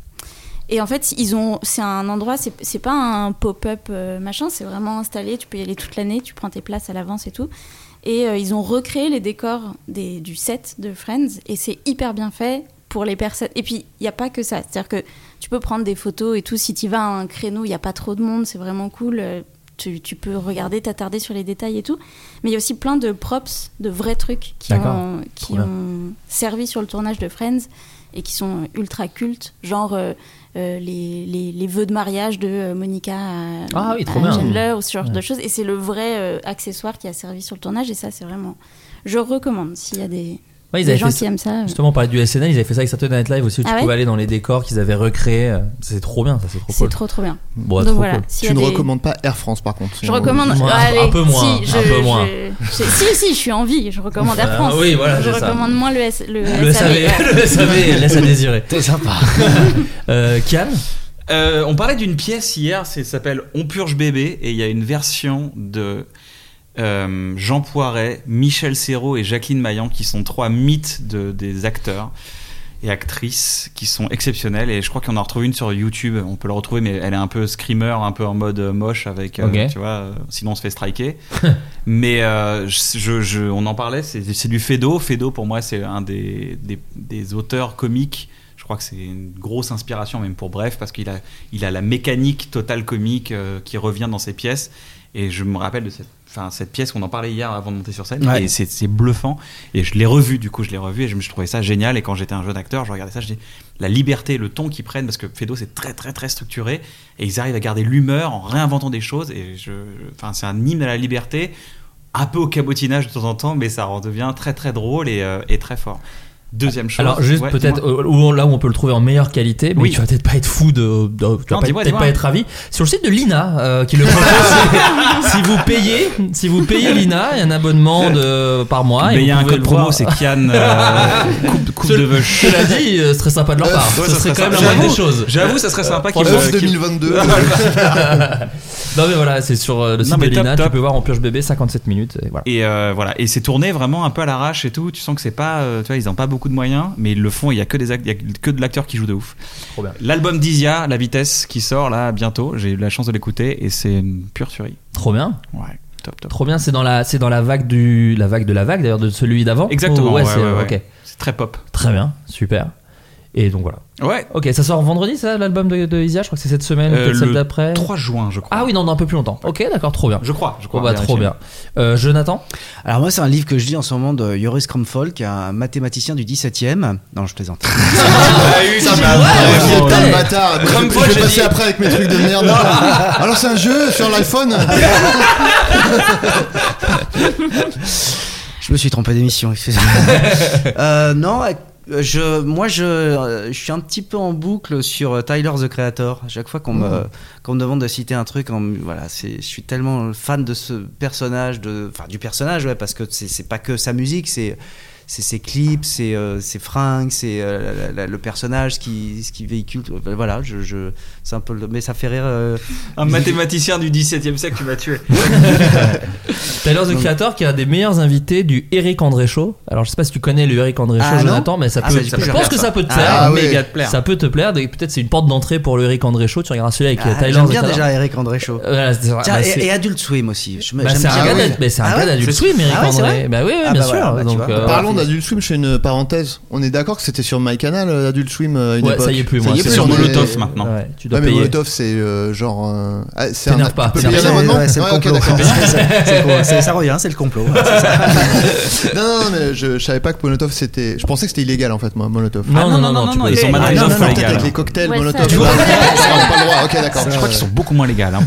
S8: Et en fait, ils ont, c'est un endroit, c'est, c'est pas un pop-up euh, machin, c'est vraiment installé. Tu peux y aller toute l'année, tu prends tes places à l'avance et tout. Et euh, ils ont recréé les décors des, du set de Friends et c'est hyper bien fait pour les personnes. Et puis, il n'y a pas que ça. C'est-à-dire que tu peux prendre des photos et tout. Si tu vas à un créneau, il n'y a pas trop de monde, c'est vraiment cool. Euh, Tu, tu peux regarder, t'attarder sur les détails et tout. Mais il y a aussi plein de props, de vrais trucs qui,
S7: D'accord.
S8: ont, qui
S7: Trop bien.
S8: ont servi sur le tournage de Friends et qui sont euh, ultra cultes, genre euh, euh, les, les, les vœux de mariage de euh, Monica à,
S7: Ah oui, trop
S8: à
S7: bien.
S8: Chandler ou ce genre
S7: Ouais.
S8: de choses. Et c'est le vrai euh, accessoire qui a servi sur le tournage et ça, c'est vraiment. Je recommande s'il y a des,
S7: Ouais, ils
S8: des
S7: avaient
S8: gens
S7: fait ça-
S8: qui aiment ça. euh.
S7: Justement, on parlait du SNL, ils avaient fait ça avec Saturday Night Live aussi, où
S8: Ah
S7: tu
S8: ouais
S7: pouvais aller dans les décors qu'ils avaient recréés. euh, C'est trop bien, ça, c'est trop
S8: C'est
S7: cool.
S8: trop trop bien.
S7: Bon,
S8: Donc
S7: trop
S8: voilà,
S7: cool.
S8: s'il y a des-
S9: pas Air France par contre.
S8: Je recommande. euh,
S7: Ouais,
S8: allez,
S7: un peu moins,
S8: Si, je,
S7: un peu moins.
S8: je- je- si, si, je suis en vie. Je recommande Air
S7: Ah
S8: France.
S7: oui, voilà,
S8: je
S7: c'est ça.
S8: recommande moins le, S, le,
S7: Le SAV, le SAV laisse à désirer. T'es sympa. euh, Kian
S6: Euh, on parlait d'une pièce hier, c'est- ça s'appelle On purge bébé, et il y a une version de euh, Jean Poiret, Michel Serrault et Jacqueline Maillan, qui sont trois mythes de- des acteurs et actrices qui sont exceptionnels. Et je crois qu'on en retrouve une sur YouTube, on peut la retrouver, mais elle est un peu screamer, un peu en mode euh, moche, avec, euh,
S7: Ok.
S6: tu vois, euh, sinon on se fait striker. mais euh, je, je- on en parlait, c'est c'est du Fedo. Fedo, pour moi, c'est un des, des- des auteurs comiques. Je crois que c'est une grosse inspiration, même pour Bref, parce qu'il a, il a la mécanique totale comique euh, qui revient dans ses pièces. Et je me rappelle de cette, enfin, cette pièce qu'on en parlait hier avant de monter sur scène.
S1: Ouais.
S6: Et c'est c'est bluffant. Et je l'ai revu, du coup, je l'ai revu et je me je trouvais ça génial. Et quand j'étais un jeune acteur, je regardais ça, je dis la liberté, le ton qu'ils prennent, parce que Fedo, c'est très, très, très structuré. Et ils arrivent à garder l'humeur en réinventant des choses. Et je, enfin, c'est un hymne à la liberté, un peu au cabotinage de temps en temps, mais ça en devient très, très drôle et, euh, et très fort. Deuxième chose.
S7: Alors juste
S6: ouais,
S7: peut-être
S6: dis-moi.
S7: euh, où- là où on peut le trouver en meilleure qualité, mais
S6: Oui.
S7: tu vas peut-être pas être fou de, de- tu vas
S6: Non,
S7: pas-
S6: dis-moi,
S7: peut-être
S6: dis-moi.
S7: pas être ravi. Sur le site de Lina euh, qui le propose, si, si vous payez, si vous payez Lina, il y a un abonnement de, par mois.
S6: Mais
S7: et
S6: il y a
S7: vous
S6: un
S7: pouvez
S6: code
S7: Ah, le
S6: promo,
S7: voir.
S6: c'est Kian euh, coupe, coupe de veuche.
S7: Cela dit, euh, ce serait sympa de leur
S6: Euh,
S7: part.
S6: ouais,
S7: ce
S6: ça
S7: serait
S6: serait
S7: quand même la
S6: sympa.
S7: moindre des
S6: J'avoue,
S7: choses.
S6: j'avoue, ça serait sympa qu'ils-
S7: Franchement,
S6: Off qu'ils-
S9: 2022.
S7: non mais voilà, c'est sur euh,
S6: Non,
S7: le site de
S6: mais top,
S7: Lina, tu
S6: top.
S7: peux voir en pioche bébé 57 minutes. Et voilà.
S6: Et euh, voilà, et c'est tourné vraiment un peu à l'arrache et tout. Tu sens que c'est pas, euh, tu vois, ils n'ont pas beaucoup de moyens, mais ils le font. Il y a que des, act- il y a que de l'acteur qui joue de ouf.
S7: Trop bien.
S6: L'album d'Isia, La Vitesse, qui sort là bientôt. J'ai eu la chance de l'écouter et c'est une pure tuerie.
S7: Trop bien.
S6: Ouais, top, top.
S7: Trop bien, c'est dans la c'est dans la vague du la vague de la vague d'ailleurs de celui d'avant.
S6: Exactement.
S7: Oh, ouais,
S6: ouais,
S7: c'est
S6: ouais, ouais.
S7: ok.
S6: C'est très pop.
S7: Très bien, super. Et donc voilà.
S6: Ouais.
S7: Ok, ça sort vendredi, ça, l'album de, de Isia Je crois que c'est cette semaine,
S6: Euh,
S7: peut-être celle
S6: le
S7: d'après.
S6: 3 juin, je crois.
S7: Ah oui, non, dans un peu plus longtemps. Ok, d'accord, trop bien.
S6: Je crois, je crois.
S7: Oh, bah, trop
S6: Vérifier.
S7: bien. Euh, Jonathan
S1: Alors moi c'est un livre que je lis en ce moment de Joris Kramfol qui est un mathématicien du 17e. Non je plaisante.
S6: Ah
S9: Ça m'a vraiment- Quel bâtard.
S1: Comme
S9: je
S1: moi,
S9: vais
S1: j'ai
S9: passer
S1: dit-
S9: après avec mes trucs de merde. Alors c'est un jeu sur l'iPhone.
S1: Je me suis trompé d'émission, excusez-moi. Euh, non, euh, je, moi je, euh, je suis un petit peu en boucle sur euh, Tyler the Creator. À chaque fois qu'on me,
S7: Mhm.
S1: qu'on me demande de citer un truc, on me- voilà, c'est- je suis tellement fan de ce personnage, de, enfin du personnage, ouais, parce que c'est c'est pas que sa musique, c'est c'est ses clips, c'est euh, ses fringues, c'est euh, la- la- la- le personnage ce qui, ce qui véhicule. euh, Voilà, je, je- c'est un peu le- mais ça fait rire. euh,
S6: Un mathématicien du 17 e siècle, tu m'as tué.
S7: Taylor the
S1: Donc-
S7: Creator qui a des meilleurs invités du Eric André Show. Alors je sais pas si tu connais le Eric André Show,
S1: Ah, non
S7: Jonathan, mais ça
S1: Ah,
S7: peut.
S1: ça, ça peut
S7: je
S1: faire
S7: pense que
S1: ça.
S7: ça peut te
S1: Ah,
S7: plaire.
S1: ah, oui. Méga te plaire.
S7: Ça peut te plaire. donc Peut-être c'est une porte d'entrée pour le Eric André Show. Tu regarderas celui avec
S1: Ah,
S7: euh, Tyler
S1: j'aime
S7: the
S1: bien
S7: Creator.
S1: déjà Eric André Shaw.
S7: Voilà, c'est vrai.
S1: Tiens,
S7: Bah, c'est-
S1: et, et Adult Swim aussi. Je me-
S7: Bah,
S1: j'aime
S7: c'est un
S1: bien.
S7: gars d'Adult- mais c'est un
S1: Ah
S7: gars
S1: ouais
S7: d'Adult
S1: C'est-
S7: Swim, Eric
S1: ah ouais, c'est
S7: André.
S1: vrai
S7: Bah oui, oui,
S1: Ah
S7: bien
S1: bah
S7: sûr.
S1: voilà, bah, tu
S7: Donc,
S1: vois.
S7: euh,
S9: Parlons d'Adult Swim, je fais une parenthèse. On est d'accord que c'était sur my canal euh, Adult Swim euh, à une
S7: Ouais,
S9: époque.
S7: ça y est plus, moi, c'est sur
S9: on est-
S6: Molotov, maintenant.
S7: Ouais, tu dois
S9: Ouais, mais
S7: payer.
S9: Molotov c'est euh, genre euh, ah, c'est un
S7: T'énerve pas.
S9: tu peux
S7: C'est
S9: payer
S7: un-
S9: un abonnement
S1: Ouais, c'est le
S9: Ouais, ok,
S1: complot.
S9: d'accord.
S1: C'est- c'est le complot. C'est- Ça revient, c'est le complot. Ouais, c'est ça.
S9: non, non, non, mais je, je savais pas que Molotov c'était. Je pensais que c'était illégal en fait, moi, Molotov.
S7: Non, Ah, non, non, non, non, non, tu non, peux- ils sont
S9: Ah,
S6: maintenant les
S9: non,
S6: gens
S9: non,
S6: sont
S9: non,
S6: légales.
S9: peut-être avec les cocktails
S8: Ouais, ça-
S9: Molotov.
S8: Tu vois.
S9: Ah, non, pas le droit, ok, d'accord.
S6: Je crois qu'ils sont beaucoup moins légales. hein.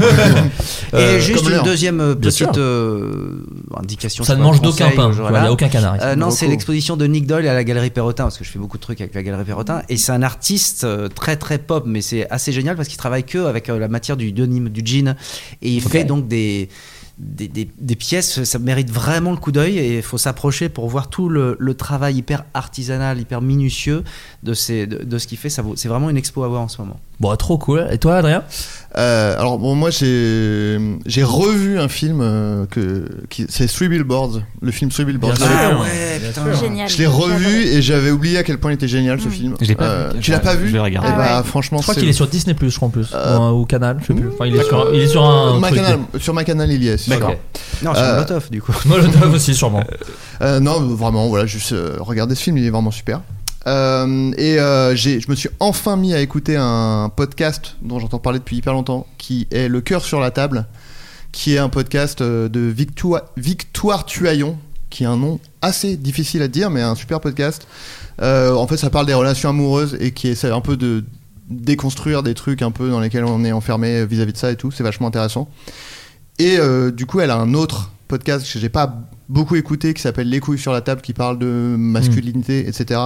S1: Ah Et juste
S9: comme
S1: une
S9: l'heure.
S1: deuxième euh,
S7: Bien sûr.
S1: petite euh, indication.
S7: Ça
S1: sur
S7: ne
S1: un
S7: mange d'aucun
S1: conseil,
S7: pain,
S1: voilà.
S7: voilà, il y a aucun canard ici.
S1: Euh, non, c'est
S7: Beaucoup.
S1: l'exposition de Nick Doyle à la Galerie Perrotin, parce que je fais beaucoup de trucs avec la Galerie Perrotin. Et c'est un artiste euh, très très pop, mais c'est assez génial parce qu'il travaille que avec euh, la matière du denim, du jean. Et il fait donc des. des, des- des pièces, ça mérite vraiment le coup d'œil et il faut s'approcher pour voir tout le, le travail hyper artisanal, hyper minutieux de, ces, de, de ce qu'il fait. Ça vaut- C'est vraiment une expo à voir en ce moment.
S9: Bon, trop cool. Et toi, Adrien Euh, Alors, bon, moi, j'ai j'ai revu un film euh, que qui- c'est Three Billboards, le film Three Billboards.
S1: Bien sûr. Ah ouais, Bien putain. sûr. Génial.
S9: Je l'ai
S1: J'ai
S9: revu
S1: adoré.
S9: et j'avais oublié à quel point il était génial ce film. Euh,
S7: Je l'ai pas
S1: Euh,
S7: vu.
S9: tu l'as pas vu
S7: Je vais regarder.
S6: Ah
S1: Ah
S9: Eh bah,
S7: Ouais.
S9: franchement,
S7: je crois
S9: c'est-
S7: qu'il est sur Disney je crois en plus, ou, ou Canal, je sais plus. Enfin, il est sur, un- il est sur
S9: Euh,
S7: un.
S9: ma
S7: truc
S9: canal-
S7: de-
S9: sur ma canal, il y est. c'est
S7: D'accord.
S9: sûr.
S7: Non,
S1: Euh,
S7: sur Molotov,
S1: du coup.
S7: Molotov aussi, sûrement.
S9: Euh, non, vraiment, voilà, juste euh, regardez ce film, il est vraiment super. Euh, et euh, j'ai- je me suis enfin mis à écouter un podcast dont j'entends parler depuis hyper longtemps, qui est Le cœur sur la table, qui est un podcast euh, de Victoire, Victoire Tuaillon, qui est un nom assez difficile à dire, mais un super podcast. Euh, en fait, ça parle des relations amoureuses et qui essaie un peu de déconstruire des trucs un peu dans lesquels on est enfermé vis-à-vis de ça et tout. C'est vachement intéressant. Et euh, du coup, elle a un autre podcast que j'ai pas beaucoup écouté qui s'appelle Les couilles sur la table qui parle de
S7: Hmm.
S9: masculinité, etc.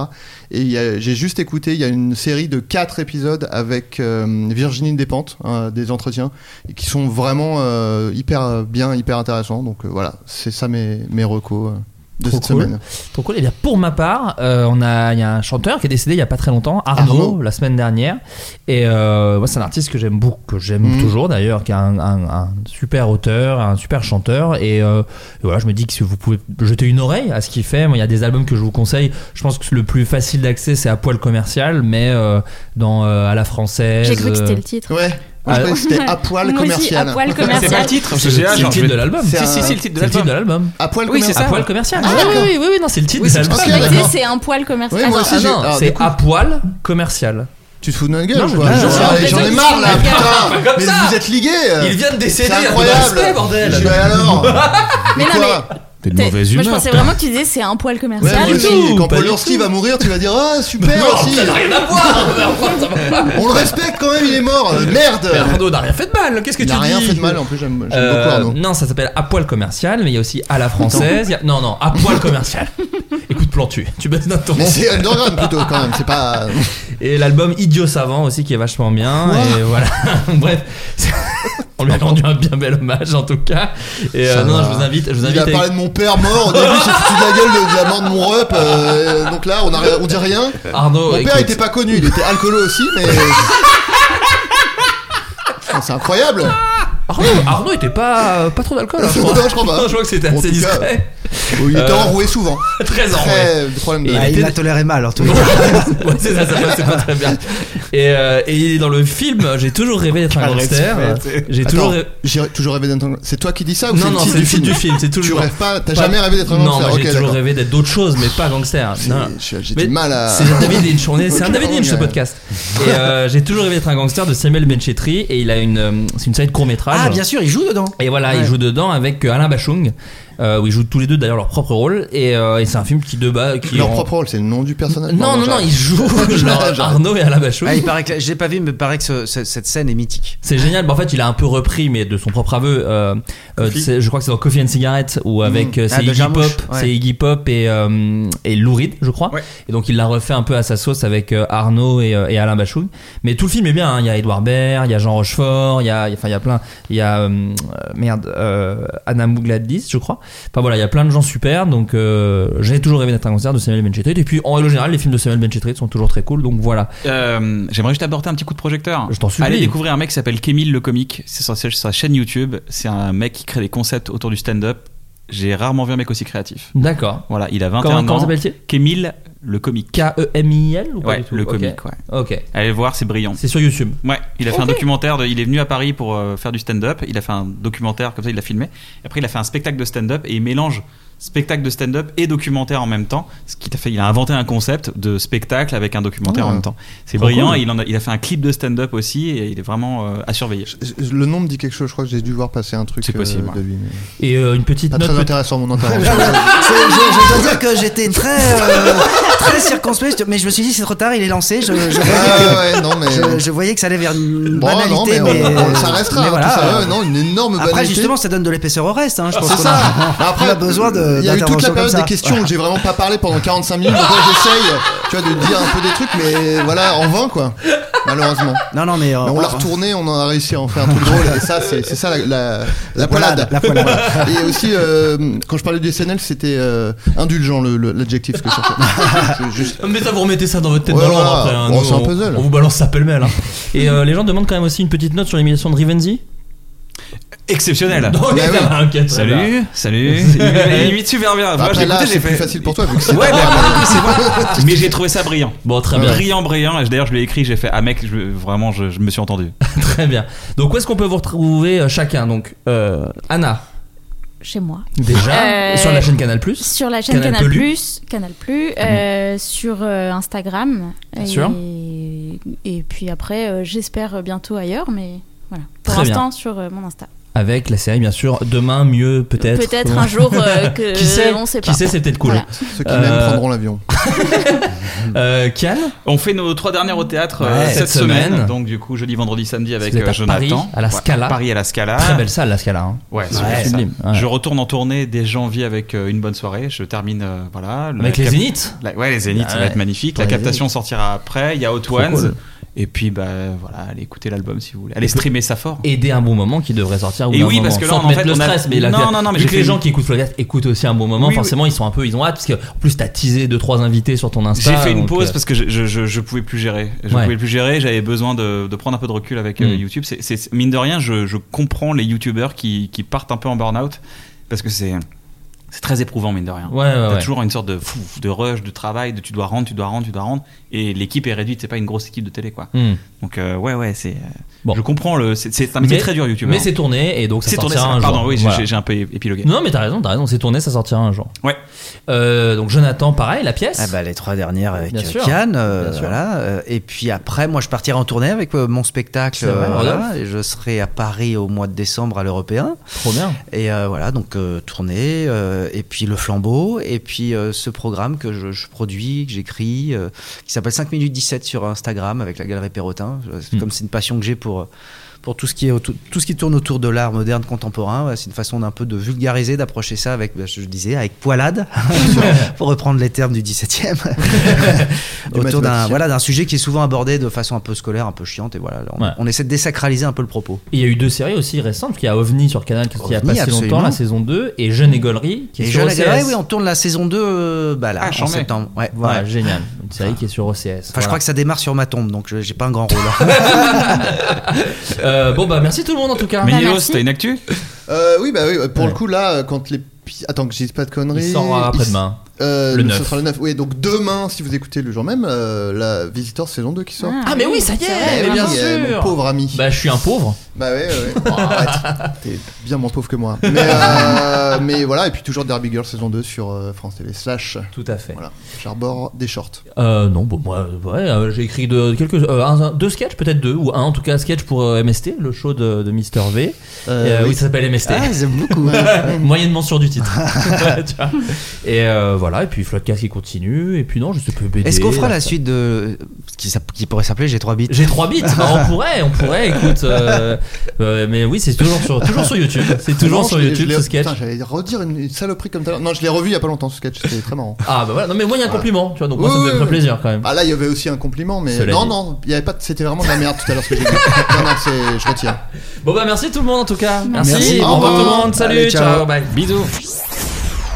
S9: Et il y a- j'ai juste écouté, il y a une série de quatre épisodes avec euh, Virginie Despentes, hein, des entretiens, et qui sont vraiment euh, hyper bien, hyper intéressants. Donc euh, voilà, c'est ça mes, mes recos euh, de
S7: Trop
S9: cette
S7: cool.
S9: semaine.
S7: Trop cool. Et bien pour ma part, euh, on a, il y a un chanteur qui est décédé il y a pas très longtemps, Arnaud,
S9: Arnaud.
S7: la semaine dernière. Et euh, moi, c'est un artiste que j'aime beaucoup, que j'aime
S9: Mhm.
S7: toujours d'ailleurs, qui est un, un- un super auteur, un super chanteur. Et, euh, et voilà, je me dis que si vous pouvez jeter une oreille à ce qu'il fait, moi, il y a des albums que je vous conseille. Je pense que le plus facile d'accès, c'est à Poil Commercial, mais euh, dans euh, À la française.
S8: J'ai cru que c'était
S7: euh,
S8: le titre.
S9: Ouais. Moi, je croyais que c'était à poil
S8: Moi aussi,
S9: commercial.
S8: à poil commercial. C'est pas le
S7: titre,
S6: C'est
S7: c'est
S6: le
S7: le
S6: titre
S7: titre de l'album.
S6: C'est un- c'est
S7: le titre de l'album.
S9: À poil
S7: oui, c'est
S9: commercial.
S7: ça. À poil commercial.
S8: Ah,
S7: Ah, oui, oui, oui, oui, non, c'est le titre de l'album.
S8: Je crois que c'est un poil commercial.
S9: Oui, moi
S8: Ah,
S9: aussi,
S8: non,
S9: j'ai-
S8: ah, non.
S9: alors,
S7: C'est
S9: du coup-
S7: à poil commercial.
S9: Tu te fous de notre gueule
S7: Non,
S9: ou
S7: je-
S9: quoi
S7: non,
S9: Ah,
S7: je-
S9: J'en ai
S7: je-
S9: marre là,
S7: je-
S9: putain
S7: Comme
S9: Mais
S7: ça.
S9: vous êtes ligués euh.
S7: Il vient de décéder,
S9: C'est
S7: un peu de
S9: incroyable
S7: respect, bordel.
S9: Je- alors
S8: Mais non,
S9: Quoi
S8: mais. t'es- Moi, je pensais vraiment que tu disais c'est un poil
S9: Ouais,
S8: commercial.
S9: moi aussi, quand Paul Orski va mourir, tu vas dire Ah, super
S7: Non,
S9: aussi.
S7: ça n'a rien à voir. Mais enfin, ça va pas.
S9: On le respecte quand même, il est mort euh, Merde
S7: Mais Arnaud n'a rien fait de mal, qu'est-ce que
S9: Il
S7: tu
S9: a rien
S7: dis
S9: fait de mal, en plus, j'aime j'aime
S7: Euh,
S9: beaucoup Arnaud.
S7: non, ça s'appelle à poil commercial, mais il y a aussi à la française. il y a- Non, non, à poil commercial. Écoute, plantu, tu baisses notre ton.
S9: Mais c'est underground plutôt quand même, c'est pas.
S7: Et l'album Idiot Savant aussi qui est vachement bien.
S9: Quoi
S7: et voilà. Bref, c'est- on lui a rendu un bien bel hommage en tout cas. Et euh,
S9: Ça
S7: non,
S9: va.
S7: je vous invite. Je vous invite
S9: Il a
S7: à-
S9: parlé de mon père mort, au début il s'est foutu de la gueule de, de la mort de mon rep, euh, donc là on, a, on dit rien. Mon
S7: Arnaud,
S9: père
S7: Oh, écoute.
S9: était pas connu, il était alcoolo aussi, mais. Putain, c'est incroyable
S7: Ah, Arnaud, Arnaud était pas, pas trop d'alcool. hein, je crois.
S9: Non, je crois pas.
S7: je crois que c'était
S9: En
S7: assez
S9: tout cas,
S7: discret.
S9: Il était
S7: Euh,
S9: enroué souvent.
S7: 13 ans,
S9: Très- euh,
S7: ouais.
S9: des problèmes de-
S7: Et il
S1: Ah, il
S7: était-
S1: la tolérait mal, en tout cas.
S7: Ouais, c'est ça, ça passait pas très bien. Et, euh, et il est dans le film, j'ai toujours rêvé d'être
S9: Ah,
S7: un gangster. J'ai
S9: Attends,
S7: toujours rêvé.
S9: j'ai toujours rêvé d'être un gangster. C'est toi qui dis ça ou
S7: Non,
S9: c'est
S7: non,
S9: le titre
S7: c'est
S9: du
S7: le titre
S9: film
S7: du film, c'est toujours.
S9: Tu rêves pas, t'as jamais rêvé d'être un
S7: Non,
S9: gangster
S7: moi, j'ai
S9: ok,
S7: toujours
S9: d'accord.
S7: rêvé d'être d'autres choses, mais pas gangster.
S9: C'est-
S7: Non.
S9: j'ai- j'ai
S7: Mais
S9: du mal à-
S7: C'est un David Lynch, on est- c'est un
S9: Ok,
S7: David Lynch ce
S9: ouais.
S7: podcast. Et euh, j'ai toujours rêvé d'être un gangster de Samuel Benchetri, et il a une, euh, c'est une série de courts métrages.
S1: Ah, bien sûr, il joue dedans.
S7: Et voilà, ils jouent dedans avec euh, Alain Bachung, euh, où ils jouent tous les deux d'ailleurs leur propre rôle. Et, euh, et c'est un film qui de bas, qui
S9: Leur
S7: rend-
S9: propre rôle, c'est le nom du personnage.
S7: Euh, Non, non, non, ils jouent leur- Arnaud et Alain Bachung.
S1: Ah, il paraît que, j'ai pas vu, mais il paraît que ce- ce- cette scène est mythique.
S7: C'est génial. Bon, en fait, il a un peu repris, mais de son propre aveu. euh, euh,
S1: Coffee.
S7: c'est- je crois que c'est dans Coffee and Cigarette ou avec
S1: Mm.
S7: euh,
S1: Ah,
S7: c'est
S1: de
S7: Iggy Pop,
S1: Jarmusch, ouais.
S7: c'est Iggy Pop et euh, et Lou Reed, je crois. Et donc il l'a refait un peu à sa sauce avec euh, Arnaud et, euh, et Alain Bachung. Mais tout le film est bien. hein. Il y a Edouard Baird, il y a Jean Rochefort, il y a il y a- enfin il y a plein. Il y a euh, euh, merde euh, Anna Mougladis, je crois. Enfin voilà, il y a plein de gens super. Donc euh, j'ai toujours rêvé d'être un concert de Samuel Benchetrit. Et puis en règle générale, les films de Samuel Benchetrit sont toujours très cool. Donc voilà.
S6: Euh, J'aimerais juste apporter un petit coup de projecteur.
S7: Je t'en supplie.
S6: Allez découvrir un mec qui s'appelle Kémil le comique. C'est sur, sur sa chaîne YouTube. C'est un mec qui crée des concepts autour du stand-up. J'ai rarement vu un mec aussi créatif.
S7: D'accord.
S6: Voilà, il a 21
S7: Comment-
S6: ans.
S7: comment s'appelle-t-il
S6: Kémil le comique.
S7: E K-E-M-I-L ou pas
S6: Ouais,
S7: du tout
S6: le
S7: Ok.
S6: comique, ouais.
S7: Ok.
S6: Allez le voir, c'est brillant.
S7: C'est sur YouTube.
S6: Ouais, il a fait
S7: Ok.
S6: un documentaire. de- il est venu à Paris pour euh, faire du stand-up. Il a fait un documentaire comme ça, il l'a filmé. Et après, il a fait un spectacle de stand-up et il mélange spectacle de stand-up et documentaire en même temps. Ce qui t'a fait, il a inventé un concept de spectacle avec un documentaire
S9: Ah.
S6: en même temps. C'est
S9: Trop
S6: brillant.
S9: cool.
S6: Et il, en a, il a fait un clip de stand-up aussi et il est vraiment euh, à surveiller.
S9: Le nom me dit quelque chose, je crois que j'ai dû voir passer un truc
S6: C'est possible,
S9: euh, de lui. mais-
S7: Et euh, une petite
S9: Pas
S7: note.
S9: très
S7: peut-
S9: intéressant mon intervention.
S1: C'est- je, je dois dire que j'étais très, euh, très circonspect, mais je me suis dit c'est trop tard, il est lancé. Je, je,
S9: Ah ouais, non, mais-
S1: je, je voyais que ça allait vers une
S9: Bon, non,
S1: banalité,
S9: mais on-
S7: euh,
S9: on- ça
S1: mais
S9: restera, hein,
S1: voilà. euh,
S9: tout ça, ouais, non, une énorme
S1: Après,
S9: banalité.
S1: justement, ça donne de l'épaisseur au reste. hein, je pense
S9: C'est
S1: qu'on
S9: ça.
S1: a- on a
S9: Après,
S1: besoin de. de.
S9: Il y a eu toute la
S1: d'intervention
S9: période
S1: comme ça.
S9: des questions
S1: Voilà.
S9: où j'ai vraiment pas parlé pendant 45 minutes. Donc là, j'essaye, tu vois, de dire un peu des trucs, mais voilà, en vain, quoi. Malheureusement.
S1: Non, non, mais. euh,
S9: on l'a retourné, on en a réussi à en faire un truc drôle. Et ça, c'est c'est ça la, la, la
S1: poilade,
S9: poilade.
S1: la poilade.
S9: Et aussi, euh, quand je parlais du SNL, c'était euh, indulgent le- le- l'adjectif que je cherchais. C'est juste-
S7: Euh, Mais ça, vous remettez ça dans votre tête
S9: Ouais,
S7: dans l'ordre
S9: voilà.
S7: après. hein.
S9: Bon,
S7: Nous,
S9: c'est un
S7: on-
S9: puzzle.
S7: On vous balance ça pêle-mêle. hein. Et euh, les gens demandent quand même aussi une petite note sur l'émission de Rivenzi.
S6: Exceptionnel.
S7: Non,
S9: Bah
S7: mais ça va, ok, très bien.
S6: Ah. Salut, salut.
S7: Salut.
S6: Il est limite super bien.
S1: Ah, bah,
S6: Moi, je
S9: Bah, Après,
S6: l'ai
S9: là,
S6: écouté, j'ai
S9: c'est plus
S6: fait.
S9: facile pour toi, vu que c'est
S6: Ouais,
S9: ta
S6: bah,
S9: femme.
S6: pour le coup, c'est vrai. Mais j'ai trouvé ça brillant.
S7: Bon, très bien.
S6: Brillant, brillant. Et D'ailleurs, je l'ai écrit, j'ai fait Ah, mec, je- vraiment, je, je me suis entendu.
S7: Très bien. Donc où est-ce qu'on peut vous retrouver euh, chacun Donc euh, Anna
S8: Chez moi.
S7: déjà
S8: Euh,
S7: sur la chaîne Canal Plus.
S8: Sur la chaîne Canal+, Plus, Canal Plus, euh, sur euh, Instagram.
S7: Bien
S8: et,
S7: sûr.
S8: et puis après, euh, j'espère bientôt ailleurs, mais voilà. Pour
S7: Très bien.
S8: l'instant, sur euh, mon Insta.
S7: Avec la série bien sûr. Demain mieux peut-être.
S8: Peut-être un jour euh, que
S7: Qui sait
S8: on sait pas.
S7: Qui sait c'est peut-être cool.
S8: Voilà.
S9: Ceux qui m'aiment
S7: Euh,
S9: prendront l'avion.
S7: Euh, Kian
S6: On fait nos trois dernières au théâtre
S7: Ouais,
S6: euh, cette,
S7: cette
S6: semaine.
S7: semaine.
S6: Donc, du coup, jeudi, vendredi, samedi avec
S7: Vous êtes
S6: euh,
S7: à
S6: Jonathan.
S7: Paris, à la
S6: Ouais,
S7: Scala.
S6: Paris à la Scala.
S7: Très belle salle la Scala. hein.
S6: Ouais, c'est
S7: Ouais,
S6: ça.
S7: sublime. Ouais.
S6: Je retourne en tournée dès janvier avec euh, une bonne soirée. Je termine euh, voilà. la
S7: Avec les
S6: cap-
S7: Zéniths
S6: la- Ouais, les Zéniths, ça
S7: Ouais.
S6: va être magnifique.
S7: Ouais,
S6: La
S7: les
S6: captation
S7: Zéniths.
S6: sortira après. Il y a Hot
S7: Trop
S6: Ones.
S7: cool.
S6: Et puis bah voilà, allez écouter l'album si vous voulez. Allez streamer ça fort.
S7: Aider un bon moment qui devrait sortir. au bout
S6: Et
S7: d'un
S6: oui, parce
S7: moment,
S6: que là,
S7: sans
S6: en
S7: te mettre
S6: fait,
S7: le
S6: on a-
S7: stress, mais la-
S6: Non, non, non, mais
S7: vu
S6: j'ai
S7: que les
S6: fait
S7: gens
S6: une-
S7: qui écoutent Floyd écoutent aussi un bon moment,
S6: Oui, oui.
S7: forcément ils sont un peu, ils ont hâte parce que en plus t'as teasé deux trois invités sur ton Insta.
S6: J'ai fait une
S7: donc,
S6: pause
S7: euh,
S6: parce que je, je, je- je pouvais plus gérer. Je
S7: Ouais.
S6: pouvais plus gérer. J'avais besoin de, de prendre un peu de recul avec euh,
S7: Mm.
S6: YouTube. C'est- c'est- mine de rien, je, je comprends les YouTubers qui, qui partent un peu en burn-out parce que c'est c'est très éprouvant mine de rien.
S7: Ouais, ouais,
S6: T'as
S7: ouais.
S6: toujours une sorte de fou, de rush, de travail, de tu dois rendre, tu dois rendre, tu dois rendre. Et l'équipe est réduite. C'est pas une grosse équipe de télé quoi.
S7: Mm.
S6: Donc euh, ouais ouais c'est. euh, Je comprends le. c'est- C'est un métier
S7: Mais-
S6: très dur YouTube. hein.
S7: mais c'est tourné, et donc ça
S6: C'est tourné.
S7: sortira
S6: ça.
S7: un jour.
S6: Pardon oui j'ai-
S7: Voilà.
S6: j'ai j'ai un peu épilogué.
S7: Non mais t'as raison, t'as raison, c'est tourné, ça sortira un jour.
S6: Ouais.
S7: Euh, donc Jonathan, pareil, la pièce.
S1: Ah bah, les trois dernières avec
S7: Bien
S1: euh,
S7: sûr.
S1: Kian, euh,
S7: Bien sûr.
S1: voilà. euh, Et puis après, moi, je partirai en tournée avec euh, mon spectacle.
S7: C'est vrai,
S1: voilà,
S7: Rodolphe.
S1: et je serai à Paris au mois de décembre à l'Européen.
S7: Trop bien.
S1: Et euh, voilà, donc euh, tournée, euh, et puis le flambeau, et puis euh, ce programme que je, je produis, que j'écris, euh, qui s'appelle 5 minutes 17 sur Instagram avec la galerie Perrotin. Euh, c'est-
S7: Mm.
S1: Comme c'est une passion que j'ai pour. euh, Pour tout ce, qui est autour- tout ce qui tourne autour de l'art moderne contemporain, Voilà, c'est une façon d'un peu de vulgariser, d'approcher ça avec, bah, je disais, avec poilade, pour reprendre les termes du 17e, autour d'un
S7: mathématicien.
S1: voilà, d'un sujet qui est souvent abordé de façon un peu scolaire, un peu chiante, et voilà, on,
S7: Ouais.
S1: on essaie de désacraliser un peu le propos.
S7: Et Il y a eu deux séries aussi récentes, parce qu'il y a OVNI sur Canal qui a
S1: OVNI,
S7: pas si
S1: absolument.
S7: longtemps, la saison 2, et Jeune et Gaulerie qui est
S1: Et
S7: sur
S1: Jeune
S7: OCS.
S1: Agréable, oui, on tourne la saison 2 euh, bah là,
S7: Ah,
S1: en
S7: j'en mets.
S1: septembre. Ouais,
S7: Voilà,
S1: ouais.
S7: génial. Une série qui est sur OCS.
S1: Enfin, je crois que ça démarre sur ma tombe, donc je- j'ai pas un grand rôle.
S7: bon, bah merci tout le monde en tout cas.
S6: Mais Bah, Nilo, merci. t'as une actu
S9: Euh, oui, bah oui, pour
S7: Ouais.
S9: le coup, là, quand les. pi- Attends que je dise pas de conneries.
S7: Il sort après-demain.
S9: s- euh,
S7: Le
S9: le
S7: 9.
S9: Ce sera le 9. Oui, donc demain, si vous écoutez le jour même, euh, la Visitor saison 2 qui sort.
S7: Ah, mais oui, ça y est,
S9: Eh
S7: mais
S9: oui,
S7: bien
S9: euh,
S7: sûr.
S9: Mon pauvre ami.
S7: Bah, je suis un pauvre.
S9: Bah ouais, ouais. Oh, arrête. T'es bien moins pauvre que moi. Mais, euh, mais voilà, et puis toujours Derby Girl saison 2 sur euh, France TV slash.
S7: Tout à fait.
S9: Voilà, j'arbore des shorts.
S7: Euh, non, bon, moi, ouais, euh, j'ai écrit de, quelques, euh, un- un- deux sketchs, peut-être deux, ou un en tout cas, sketch pour euh, MST, le show de, de Mister V. Euh, oui,
S1: oui.
S7: ça s'appelle MST.
S1: Ah, j'aime beaucoup.
S7: Moyennement sur du titre. Tu vois. et euh, voilà, et puis Floodcast qui continue, et puis non, je sais plus BD.
S1: Est-ce qu'on fera la
S7: là, ça-
S1: suite de. ce qui, s'app- qui pourrait s'appeler J'ai 3 bits
S7: J'ai trois bits, Bah, on pourrait, on pourrait, écoute. euh, euh, mais oui, c'est toujours sur, toujours sur YouTube. C'est toujours
S9: Non,
S7: sur
S9: je l'ai-
S7: YouTube
S9: je l'ai-
S7: ce sketch.
S9: Putain, J'allais redire une, une saloperie comme tout à l'heure. Non, je l'ai revu il y a pas longtemps ce sketch, c'était très marrant.
S7: Ah bah voilà, non mais moi il y a un
S9: Voilà.
S7: compliment, tu vois, donc moi ça
S9: Oui,
S7: me fait
S9: oui,
S7: très
S9: oui.
S7: plaisir quand même.
S9: Ah là, il y avait aussi un compliment, mais
S7: Cela
S9: non,
S7: dit.
S9: non, il y avait pas. de- C'était vraiment de la merde tout à l'heure ce que j'ai dit. non, non, c'est- je retire.
S7: Bon bah merci tout le monde en tout cas. Merci,
S9: Merci.
S7: au revoir tout le monde, salut,
S9: Allez, ciao.
S7: ciao, bye. Bisous.